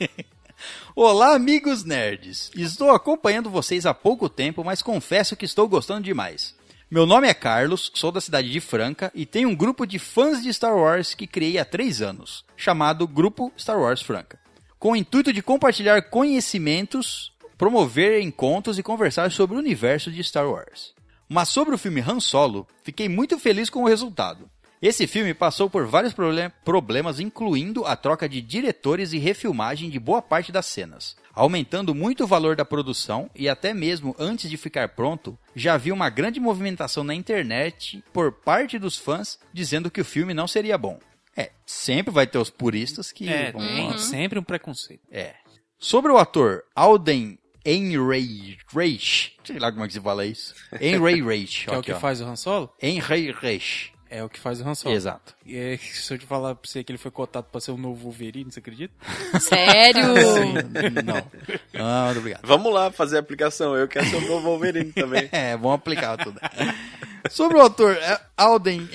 Speaker 1: Olá, amigos nerds. Estou acompanhando vocês há pouco tempo, mas confesso que estou gostando demais. Meu nome é Carlos, sou da cidade de Franca e tenho um grupo de fãs de Star Wars que criei há três anos, chamado Grupo Star Wars Franca, com o intuito de compartilhar conhecimentos, promover encontros e conversar sobre o universo de Star Wars. Mas sobre o filme Han Solo, fiquei muito feliz com o resultado. Esse filme passou por vários proble- problemas, incluindo a troca de diretores e refilmagem de boa parte das cenas, aumentando muito o valor da produção e até mesmo antes de ficar pronto, já havia uma grande movimentação na internet por parte dos fãs dizendo que o filme não seria bom. É, sempre vai ter os puristas que
Speaker 6: É,
Speaker 1: vão
Speaker 6: tem sempre um preconceito.
Speaker 1: é. Sobre o ator Alden Enray Reich, sei lá como é que se fala isso. Enray Reich,
Speaker 6: Que é o que faz o Han Solo?
Speaker 1: Enray Reich.
Speaker 6: É o que faz o Han Solo.
Speaker 1: Exato.
Speaker 6: E é, se eu te falar pra você que ele foi cotado pra ser o novo Wolverine, você acredita?
Speaker 3: Sério?
Speaker 1: Não. Ah, muito obrigado.
Speaker 4: Vamos lá fazer a aplicação. Eu quero ser o meu Wolverine também.
Speaker 1: É, vamos aplicar tudo. Sobre o autor é, Alden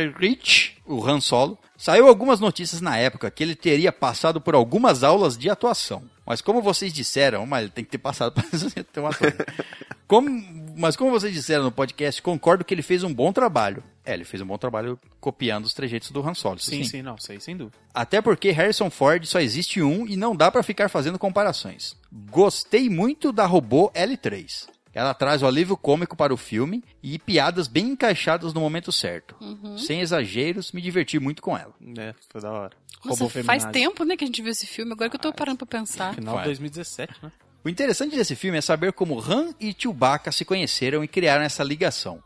Speaker 1: Enrich, o Han Solo, saiu algumas notícias na época que ele teria passado por algumas aulas de atuação. Mas como vocês disseram, mas ele tem que ter né? passado para ter uma coisa. Como, mas como vocês disseram no podcast, concordo que ele fez um bom trabalho. É, ele fez um bom trabalho copiando os trejeitos do Han Solo. isso
Speaker 5: Sim, sim, não, sei, sem dúvida.
Speaker 1: Até porque Harrison Ford só existe um e não dá pra ficar fazendo comparações. Gostei muito da robô L3. Ela traz o alívio cômico para o filme e piadas bem encaixadas no momento certo. Sem exageros, me diverti muito com ela.
Speaker 5: É, foi da hora.
Speaker 3: Nossa,
Speaker 5: Robô
Speaker 3: faz
Speaker 5: feminazi.
Speaker 3: tempo, né, que a gente viu esse filme. Agora que eu tô parando pra pensar.
Speaker 5: Final de
Speaker 1: Vai.
Speaker 5: 2017, né?
Speaker 1: O interessante desse filme é saber como Han e Chewbacca se conheceram e criaram essa ligação.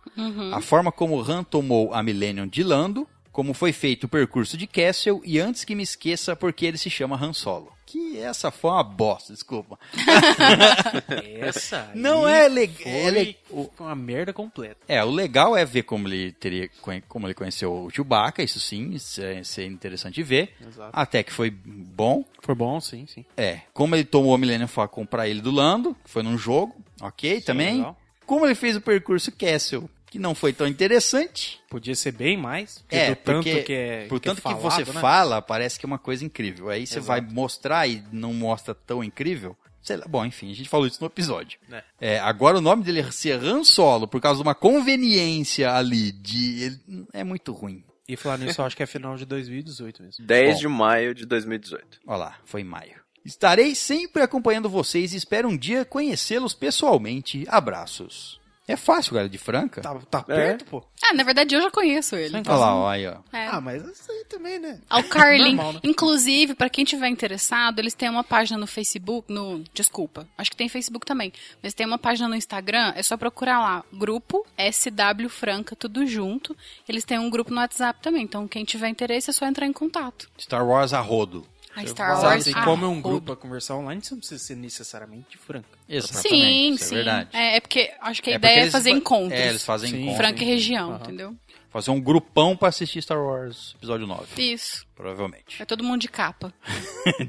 Speaker 1: A forma como Han tomou a Millennium de Lando, como foi feito o percurso de Castle e antes que me esqueça porque ele se chama Han Solo. Que essa foi uma bosta, desculpa.
Speaker 5: Essa
Speaker 1: Não
Speaker 5: aí
Speaker 1: é legal.
Speaker 5: foi
Speaker 1: É, le-
Speaker 5: uma merda completa.
Speaker 1: é, o legal é ver como ele teria conhe- como ele conheceu o Chewbacca, isso sim, isso é, isso é interessante ver.
Speaker 5: Exato.
Speaker 1: Até que foi bom.
Speaker 5: Foi bom, sim, sim.
Speaker 1: É, como ele tomou a Millennium Falcon pra ele do Lando, que foi num jogo, ok, também.
Speaker 5: legal.
Speaker 1: Como ele fez o percurso Castle, que não foi tão interessante.
Speaker 5: Podia ser bem mais. porque
Speaker 1: É,
Speaker 5: do tanto
Speaker 1: porque-
Speaker 5: que é.
Speaker 1: Por tanto que,
Speaker 5: que, é falado,
Speaker 1: você
Speaker 5: né?
Speaker 1: fala, parece que é uma coisa incrível. Aí você
Speaker 5: Exato.
Speaker 1: vai mostrar e não mostra tão incrível. Sei lá, bom, enfim, a gente falou isso no episódio.
Speaker 5: É.
Speaker 1: É, agora o nome dele ser Han Solo, por causa de uma conveniência ali, de... ele- é muito ruim.
Speaker 5: E falar nisso, eu acho que é final de 2018 mesmo.
Speaker 4: 10
Speaker 1: Bom.
Speaker 4: de maio de 2018.
Speaker 1: Olha lá, foi em maio. Estarei sempre acompanhando vocês e espero um dia conhecê-los pessoalmente. Abraços. É fácil, galera de Franca.
Speaker 5: Tá, tá perto, pô.
Speaker 3: Ah, na verdade eu já conheço ele.
Speaker 1: Olha lá, ó, aí, ó.
Speaker 3: É.
Speaker 5: Ah, mas isso aí também, né?
Speaker 3: Ao Carlin.
Speaker 5: Normal, né?
Speaker 3: Inclusive, pra quem tiver interessado, eles têm uma página no Facebook, no, desculpa, acho que tem Facebook também, mas tem uma página no Instagram, é só procurar lá, grupo SW Franca, tudo junto. Eles têm um grupo no WhatsApp também, então quem tiver interesse é só entrar em contato.
Speaker 1: Star Wars a rodo.
Speaker 3: A Star
Speaker 5: Sabe,
Speaker 3: Wars.
Speaker 5: assim,
Speaker 3: ah,
Speaker 5: como é um
Speaker 3: rodo.
Speaker 5: grupo pra conversar online, você não precisa ser necessariamente de franca.
Speaker 3: Sim,
Speaker 1: Isso
Speaker 3: sim.
Speaker 1: É verdade.
Speaker 3: É, é porque acho que a
Speaker 1: É porque
Speaker 3: ideia é
Speaker 1: eles
Speaker 3: fazer
Speaker 1: fa-
Speaker 3: encontros.
Speaker 1: É, eles fazem
Speaker 5: Sim.
Speaker 1: encontros.
Speaker 3: Franca e região,
Speaker 5: Aham.
Speaker 3: entendeu?
Speaker 1: Fazer um grupão pra assistir Star Wars episódio 9.
Speaker 3: Isso.
Speaker 1: Provavelmente.
Speaker 3: É todo mundo de capa.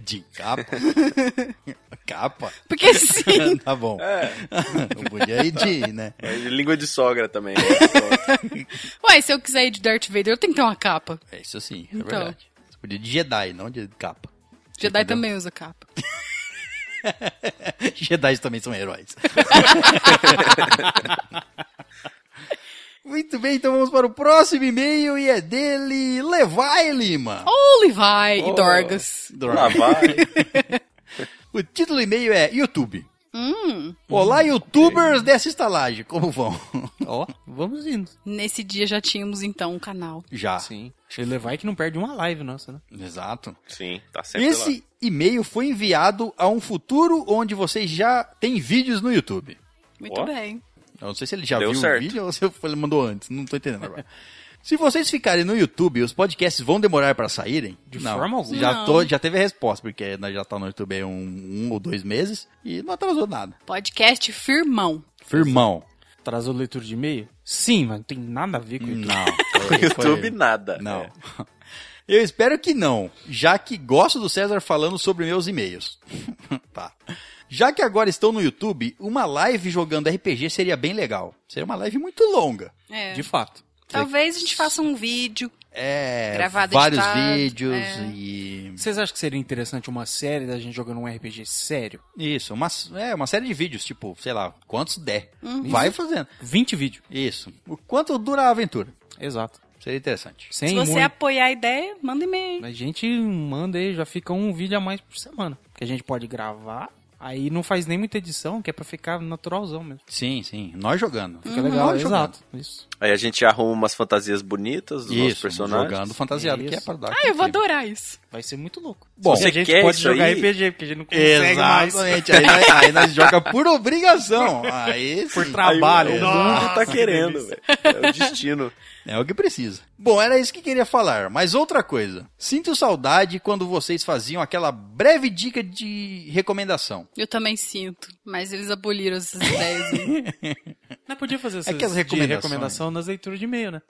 Speaker 1: de capa? capa?
Speaker 3: Porque sim.
Speaker 1: tá bom. Não podia ir de, ir, né?
Speaker 4: É de língua de sogra também. né? Então,
Speaker 3: Ué, se eu quiser ir de Darth Vader, eu tenho que ter uma capa.
Speaker 1: É isso sim, é
Speaker 3: Então.
Speaker 1: verdade. Você podia ir de Jedi, não de capa.
Speaker 3: Jedi também usa capa.
Speaker 1: Jedi também são heróis. Muito bem, então vamos para o próximo e-mail e é dele Levi Lima.
Speaker 3: Ou Levi
Speaker 5: Oh.
Speaker 3: e Dorgas.
Speaker 4: lá vai.
Speaker 1: O título do e-mail é YouTube.
Speaker 3: Hum.
Speaker 1: Olá, youtubers dessa estalagem, como vão? Ó,
Speaker 5: Vamos indo.
Speaker 3: Nesse dia já tínhamos então um canal.
Speaker 1: já.
Speaker 5: Sim. Ele levar que não perde uma live nossa, né?
Speaker 1: Exato.
Speaker 4: Sim, tá sempre lá.
Speaker 1: Esse e-mail foi enviado a um futuro onde vocês já têm vídeos no YouTube.
Speaker 3: Muito
Speaker 4: Ó.
Speaker 3: bem.
Speaker 1: Eu não sei se ele já
Speaker 4: Deu
Speaker 1: viu
Speaker 4: certo.
Speaker 1: o vídeo ou se ele mandou antes. Não tô entendendo agora. se vocês ficarem no YouTube, os podcasts vão demorar pra saírem?
Speaker 5: De
Speaker 1: não,
Speaker 5: forma alguma.
Speaker 1: Já,
Speaker 3: Não.
Speaker 1: tô- já teve a resposta, porque nós já tá no YouTube aí um, um ou dois meses e não atrasou nada.
Speaker 3: Podcast firmão.
Speaker 1: Firmão.
Speaker 5: Atrasou a leitura de e-mail? Sim, mas não tem nada a ver com isso.
Speaker 1: Não.
Speaker 4: No
Speaker 1: foi- foi-
Speaker 4: YouTube, nada.
Speaker 1: Não.
Speaker 4: É.
Speaker 1: Eu espero que não, já que gosto do César falando sobre meus e-mails. tá. Já que agora estou no YouTube, uma live jogando RPG seria bem legal. Seria uma live muito longa.
Speaker 3: É.
Speaker 5: De fato.
Speaker 3: Talvez a gente faça um vídeo.
Speaker 1: É,
Speaker 3: Gravado,
Speaker 1: vários
Speaker 3: editado,
Speaker 1: vídeos
Speaker 3: é.
Speaker 1: e
Speaker 5: Vocês acham que seria interessante uma série da gente jogando um RPG sério?
Speaker 1: isso, uma, é uma série de vídeos, tipo, sei lá, quantos der.
Speaker 3: Uhum.
Speaker 1: Vai fazendo.
Speaker 5: 20 vídeos.
Speaker 1: Isso. O quanto dura a aventura?
Speaker 5: Exato.
Speaker 1: Seria interessante.
Speaker 5: Sem
Speaker 3: Se você
Speaker 5: muito-
Speaker 3: apoiar a ideia, manda e-mail.
Speaker 5: A gente manda aí, já fica um vídeo a mais por semana. Que a gente pode gravar, aí não faz nem muita edição, que é pra ficar naturalzão mesmo.
Speaker 1: Sim, sim. Nós jogando.
Speaker 3: Uhum.
Speaker 5: Fica legal,
Speaker 1: Nós jogando.
Speaker 5: exato. Isso.
Speaker 4: Aí a gente arruma umas fantasias bonitas dos nossos
Speaker 1: Isso,
Speaker 4: personagens.
Speaker 1: jogando fantasiado, que é
Speaker 5: Isso.
Speaker 1: pra dar.
Speaker 3: Ah, eu vou
Speaker 1: aquele-
Speaker 3: adorar isso.
Speaker 5: Vai ser muito louco.
Speaker 1: Bom,
Speaker 4: Você
Speaker 5: a gente
Speaker 4: quer
Speaker 5: pode
Speaker 4: isso
Speaker 5: jogar
Speaker 4: aí?
Speaker 5: RPG, porque a gente não consegue mais.
Speaker 1: Exatamente. Aí, nós- aí nós joga por obrigação. Aí
Speaker 5: Por
Speaker 1: sim.
Speaker 5: trabalho.
Speaker 4: Aí o
Speaker 5: Nossa,
Speaker 4: mundo tá
Speaker 5: que
Speaker 4: querendo,
Speaker 5: delícia.
Speaker 4: velho. É o destino.
Speaker 1: É o que precisa. Bom, era isso que queria falar. Mas outra coisa. Sinto saudade quando vocês faziam aquela breve dica de recomendação.
Speaker 3: Eu também sinto. Mas eles aboliram essas ideias. né?
Speaker 5: Não é podia fazer essas
Speaker 1: que as
Speaker 5: de
Speaker 1: recomendações-
Speaker 5: recomendação nas leituras de e-mail, né?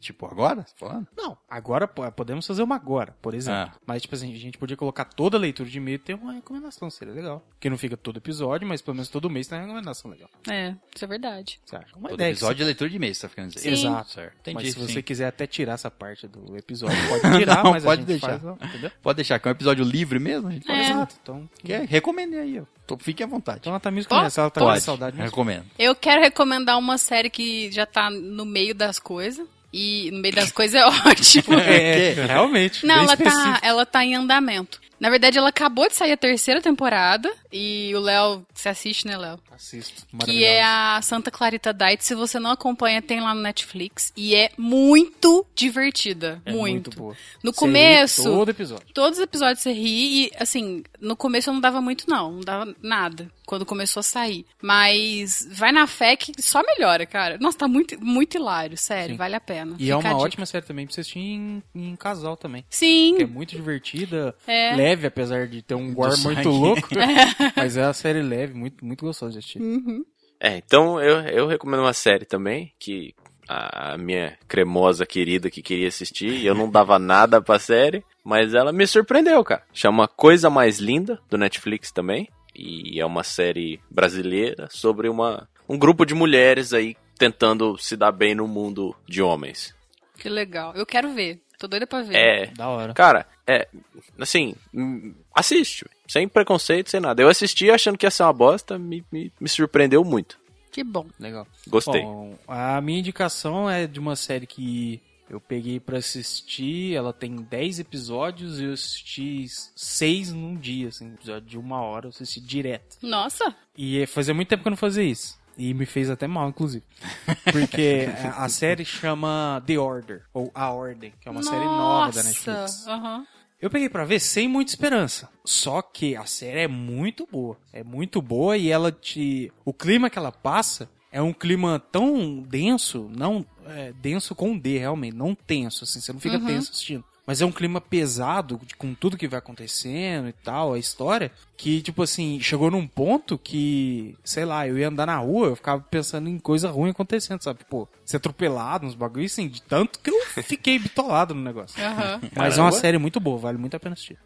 Speaker 1: Tipo, agora? Você falando?
Speaker 5: Não, agora pô, podemos fazer uma agora, por exemplo.
Speaker 1: Ah.
Speaker 5: Mas, tipo assim, a gente podia colocar toda a leitura de e-mail e ter uma recomendação, seria legal. Porque não fica todo episódio, mas pelo menos todo mês tem uma recomendação legal.
Speaker 3: é, isso é verdade.
Speaker 5: Você acha? Uma
Speaker 1: Todo
Speaker 5: ideia que
Speaker 1: episódio é leitura de e-mail, você tá ficando dizendo.
Speaker 3: Sim.
Speaker 5: Exato.
Speaker 1: Certo.
Speaker 5: você-
Speaker 1: Entendi.
Speaker 5: Mas se você
Speaker 1: sim.
Speaker 5: quiser até tirar essa parte do episódio, pode tirar,
Speaker 1: Não,
Speaker 5: mas
Speaker 1: pode
Speaker 5: a gente
Speaker 1: deixar.
Speaker 5: faz, ó, entendeu?
Speaker 1: Pode deixar, que é um episódio livre mesmo. A gente pode...
Speaker 5: Exato. Então,
Speaker 1: Que é, recomendem aí. ó. Tô, fiquem à vontade.
Speaker 5: então a Tamiris
Speaker 3: Pode?
Speaker 5: começa, ela tá com
Speaker 1: Pode. É,
Speaker 5: saudade. mas-
Speaker 1: Recomendo.
Speaker 3: Eu quero recomendar uma série que já tá no meio das coisas. E no meio das coisas é ótimo.
Speaker 5: É,
Speaker 1: quê?
Speaker 5: realmente.
Speaker 3: Não,
Speaker 5: bem
Speaker 3: ela tá,
Speaker 5: específico.
Speaker 3: ela tá em andamento. Na verdade, ela acabou de sair a terceira temporada. E o Léo, você assiste, né, Léo?
Speaker 5: Assisto.
Speaker 3: Que é a Santa Clarita Diet. Se você não acompanha, tem lá no Netflix. E é muito divertida.
Speaker 5: É
Speaker 3: muito.
Speaker 5: boa.
Speaker 3: No
Speaker 5: Você ri
Speaker 3: começo,
Speaker 5: Todo episódio.
Speaker 3: todos os episódios você ri. E, assim, no começo eu não dava muito, não. Não dava nada. Quando começou a sair. Mas vai na fé que só melhora, cara. Nossa, tá muito, muito hilário. Sério,
Speaker 5: Sim.
Speaker 3: vale a pena.
Speaker 5: E
Speaker 3: Fica
Speaker 5: é
Speaker 3: a
Speaker 5: uma
Speaker 3: dica.
Speaker 5: ótima série também pra você assistir em, em casal também.
Speaker 3: Sim.
Speaker 5: Que é muito divertida,
Speaker 3: É.
Speaker 5: leve, apesar de ter um gore
Speaker 1: sangue.
Speaker 5: muito louco. mas é uma série leve, muito, muito gostosa de assistir.
Speaker 3: Uhum.
Speaker 4: É, então eu, eu recomendo uma série também, que a minha cremosa querida que queria assistir, e eu não dava nada pra série, mas ela me surpreendeu, cara. Chama Coisa Mais Linda, do Netflix também, e é uma série brasileira sobre uma, um grupo de mulheres aí tentando se dar bem no mundo de homens.
Speaker 3: Que legal. Eu quero ver. Tô doida pra ver.
Speaker 4: É,
Speaker 5: Da hora.
Speaker 4: Cara, é. Assim, hum, assiste. Sem preconceito, sem nada. Eu assisti achando que ia ser uma bosta, me, me, me surpreendeu muito.
Speaker 3: Que bom.
Speaker 5: Legal.
Speaker 4: Gostei.
Speaker 5: Bom, a minha indicação é de uma série que eu peguei pra assistir. Ela tem 10 episódios e eu assisti 6 num dia, assim, episódio de uma hora, eu assisti direto.
Speaker 3: Nossa,
Speaker 5: E fazia muito tempo que eu não fazia isso. E me fez até mal, inclusive. Porque é, a, a série chama The Order, ou A Ordem, que é uma série nova da Netflix.
Speaker 3: Aham.
Speaker 5: Eu peguei pra ver sem muita esperança. Só que a série é muito boa. É muito boa e ela te. O clima que ela passa é um clima tão denso, não. é, denso com D, realmente, não tenso, assim, você não fica tenso assistindo. Mas é um clima pesado, de- com tudo que vai acontecendo e tal, a história, que, tipo assim, chegou num ponto que, sei lá, eu ia andar na rua, eu ficava pensando em coisa ruim acontecendo, sabe? Pô, ser atropelado, uns bagulho assim, de tanto que eu fiquei bitolado no negócio.
Speaker 3: Aham.
Speaker 5: Mas é uma série muito boa, vale muito a pena assistir.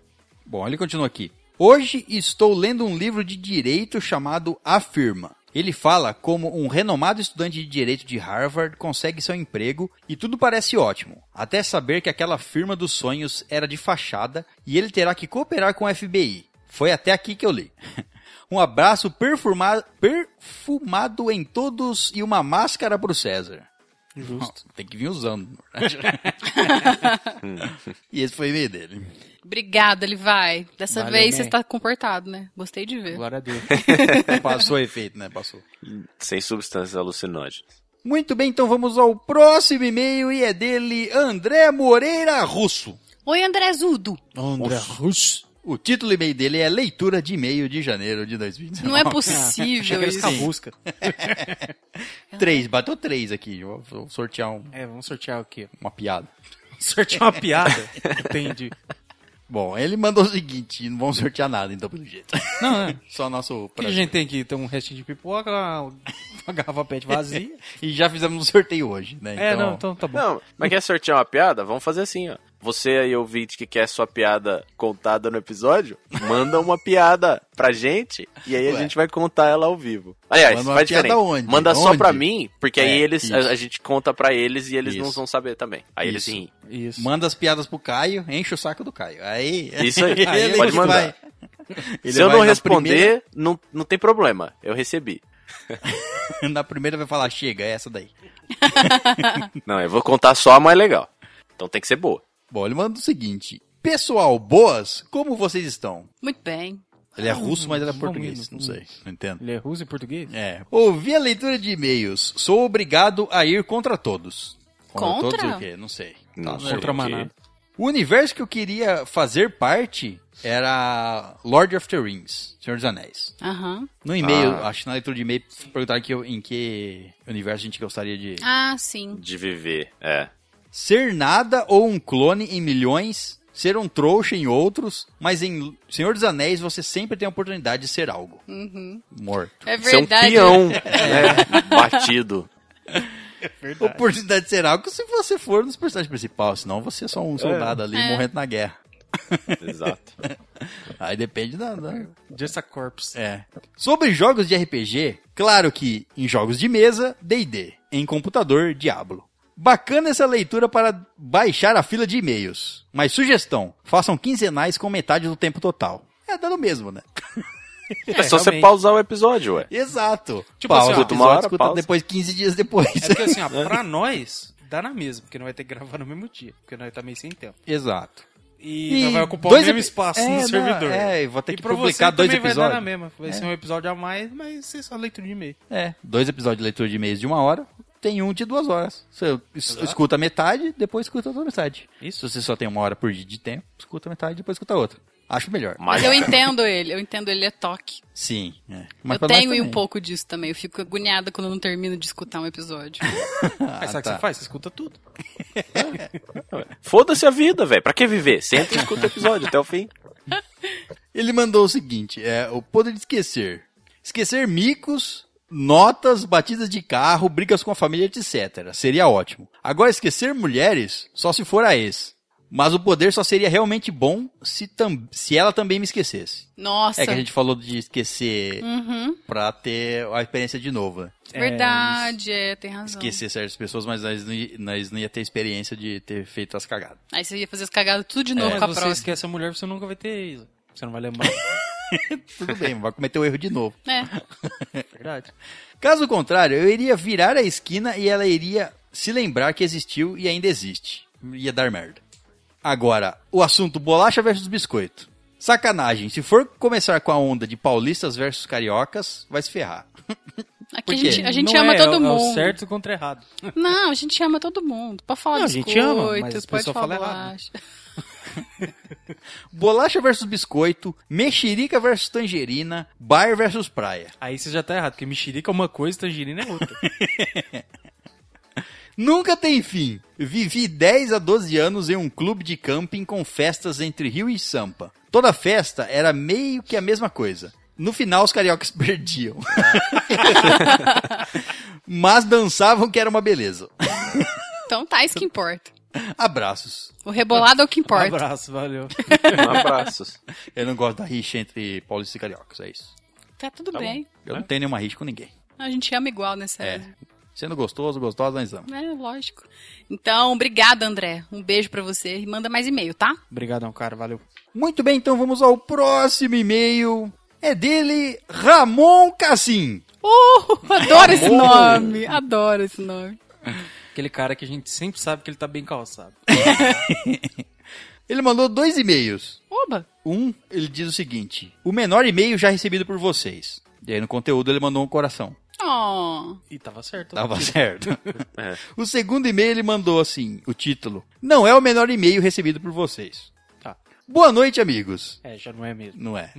Speaker 1: Bom, ele continua aqui. Hoje estou lendo um livro de direito chamado Afirma. Ele fala como um renomado estudante de direito de Harvard consegue seu emprego e tudo parece ótimo, até saber que aquela firma dos sonhos era de fachada e ele terá que cooperar com o FBI. Foi até aqui que eu li. Um abraço perfuma- perfumado em todos e uma máscara pro César. Justo. Tem que vir usando. na verdade. e esse foi o e-mail dele.
Speaker 3: Obrigada, ele vai. Dessa
Speaker 5: Valeu,
Speaker 3: vez você
Speaker 5: man.
Speaker 3: está comportado, né? Gostei de ver.
Speaker 5: Glória a Deus.
Speaker 1: Passou efeito, né? Passou.
Speaker 4: Sem substâncias alucinógenas.
Speaker 1: Muito bem, então vamos ao próximo e-mail e é dele André Moreira Russo.
Speaker 3: Oi, Andrezudo.
Speaker 5: André Russo.
Speaker 1: O título do e-mail dele é Leitura de e-mail de janeiro de 2019.
Speaker 3: Não é possível
Speaker 5: Chega
Speaker 3: isso.
Speaker 5: essa busca.
Speaker 1: Três, bateu três aqui. Vou vou sortear um-
Speaker 5: É, vamos sortear o quê?
Speaker 1: uma piada.
Speaker 5: Sortear uma piada? Entendi.
Speaker 1: Bom, ele mandou o seguinte, não vamos sortear nada então, pelo jeito.
Speaker 5: Não, né?
Speaker 1: Só nosso
Speaker 5: O que a
Speaker 1: prazer.
Speaker 5: gente tem aqui? Tem um restinho de pipoca, uma, uma garrafa pet vazia.
Speaker 1: E já fizemos um sorteio hoje, né?
Speaker 5: É, não, então tá bom.
Speaker 4: Não, mas quer sortear uma piada? Vamos fazer assim, ó. Você aí, ouvinte, que quer sua piada contada no episódio, manda uma piada pra gente e aí a
Speaker 1: Ué.
Speaker 4: gente vai contar ela ao vivo. Aliás,
Speaker 1: Manda uma
Speaker 4: faz
Speaker 1: piada
Speaker 4: diferente.
Speaker 1: onde?
Speaker 4: Manda só
Speaker 1: Onde?
Speaker 4: pra mim, porque aí
Speaker 1: É,
Speaker 4: eles
Speaker 1: isso.
Speaker 4: a, a gente conta pra eles e eles não
Speaker 1: Isso.
Speaker 4: vão saber também. Aí eles
Speaker 1: Isso.
Speaker 4: riem.
Speaker 5: Isso.
Speaker 1: Manda as piadas pro Caio, enche o saco do Caio. Aí.
Speaker 4: Isso aí,
Speaker 1: ele
Speaker 4: pode
Speaker 1: vai-
Speaker 4: mandar.
Speaker 1: ele
Speaker 4: Se eu
Speaker 1: vai
Speaker 4: não
Speaker 1: na
Speaker 4: responder,
Speaker 1: primeira-
Speaker 4: não, não tem problema. Eu recebi.
Speaker 1: na primeira vai falar, chega, é essa daí.
Speaker 4: Não, eu vou contar só a mais legal. Então tem que ser boa.
Speaker 1: Bom, ele manda o seguinte. Pessoal, boas, como vocês estão?
Speaker 3: Muito bem.
Speaker 1: Ele é russo, mas ele é
Speaker 5: Hum,
Speaker 1: português.
Speaker 5: hum,
Speaker 1: Não
Speaker 5: hum.
Speaker 1: sei, não entendo.
Speaker 5: Ele é russo em português?
Speaker 1: É. Ouvi a leitura de e-mails. Sou obrigado a ir contra todos.
Speaker 3: Contra?
Speaker 1: todos o quê? Não sei.
Speaker 4: Não sei
Speaker 5: Contra
Speaker 4: o
Speaker 5: manada.
Speaker 1: O universo que eu queria fazer parte era Lord of the Rings, Senhor dos Anéis.
Speaker 3: Aham.
Speaker 1: No e-mail,
Speaker 4: Ah.
Speaker 1: acho que na leitura de e-mail, perguntaram que eu- em que universo a gente gostaria de...
Speaker 3: Ah, sim.
Speaker 4: De viver, é.
Speaker 1: Ser nada ou um clone em milhões, ser um trouxa em outros, mas em Senhor dos Anéis você sempre tem a oportunidade de ser algo. Morto.
Speaker 3: É
Speaker 4: Ser um
Speaker 3: verdade.
Speaker 4: peão, né? Batido.
Speaker 1: Oportunidade de ser algo se você for nos personagens principais, senão você é só um soldado ali
Speaker 3: É.
Speaker 1: morrendo na guerra.
Speaker 4: Exato.
Speaker 1: É, Aí depende da, da-
Speaker 5: Just a corpse.
Speaker 1: É. Sobre jogos de RPG, claro que em jogos de mesa, D&D. Em computador, Diablo. Bacana essa leitura para baixar a fila de e-mails. Mas sugestão, façam quinzenais com metade do tempo total. É dando mesmo, né?
Speaker 4: É, só você
Speaker 5: realmente.
Speaker 4: pausar o episódio, ué.
Speaker 1: Exato. É assim-
Speaker 5: Tipo assim, ó,
Speaker 1: o episódio,
Speaker 4: uma hora,
Speaker 1: escuta
Speaker 4: pausa.
Speaker 1: depois 15 dias depois.
Speaker 5: É porque assim, ó, pra nós,
Speaker 6: dá na mesma, porque não vai ter que gravar no mesmo dia, porque nós tá meio sem tempo.
Speaker 1: Exato.
Speaker 6: E, nós vai ocupar o mesmo
Speaker 1: epi-
Speaker 6: espaço
Speaker 1: É,
Speaker 6: no
Speaker 1: não,
Speaker 6: servidor.
Speaker 1: É, e vou ter
Speaker 6: E
Speaker 1: que
Speaker 6: pra
Speaker 1: publicar
Speaker 6: você
Speaker 1: dois
Speaker 6: também vai dar na
Speaker 1: episódios.
Speaker 6: mesma. Vai ser um episódio a mais, mas você só leitura de e-mail.
Speaker 1: É, dois episódios de leitura de e-mails de uma hora, tem um de duas horas. Você es- escuta a metade, depois escuta a outra metade. Isso. Se você só tem uma hora por dia de tempo, escuta a metade, depois escuta a outra. Acho melhor.
Speaker 4: Mas
Speaker 3: Eu entendo ele, eu entendo ele, ele é toque.
Speaker 1: Sim. é.
Speaker 3: eu
Speaker 1: pra nós
Speaker 3: tenho e um
Speaker 1: também.
Speaker 3: pouco disso também. Eu fico agoniada quando eu não termino de escutar um episódio.
Speaker 1: Ah,
Speaker 6: Mas sabe o que
Speaker 1: tá.
Speaker 6: você faz? Você escuta tudo.
Speaker 4: Foda-se a vida, velho. Pra que viver? Senta e escuta o episódio até o fim.
Speaker 1: Ele mandou o seguinte: é o poder de esquecer. Esquecer micos, notas, batidas de carro, brigas com a família, etc. Seria ótimo. Agora, esquecer mulheres, só se for a ex. Mas o poder só seria realmente bom se, tam- se ela também me esquecesse.
Speaker 3: Nossa,
Speaker 1: É que a gente falou de esquecer
Speaker 3: Uhum.
Speaker 1: pra ter a experiência de novo. né?
Speaker 3: verdade, é, tem razão.
Speaker 1: Esquecer certas pessoas, mas nós não, i- nós não ia ter experiência de ter feito as cagadas.
Speaker 3: Aí você ia fazer as cagadas tudo de novo
Speaker 6: Mas
Speaker 3: com a
Speaker 6: É, você
Speaker 3: próxima.
Speaker 6: esquece a mulher, você nunca vai ter ex. Você não vai lembrar.
Speaker 1: Tudo bem, mas vai cometer o erro de novo.
Speaker 3: É.
Speaker 6: Verdade.
Speaker 1: Caso contrário, eu iria virar a esquina e ela iria se lembrar que existiu e ainda existe. Ia dar merda. Agora, o assunto bolacha versus biscoito. Sacanagem, se for começar com a onda de paulistas versus cariocas, vai se ferrar.
Speaker 3: Aqui
Speaker 1: Por
Speaker 3: a
Speaker 1: quê?
Speaker 3: gente, a gente
Speaker 6: Não
Speaker 3: ama
Speaker 6: é, é,
Speaker 3: todo
Speaker 6: o- É
Speaker 3: mundo.
Speaker 6: o certo contra o errado.
Speaker 3: Não, a gente ama todo mundo. Pode falar
Speaker 6: Não, a
Speaker 3: biscoito,
Speaker 6: gente ama, mas a
Speaker 3: pode
Speaker 6: pessoa fala
Speaker 3: falar
Speaker 6: errado.
Speaker 3: bolacha.
Speaker 1: Bolacha versus biscoito, mexerica versus tangerina, bar versus praia.
Speaker 6: Aí você já tá errado, porque mexerica é uma coisa, tangerina é outra.
Speaker 1: Nunca tem fim. Vivi 10 a 12 anos em um clube de camping com festas entre Rio e Sampa. Toda festa era meio que a mesma coisa. No final, os cariocas perdiam. Mas dançavam que era uma beleza.
Speaker 3: Então tá, isso que importa.
Speaker 1: Abraços.
Speaker 3: O rebolado é o que importa.
Speaker 6: Abraço, valeu.
Speaker 4: Um abraço.
Speaker 1: Eu não gosto da rixa entre paulistas e cariocas, é isso.
Speaker 3: Tá tudo bem.
Speaker 1: Eu não tenho nenhuma rixa com ninguém.
Speaker 3: A gente ama igual nessa.
Speaker 1: É. Sendo gostoso, gostosa, nós amamos.
Speaker 3: É, lógico. Então, obrigada, André. Um beijo pra você e manda mais e-mail, tá?
Speaker 6: Obrigadão, cara, valeu.
Speaker 1: Muito bem, então vamos ao próximo e-mail. É dele, Ramon Cassim.
Speaker 3: Uh, adoro esse nome. Adoro esse nome.
Speaker 6: Aquele cara que a gente sempre sabe que ele tá bem calçado.
Speaker 1: Ele mandou dois e-mails.
Speaker 3: Oba.
Speaker 1: Um, ele diz o seguinte: o menor e-mail já recebido por vocês. E aí no conteúdo ele mandou um coração.
Speaker 3: Oh.
Speaker 6: E tava certo.
Speaker 5: Então,
Speaker 1: Tava certo.
Speaker 4: É.
Speaker 1: O segundo e-mail ele mandou assim, o título: Não é o menor e-mail recebido por vocês.
Speaker 6: Tá.
Speaker 1: Boa noite, amigos.
Speaker 6: É, já não é mesmo.
Speaker 1: Não é.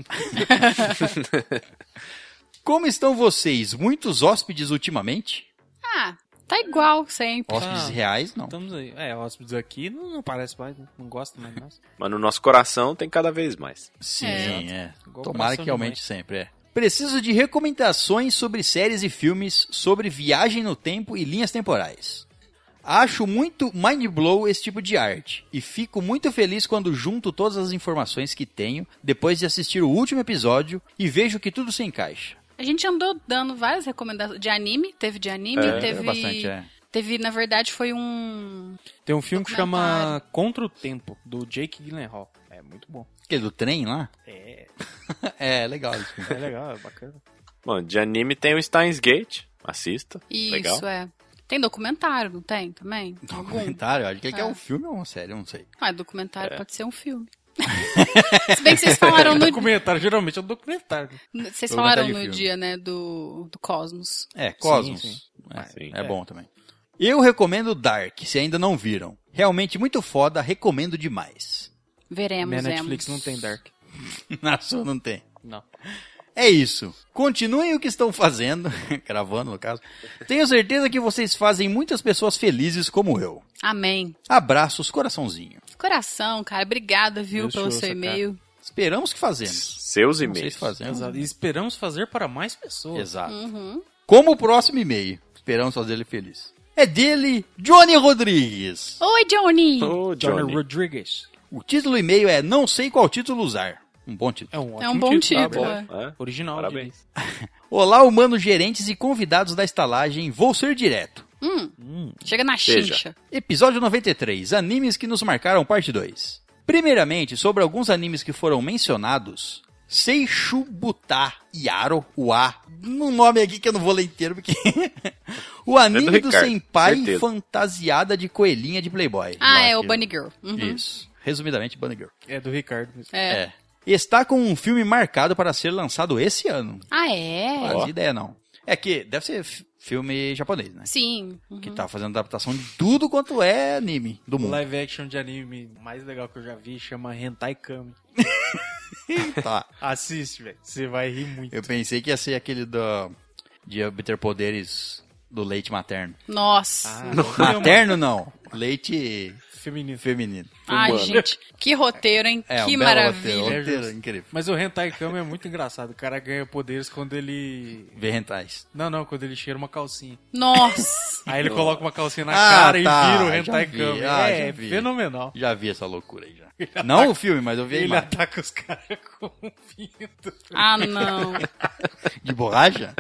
Speaker 1: Como estão vocês? Muitos hóspedes ultimamente?
Speaker 3: Ah, tá igual sempre.
Speaker 1: Hóspedes
Speaker 6: Ah.
Speaker 1: reais, não.
Speaker 6: Estamos aí. É, hóspedes aqui não, não parece mais, né? não gosta mais, nossa.
Speaker 4: Mas no nosso coração tem cada vez mais.
Speaker 1: Sim,
Speaker 3: É.
Speaker 1: é.
Speaker 6: Igual
Speaker 1: Tomara
Speaker 6: coração
Speaker 1: que
Speaker 6: de mãe.
Speaker 1: aumente sempre, é. Preciso de recomendações sobre séries e filmes, sobre viagem no tempo e linhas temporais. Acho muito mind blow esse tipo de arte e fico muito feliz quando junto todas as informações que tenho depois de assistir o último episódio e vejo que tudo se encaixa.
Speaker 3: A gente andou dando várias recomendações de anime. Teve de anime,
Speaker 4: É,
Speaker 3: teve...
Speaker 1: bastante, é.
Speaker 3: Teve, na verdade, foi um...
Speaker 6: Tem um filme que chama Contra o Tempo, do Jake Gyllenhaal. É muito bom.
Speaker 1: Aquele do trem lá?
Speaker 6: É,
Speaker 1: é, legal. esse filme.
Speaker 6: é legal, é bacana.
Speaker 4: Bom, de anime tem o Steins Gate. Assista.
Speaker 3: Isso,
Speaker 4: Legal.
Speaker 3: é. Tem documentário, não tem também? Algum?
Speaker 1: Documentário, acho que é, que é
Speaker 3: É.
Speaker 1: um filme ou uma série, eu não sei.
Speaker 3: Ah, documentário pode ser um filme. Se bem que vocês falaram no,
Speaker 6: Documentário, geralmente é um documentário.
Speaker 3: vocês
Speaker 1: Documentário
Speaker 3: falaram
Speaker 1: de
Speaker 3: no
Speaker 1: filme.
Speaker 3: dia, né, do, do Cosmos.
Speaker 1: É, Cosmos.
Speaker 6: sim.
Speaker 1: É,
Speaker 4: Sim.
Speaker 1: é bom também. Eu recomendo Dark, se ainda não viram. Realmente muito foda, recomendo demais.
Speaker 3: Veremos,
Speaker 6: Minha
Speaker 3: vemos.
Speaker 6: Netflix não tem Dark.
Speaker 1: Na sua não tem.
Speaker 6: Não.
Speaker 1: É isso. Continuem o que estão fazendo, gravando no caso. Tenho certeza que vocês fazem muitas pessoas felizes como eu.
Speaker 3: Amém.
Speaker 1: Abraços, coraçãozinho.
Speaker 3: Coração, cara, obrigada, viu,
Speaker 6: Deus te
Speaker 3: pelo
Speaker 6: ouça,
Speaker 3: seu e-mail.
Speaker 1: Esperamos que fazemos.
Speaker 4: Seus
Speaker 1: Não sei
Speaker 4: e-mails.
Speaker 1: se fazemos.
Speaker 6: Exato. É E esperamos fazer para mais pessoas.
Speaker 1: Exato.
Speaker 3: Uhum.
Speaker 1: Como o próximo e-mail. Esperamos fazer ele feliz. É dele, Johnny Rodrigues.
Speaker 3: Oi, Johnny!
Speaker 4: Ô,
Speaker 6: Johnny,
Speaker 4: Johnny.
Speaker 6: Rodriguez.
Speaker 1: O título do e-mail é Não sei qual título usar. Um bom título. né?
Speaker 6: um,
Speaker 3: É um
Speaker 6: ótimo
Speaker 3: bom
Speaker 6: tá
Speaker 3: título,
Speaker 6: bom?
Speaker 3: é.
Speaker 4: É.
Speaker 6: Original.
Speaker 4: Parabéns.
Speaker 6: diria.
Speaker 1: Olá, humanos gerentes e convidados da estalagem, vou ser direto.
Speaker 3: Hum. Chega na
Speaker 4: Seja.
Speaker 3: chincha.
Speaker 1: Episódio 93, animes que nos marcaram, parte 2. Primeiramente, sobre alguns animes que foram mencionados, Seishubuta Yaro Uá. Um nome aqui que eu não vou ler inteiro, porque... o anime do,
Speaker 4: Ricardo,
Speaker 1: senpai
Speaker 4: certeza.
Speaker 1: fantasiada de coelhinha de playboy.
Speaker 3: Ah, é
Speaker 1: Lá
Speaker 3: o
Speaker 1: que-
Speaker 3: Bunny Girl. Uhum.
Speaker 1: Isso. Resumidamente, Bunny Girl.
Speaker 6: É do Ricardo mesmo.
Speaker 3: É.
Speaker 1: É. Está com um filme marcado para ser lançado esse ano.
Speaker 3: Ah, é?
Speaker 1: Não faz ideia, não. É que deve ser f- filme japonês, né?
Speaker 3: Sim. Uhum.
Speaker 1: Que tá fazendo adaptação de tudo quanto é anime do
Speaker 6: O
Speaker 1: mundo.
Speaker 6: live action de anime mais legal que eu já vi chama Hentai Kami.
Speaker 1: Tá.
Speaker 6: Assiste, velho. Você vai rir muito.
Speaker 1: Eu pensei que ia ser aquele da de obter poderes do leite materno.
Speaker 3: Nossa.
Speaker 1: Materno não, leite
Speaker 6: Feminino.
Speaker 1: feminino.
Speaker 3: Ai, gente. Que roteiro, hein?
Speaker 1: É,
Speaker 3: que
Speaker 1: um belo roteiro,
Speaker 3: maravilha.
Speaker 1: roteiro
Speaker 6: É justo.
Speaker 1: incrível.
Speaker 6: Mas o Hentai Kami é muito engraçado. O cara ganha poderes quando ele...
Speaker 1: Ver rentais.
Speaker 6: Não, não, quando ele cheira uma calcinha.
Speaker 3: Nossa.
Speaker 6: Aí ele coloca uma calcinha na
Speaker 1: Ah,
Speaker 6: cara
Speaker 1: tá,
Speaker 6: e vira o
Speaker 1: já
Speaker 6: Hentai
Speaker 1: vi,
Speaker 6: Kami.
Speaker 1: ah, já
Speaker 6: é,
Speaker 1: vi.
Speaker 6: fenomenal.
Speaker 1: Já vi essa loucura aí já. Não o filme, mas eu vi a
Speaker 6: Ele
Speaker 1: imagem.
Speaker 6: ataca os caras com um pinto.
Speaker 3: Ah, não.
Speaker 1: De borracha?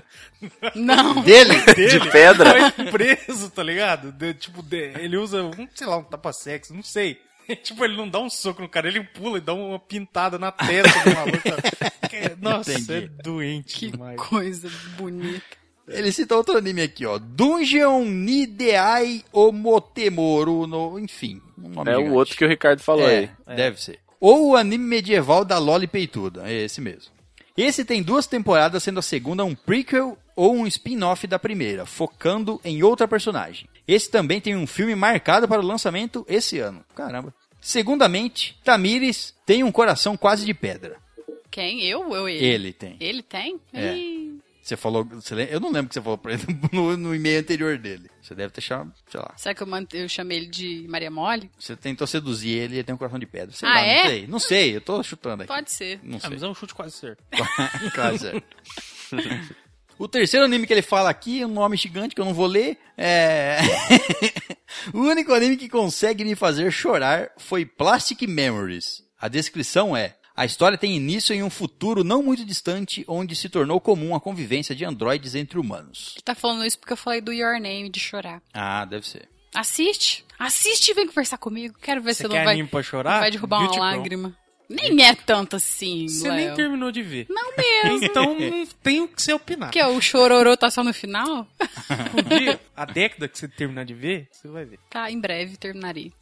Speaker 3: Não.
Speaker 1: Dele?
Speaker 4: De pedra?
Speaker 6: Foi preso, tá ligado? De- tipo, de- ele usa, um, sei lá, um tapa-sexo, não sei. tipo, ele não dá um soco no cara, ele pula e dá uma pintada na testa do maluco. sabe? Que- Nossa,
Speaker 1: Entendi.
Speaker 6: é doente
Speaker 3: Que
Speaker 6: demais.
Speaker 3: coisa bonita.
Speaker 1: Ele cita outro anime aqui, ó. Dungeon Nideai Omotemoru no... Enfim. um nome
Speaker 4: É o
Speaker 1: gigante.
Speaker 4: outro que o Ricardo falou aí.
Speaker 1: É, deve ser. Ou o anime medieval da Loli Peituda, é esse mesmo. Esse tem duas temporadas, sendo a segunda um prequel ou um spin-off da primeira, focando em outra personagem. Esse também tem um filme marcado para o lançamento esse ano. Caramba. Segundamente, Tamires tem um coração quase de pedra.
Speaker 3: Quem? Eu ou ele?
Speaker 1: Ele tem.
Speaker 3: Ele tem?
Speaker 1: É.
Speaker 3: Ih,
Speaker 1: Você falou. você lem- eu não lembro o que você falou pra ele no, no e-mail anterior dele. Você deve ter chamado, sei lá.
Speaker 3: Será que eu, mant- eu chamei ele de Maria Mole?
Speaker 1: Você tentou seduzir ele e ele tem um coração de pedra. Sei
Speaker 3: Ah,
Speaker 1: lá,
Speaker 3: é?
Speaker 1: não sei. Não sei, eu tô chutando Tá aqui.
Speaker 3: Pode ser.
Speaker 1: Não sei.
Speaker 6: é um chute quase certo.
Speaker 1: Kaiser. O terceiro anime que ele fala aqui, um nome gigante que eu não vou ler, é. o único anime que consegue me fazer chorar foi Plastic Memories. A descrição é: a história tem início em um futuro não muito distante, onde se tornou comum a convivência de androides entre humanos.
Speaker 3: Tá falando isso porque eu falei do Your Name de chorar.
Speaker 1: Ah, deve ser.
Speaker 3: Assiste. Assiste e vem conversar comigo. Quero ver se
Speaker 6: Você
Speaker 3: eu não
Speaker 6: quer
Speaker 3: vai,
Speaker 6: anime pra chorar?
Speaker 3: não vai derrubar uma
Speaker 6: Beauty Pro.
Speaker 3: lágrima. Nem é tanto assim,
Speaker 6: Você
Speaker 3: Léo.
Speaker 6: nem terminou de ver.
Speaker 3: Não mesmo.
Speaker 6: Então não tem o que você opinar.
Speaker 3: Porque o chororô tá só no final?
Speaker 6: Um dia, a década que você terminar de ver, você vai ver.
Speaker 3: Tá, em breve terminarei.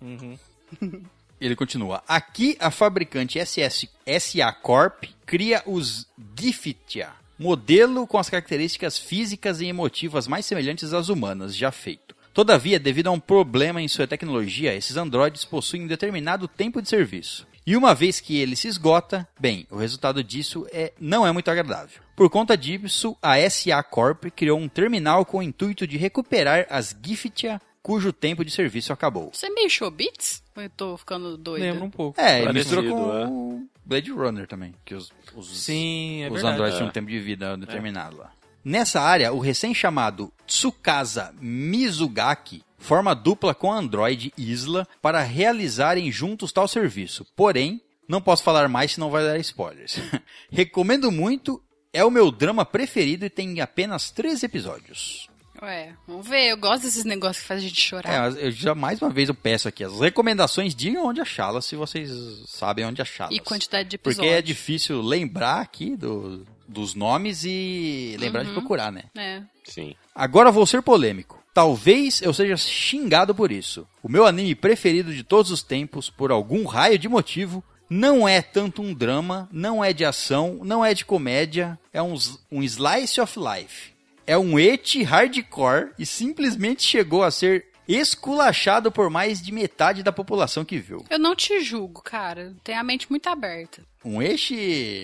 Speaker 1: Ele continua. Aqui a fabricante SS, SA Corp cria os Giftia, modelo com as características físicas e emotivas mais semelhantes às humanas já feito. Todavia, devido a um problema em sua tecnologia, esses androides possuem um determinado tempo de serviço. E uma vez que ele se esgota, bem, o resultado disso é, não é muito agradável. Por conta disso, a SA Corp criou um terminal com o intuito de recuperar as Giftia cujo tempo de serviço acabou.
Speaker 3: Você é meio showbiz? Ou eu tô ficando doido?
Speaker 6: Lembra um pouco.
Speaker 1: É, ele
Speaker 4: Parecido,
Speaker 1: misturou com
Speaker 4: é.
Speaker 1: o Blade Runner também, que os, os,
Speaker 6: Sim, é
Speaker 1: os
Speaker 6: verdade.
Speaker 1: androides tinham um tempo de vida determinado lá. Nessa área, o recém-chamado Tsukasa Mizugaki forma dupla com o android Isla para realizarem juntos tal serviço. Porém, não posso falar mais senão vai dar spoilers. Recomendo muito, é o meu drama preferido e tem apenas três episódios.
Speaker 3: Ué, vamos ver. Eu gosto desses negócios que fazem a gente
Speaker 1: É,
Speaker 3: chorar.
Speaker 1: mas eu já mais uma vez eu peço aqui, as recomendações digam onde achá-las, se vocês sabem onde achá-las.
Speaker 3: e quantidade de
Speaker 1: Porque
Speaker 3: episódios.
Speaker 1: é difícil lembrar aqui do- dos nomes e lembrar de procurar, né?
Speaker 3: É.
Speaker 4: Sim.
Speaker 1: Agora vou ser polêmico. Talvez eu seja xingado por isso. O meu anime preferido de todos os tempos, por algum raio de motivo, não é tanto um drama, não é de ação, não é de comédia, é um, s- um slice of life. É um eti hardcore e simplesmente chegou a ser esculachado por mais de metade da população que viu.
Speaker 3: Eu não te julgo, cara. Tem a mente muito aberta.
Speaker 1: Um eixo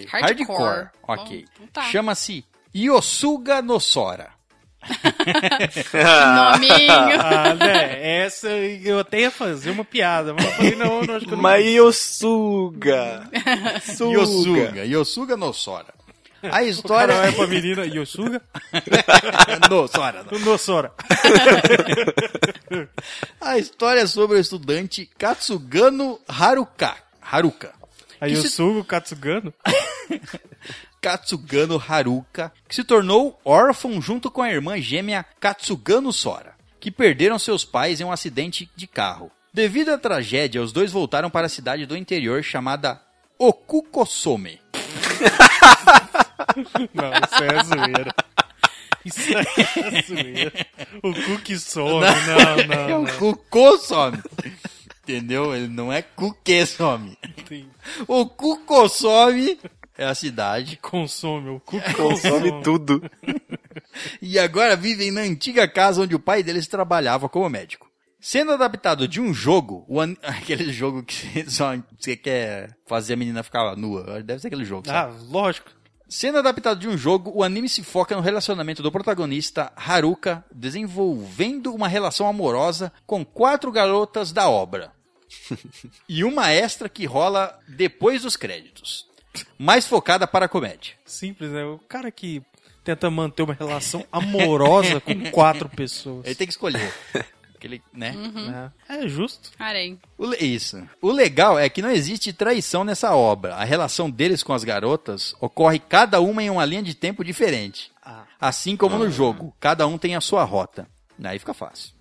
Speaker 1: hardcore.
Speaker 3: Hardcore.
Speaker 1: Ok.
Speaker 3: Bom, tá.
Speaker 1: Chama-se Yosuga no Sora.
Speaker 3: Nominho.
Speaker 6: Ah, né? Essa eu até ia fazer uma piada, mas eu falei, não, não acho que eu não
Speaker 4: Mas Yosuga! Suga.
Speaker 1: Yosuga. Yosuga no Sora. A
Speaker 6: O cara é
Speaker 1: história
Speaker 6: olha pra menina Yosuga,
Speaker 1: no Sora. não.
Speaker 6: Nossora.
Speaker 1: A história é sobre o estudante Katsugano Haruka. Haruka.
Speaker 6: A
Speaker 1: Que se-
Speaker 6: Yosuga, o Katsugano.
Speaker 1: Katsugano Haruka, que se tornou órfão junto com a irmã gêmea Katsugano Sora, que perderam seus pais em um acidente de carro. Devido à tragédia, os dois voltaram para a cidade do interior chamada Okukosome.
Speaker 5: Não, isso é zoeira. Isso aí é zoeira. O cu que some, não,
Speaker 1: É
Speaker 5: não.
Speaker 1: o cu consome. Entendeu? Ele não é cu que some.
Speaker 5: Tem-
Speaker 1: O cu consome é a cidade.
Speaker 5: Consome, o cu que
Speaker 4: Consome tudo.
Speaker 1: E agora vivem na antiga casa onde o pai deles trabalhava como médico. Sendo adaptado de um jogo, o an- aquele jogo que só você quer fazer a menina ficar nua. Deve ser aquele jogo.
Speaker 5: Ah,
Speaker 1: Sabe?
Speaker 5: lógico.
Speaker 1: Sendo adaptado de um jogo, o anime se foca no relacionamento do protagonista, Haruka, desenvolvendo uma relação amorosa com quatro garotas da obra. e uma extra que rola depois dos créditos. Mais focada para a comédia.
Speaker 5: Simples, né? O cara que tenta manter uma relação amorosa com quatro pessoas.
Speaker 1: Ele tem que escolher. Aquele, né?
Speaker 5: É justo.
Speaker 3: Harém.
Speaker 1: O le- Isso. O legal é que não existe traição nessa obra. A relação deles com as garotas ocorre cada uma em uma linha de tempo diferente. Assim como no jogo, cada um tem a sua rota. Aí fica fácil.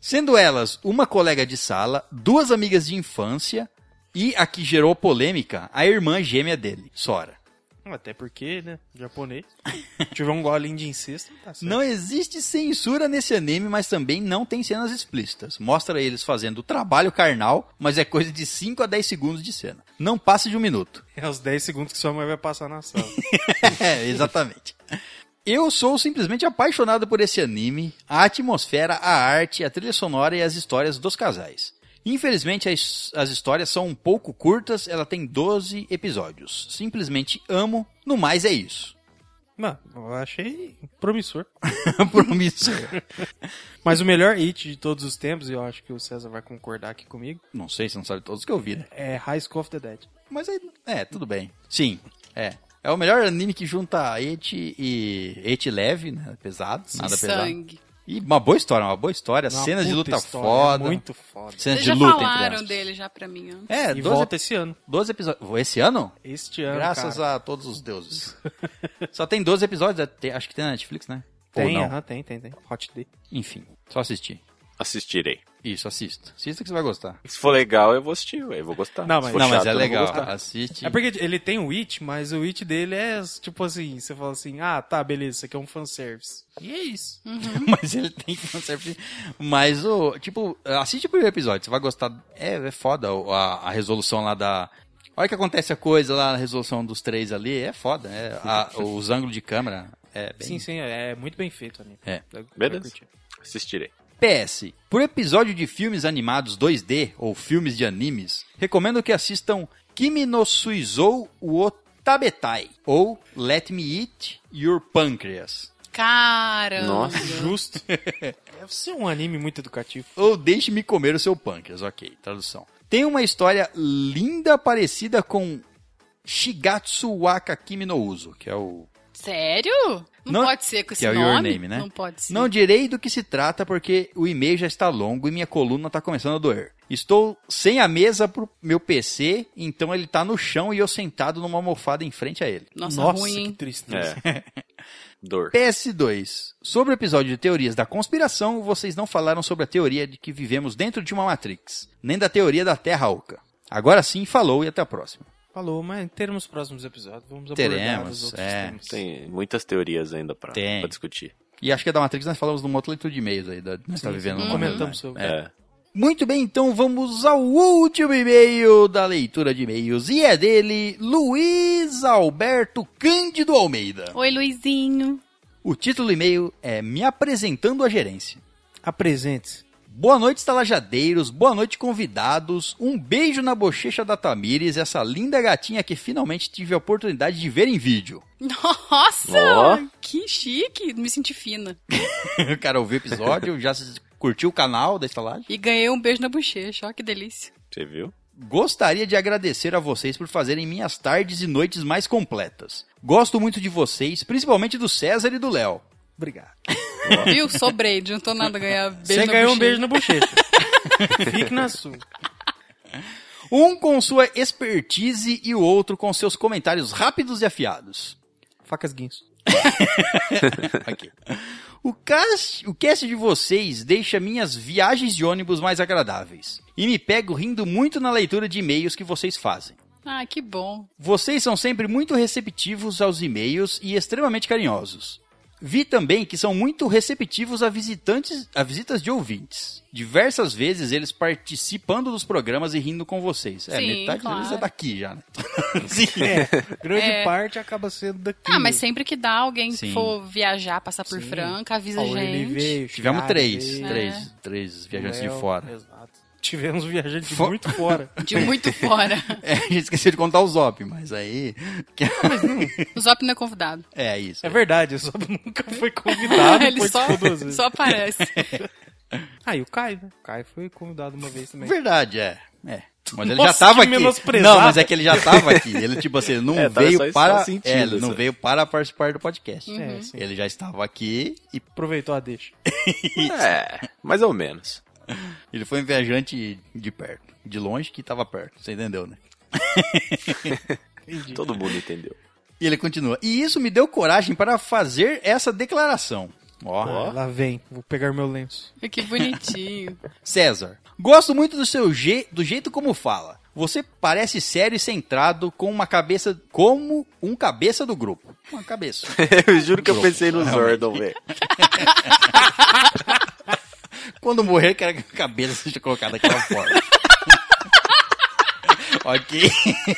Speaker 1: Sendo elas uma colega de sala, duas amigas de infância e a que gerou polêmica, a irmã gêmea dele, Sora.
Speaker 5: Até porque, né? Japonês. Tiver um golinho de incesto, tá certo.
Speaker 1: Não existe censura nesse anime, mas também não tem cenas explícitas. Mostra eles fazendo o trabalho carnal, mas é coisa de 5 a 10 segundos de cena. Não passa de um minuto.
Speaker 5: É os 10 segundos que sua mãe vai passar na sala.
Speaker 1: é, exatamente. Eu sou simplesmente apaixonado por esse anime, a atmosfera, a arte, a trilha sonora e as histórias dos casais. Infelizmente, as, as histórias são um pouco curtas, ela tem 12 episódios. Simplesmente amo, no mais é isso.
Speaker 5: Não, eu achei promissor.
Speaker 1: Promissor.
Speaker 5: Mas o melhor hit de todos os tempos, e eu acho que o César vai concordar aqui comigo,
Speaker 1: Não sei, você não sabe todos que eu vi, né?
Speaker 5: é High School of the Dead.
Speaker 1: Mas aí, é, tudo bem. Sim, é. É o melhor anime que junta eti e eti leve, né? Pesado, nada pesado.
Speaker 3: Sangue.
Speaker 1: E uma boa história, uma boa história,
Speaker 5: Uma
Speaker 1: É, cenas de
Speaker 5: puta
Speaker 1: luta
Speaker 5: história,
Speaker 1: foda.
Speaker 5: Muito foda.
Speaker 1: Cenas
Speaker 3: Vocês
Speaker 1: de
Speaker 3: já
Speaker 1: luta, entre
Speaker 3: falaram
Speaker 1: aspas.
Speaker 3: dele já pra mim antes.
Speaker 1: É, 12,
Speaker 5: e volta esse ano.
Speaker 1: 12 episódios. Vou Esse ano?
Speaker 5: Este ano,
Speaker 1: Graças
Speaker 5: É, cara.
Speaker 1: a todos os deuses. Só tem 12 episódios, é, tem- acho que tem na Netflix, né? Ou
Speaker 5: Tem,
Speaker 1: não.
Speaker 5: aham, tem, tem, tem. Hot Day.
Speaker 1: Enfim, só assistir.
Speaker 4: Assistirei.
Speaker 1: Isso, assista. Assista que você vai gostar.
Speaker 4: Se for legal, eu vou assistir, ué, eu vou gostar.
Speaker 5: Não,
Speaker 4: Se
Speaker 5: mas-
Speaker 4: for
Speaker 1: não, mas
Speaker 4: chato,
Speaker 1: é
Speaker 4: eu vou
Speaker 1: legal.
Speaker 4: gostar.
Speaker 1: Assiste.
Speaker 5: É porque ele tem o It, mas o It dele é tipo assim, você fala assim, ah, tá, beleza, isso aqui é um fanservice. E é isso.
Speaker 1: Hum. mas ele tem que fanservice. Mas o. Tipo, assiste o primeiro episódio, você vai gostar. É, é foda o- a, a resolução lá da. Olha que acontece a coisa lá, a resolução dos três ali. É foda. É, a- os ângulos de câmera. É bem
Speaker 5: Sim, sim, é muito bem feito ali.
Speaker 1: É.
Speaker 4: Beleza. Assistirei.
Speaker 1: PS, por episódio de filmes animados 2D ou filmes de animes, recomendo que assistam Kimi no Suizou wo Tabetai ou Let Me Eat Your Pancreas.
Speaker 3: Caramba.
Speaker 4: Nossa.
Speaker 5: Justo. Deve ser um anime muito educativo.
Speaker 1: Ou Deixe-me Comer o Seu Pâncreas, ok, tradução. Tem uma história linda parecida com Shigatsu Waka Kimi no Uso, que é o...
Speaker 3: Sério? Não,
Speaker 1: Não-
Speaker 3: pode ser com esse
Speaker 1: que é o
Speaker 3: nome.
Speaker 1: Your Name, né?
Speaker 3: Não pode ser.
Speaker 1: Não direi do que se trata porque o e-mail já está longo e minha coluna está começando a doer. Estou sem a mesa pro meu PC, então ele tá no chão e eu sentado numa almofada em frente a ele.
Speaker 3: Nossa, ruim,
Speaker 5: que
Speaker 3: hein?
Speaker 5: tristeza.
Speaker 4: É. Dor.
Speaker 1: PS2. Sobre o episódio de teorias da conspiração, vocês não falaram sobre a teoria de que vivemos dentro de uma Matrix, nem da teoria da Terra Oca. Agora sim, falou e até a próxima.
Speaker 5: Falou, mas teremos próximos episódios. Vamos abordar
Speaker 1: É. Teremos,
Speaker 5: os outros
Speaker 1: é.
Speaker 5: temas.
Speaker 4: Tem muitas teorias ainda pra,
Speaker 1: Tem.
Speaker 4: pra discutir.
Speaker 1: E acho que é da Matrix nós falamos numa outra leitura de e-mails aí, da, nós tá vivendo
Speaker 5: Não
Speaker 1: numa realidade.
Speaker 5: comentamos sobre.
Speaker 1: É.
Speaker 4: É.
Speaker 1: Muito bem, então vamos ao último e-mail da leitura de e-mails e é dele Luiz Alberto Cândido Almeida.
Speaker 3: Oi, Luizinho.
Speaker 1: O título do e-mail é Me apresentando à gerência.
Speaker 5: Apresente-se.
Speaker 1: Boa noite, estalajadeiros. Boa noite, convidados. Um beijo na bochecha da Tamires, essa linda gatinha que finalmente tive a oportunidade de ver em vídeo.
Speaker 3: Nossa!
Speaker 4: Ó.
Speaker 3: Que chique. Me senti fina.
Speaker 1: O cara ouviu o episódio, já se- curtiu o canal da estalagem.
Speaker 3: E ganhei um beijo na bochecha. Ó, que delícia.
Speaker 4: Você viu?
Speaker 1: Gostaria de agradecer a vocês por fazerem minhas tardes e noites mais completas. Gosto muito de vocês, principalmente do César e do Léo.
Speaker 5: Obrigado.
Speaker 3: Viu? Sobrei. Não tô nada a ganhar beijo
Speaker 5: Você
Speaker 3: na
Speaker 5: ganhou
Speaker 3: bochecha.
Speaker 5: um beijo na bochecha. Fique na sua.
Speaker 1: Um com sua expertise e o outro com seus comentários rápidos e afiados.
Speaker 5: Facas guinso.
Speaker 1: Aqui. O cast, o cast de vocês deixa minhas viagens de ônibus mais agradáveis. E me pego rindo muito na leitura de e-mails que vocês fazem.
Speaker 3: Ah, que bom.
Speaker 1: Vocês são sempre muito receptivos aos e-mails e extremamente carinhosos. Vi também que são muito receptivos a visitantes, a visitas de ouvintes. Diversas vezes eles participando dos programas e rindo com vocês. É,
Speaker 3: Sim,
Speaker 1: metade
Speaker 3: claro.
Speaker 1: deles é daqui já, né?
Speaker 5: É, grande
Speaker 3: É.
Speaker 5: parte acaba sendo daqui.
Speaker 3: Ah, mas sempre que dá alguém que
Speaker 1: Sim.
Speaker 3: for viajar, passar por
Speaker 5: Sim.
Speaker 3: Franca, avisa a
Speaker 5: Paulo, ele
Speaker 3: gente.
Speaker 5: veio,
Speaker 1: Tivemos
Speaker 5: Chiara
Speaker 1: três,
Speaker 5: veio,
Speaker 1: três,
Speaker 3: É.
Speaker 1: três viajantes de
Speaker 5: Léo,
Speaker 1: fora.
Speaker 5: Exato. Tivemos viajantes de
Speaker 1: Fo-
Speaker 5: muito fora.
Speaker 3: De muito fora.
Speaker 1: É, a gente esqueceu de contar o Zop, mas aí...
Speaker 3: O Zop não é convidado.
Speaker 1: É isso.
Speaker 5: É verdade, eu só nunca foi
Speaker 1: Tá,
Speaker 5: convidado.
Speaker 3: Ele
Speaker 5: foi
Speaker 3: só,
Speaker 5: tipo duas vezes.
Speaker 3: só aparece.
Speaker 5: Ah, e o Caio, né? O Caio foi convidado uma vez também.
Speaker 1: Verdade, é. É. Mas ele
Speaker 5: Nossa,
Speaker 1: já tava
Speaker 5: que
Speaker 1: aqui.
Speaker 5: menosprezado.
Speaker 1: Não, mas é que ele já tava aqui. Ele, tipo assim, não
Speaker 4: É, tava só-
Speaker 1: veio
Speaker 4: só
Speaker 1: para.
Speaker 4: sentindo
Speaker 1: é, ele não
Speaker 4: isso.
Speaker 1: veio para participar do
Speaker 3: Uhum.
Speaker 1: podcast.
Speaker 5: É, sim.
Speaker 1: Ele já estava aqui e
Speaker 5: Aproveitou a deixa.
Speaker 4: É, mais ou menos.
Speaker 1: ele foi um viajante de perto. De longe que tava perto. Você entendeu, né?
Speaker 4: Todo mundo entendeu.
Speaker 1: E ele continua. E isso me deu coragem para fazer essa declaração. Ó.
Speaker 5: Ah, Lá vem, vou pegar meu lenço.
Speaker 3: Que bonitinho.
Speaker 1: César, gosto muito do seu je do jeito como fala. Você parece sério e centrado com uma cabeça como um cabeça do grupo. Uma cabeça.
Speaker 4: Eu juro que eu pensei no Zordon, velho.
Speaker 1: Quando morrer, eu quero que a cabeça seja colocada daquela forma. ok?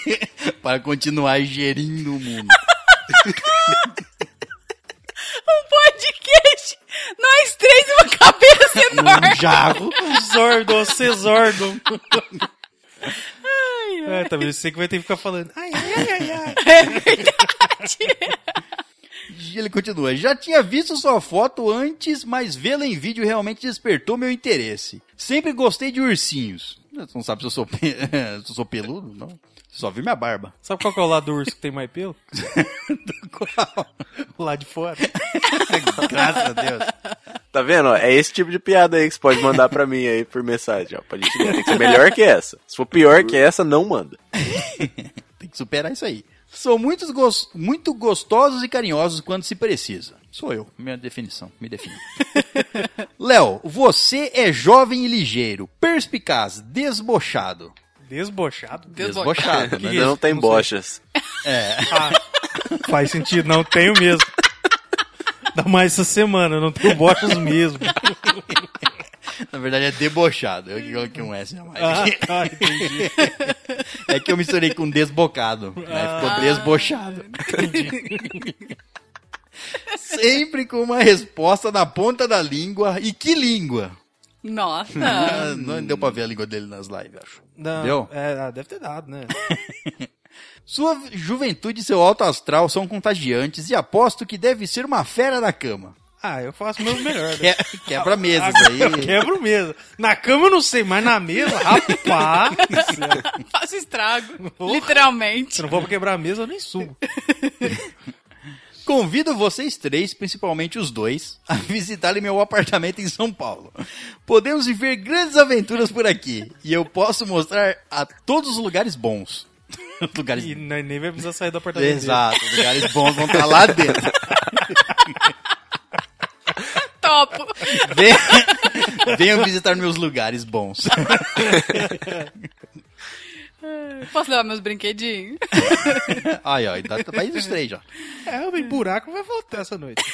Speaker 1: Para continuar gerindo o mundo.
Speaker 3: Um podcast! Nós três e uma cabeça
Speaker 1: Num
Speaker 3: enorme!
Speaker 1: Um jarro.
Speaker 5: Zordo, você Zordo. É, também você que vai ter que ficar falando. Ai, ai, ai, ai.
Speaker 3: É verdade!
Speaker 1: E Ele continua. Já tinha visto sua foto antes, mas vê-la em vídeo realmente despertou meu interesse. Sempre gostei de ursinhos. Você não sabe se eu sou, pe- se eu sou peludo? Não. Você só viu minha barba.
Speaker 5: Sabe qual que é o lado do urso que tem mais pelo?
Speaker 1: Qual?
Speaker 5: O lado de fora.
Speaker 1: Graças a Deus.
Speaker 4: Tá vendo? ó? É esse tipo de piada aí que você pode mandar pra mim aí por mensagem, ó. Pra gente ver. Tem que ser melhor que essa. Se for pior que essa, não manda.
Speaker 1: Tem que superar isso aí. São muitos gos- muito gostosos e carinhosos quando se precisa. Sou eu, minha definição, me defino. Léo, você é jovem e ligeiro, perspicaz, desbochado.
Speaker 5: Desbochado.
Speaker 1: Desbochado,
Speaker 5: Que
Speaker 1: né?
Speaker 5: isso?
Speaker 4: Ah, Não tem
Speaker 5: Não sei.
Speaker 4: bochas.
Speaker 5: Faz sentido, não tenho mesmo. Ainda mais essa semana, eu não tenho bochas mesmo.
Speaker 1: Na verdade é debochado. Eu que coloquei um S a mais.
Speaker 5: Ah,
Speaker 1: aqui.
Speaker 5: ah, entendi.
Speaker 1: É que eu misturei com desbocado. Né? Ficou desbochado. Sempre com uma resposta na ponta da língua. E que língua?
Speaker 3: Nossa!
Speaker 1: Ah, não deu pra ver a língua dele nas lives, acho.
Speaker 5: Não,
Speaker 1: Deu?
Speaker 5: é, ah, deve ter dado, né?
Speaker 1: Sua juventude e seu alto astral são contagiantes e aposto que deve ser uma fera da cama.
Speaker 5: Ah, eu faço o meu melhor. Né?
Speaker 1: Que- Quebra mesas
Speaker 5: Eu
Speaker 1: aí.
Speaker 5: quebro mesmo. Na cama eu não sei, mas na mesa, rapaz.
Speaker 3: Faço estrago. Literalmente.
Speaker 5: Se não for pra quebrar a mesa, eu nem subo.
Speaker 1: Convido vocês três, principalmente os dois, a visitarem meu apartamento em São Paulo. Podemos viver grandes aventuras por aqui e eu posso mostrar a todos os lugares bons. Lugares
Speaker 5: E nem nem vai precisar sair do apartamento. dele.
Speaker 1: Exato, lugares bons vão estar lá dentro.
Speaker 3: Topo!
Speaker 1: Venham, venham visitar meus lugares bons.
Speaker 3: Posso levar meus brinquedinhos?
Speaker 1: Aí, ó, tá, tá aí os três já.
Speaker 5: É, mas buraco vai voltar essa noite.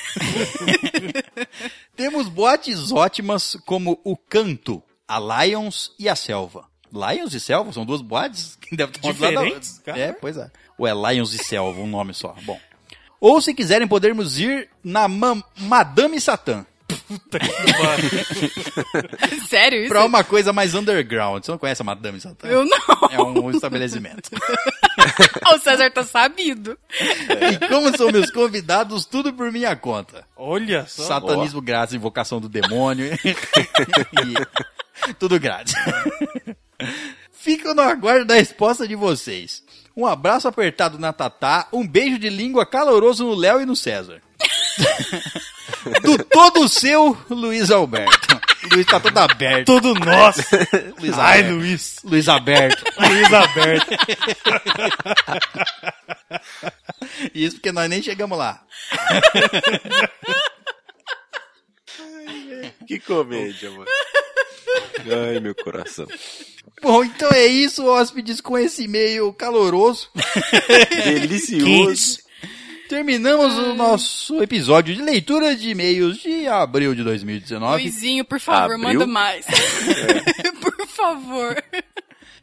Speaker 1: Temos boates ótimas como o Canto, a Lions e a Selva. Lions e Selva são duas boates que devem estar uma do lado da outra.
Speaker 5: Diferentes, cara.
Speaker 1: É, pois é. Ou é Lions e Selva, um nome só. Bom. Ou se quiserem, podemos ir na Mam- Madame Satã.
Speaker 3: Sério isso?
Speaker 1: Pra uma coisa mais underground. Você não conhece a Madame Satã?
Speaker 3: Eu não.
Speaker 1: É um estabelecimento.
Speaker 3: O César tá sabido.
Speaker 1: E como são meus convidados, tudo por minha conta.
Speaker 5: Olha só.
Speaker 1: Satanismo grátis, invocação do demônio. E tudo grátis. Fico no aguardo da resposta de vocês. Um abraço apertado na Tatá, um beijo de língua caloroso no Léo e no César. Do todo seu, Luiz Alberto. Luiz tá todo aberto.
Speaker 5: Tudo nosso.
Speaker 1: Luiz
Speaker 5: Ai,
Speaker 1: Alberto.
Speaker 5: Luiz.
Speaker 1: Luiz Alberto.
Speaker 5: Luiz aberto.
Speaker 1: Isso porque nós nem chegamos lá.
Speaker 4: Que comédia, mano. Ai, meu coração.
Speaker 1: Bom, então é isso, hóspedes, com esse e-mail caloroso.
Speaker 4: Delicioso.
Speaker 1: Terminamos o nosso episódio de leitura de e-mails de abril de 2019.
Speaker 3: Luizinho, por favor,
Speaker 4: Abril?
Speaker 3: manda mais. por favor.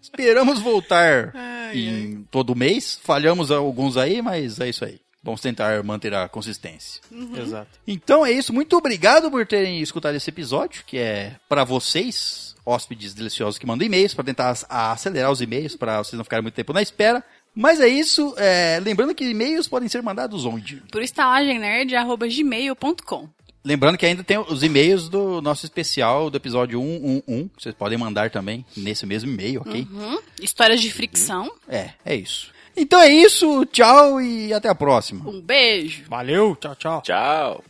Speaker 1: Esperamos voltar em todo mês. Falhamos alguns aí, mas é isso aí. Vamos tentar manter a consistência.
Speaker 5: Exato.
Speaker 1: Então é isso. Muito obrigado por terem escutado esse episódio, que é pra vocês, hóspedes deliciosos que mandam e-mails, pra tentar ac- acelerar os e-mails, pra vocês não ficarem muito tempo na espera. Mas é isso. é, lembrando que e-mails podem ser mandados onde?
Speaker 3: Por estalagemnerd.gmail.com.
Speaker 1: Lembrando que ainda tem os e-mails do nosso especial do episódio 111, que vocês podem mandar também nesse mesmo e-mail, ok?
Speaker 3: Hum? Histórias de fricção.
Speaker 1: É, é isso. Então é isso, tchau e até a próxima.
Speaker 3: Um beijo.
Speaker 5: Valeu, tchau, tchau.
Speaker 4: Tchau.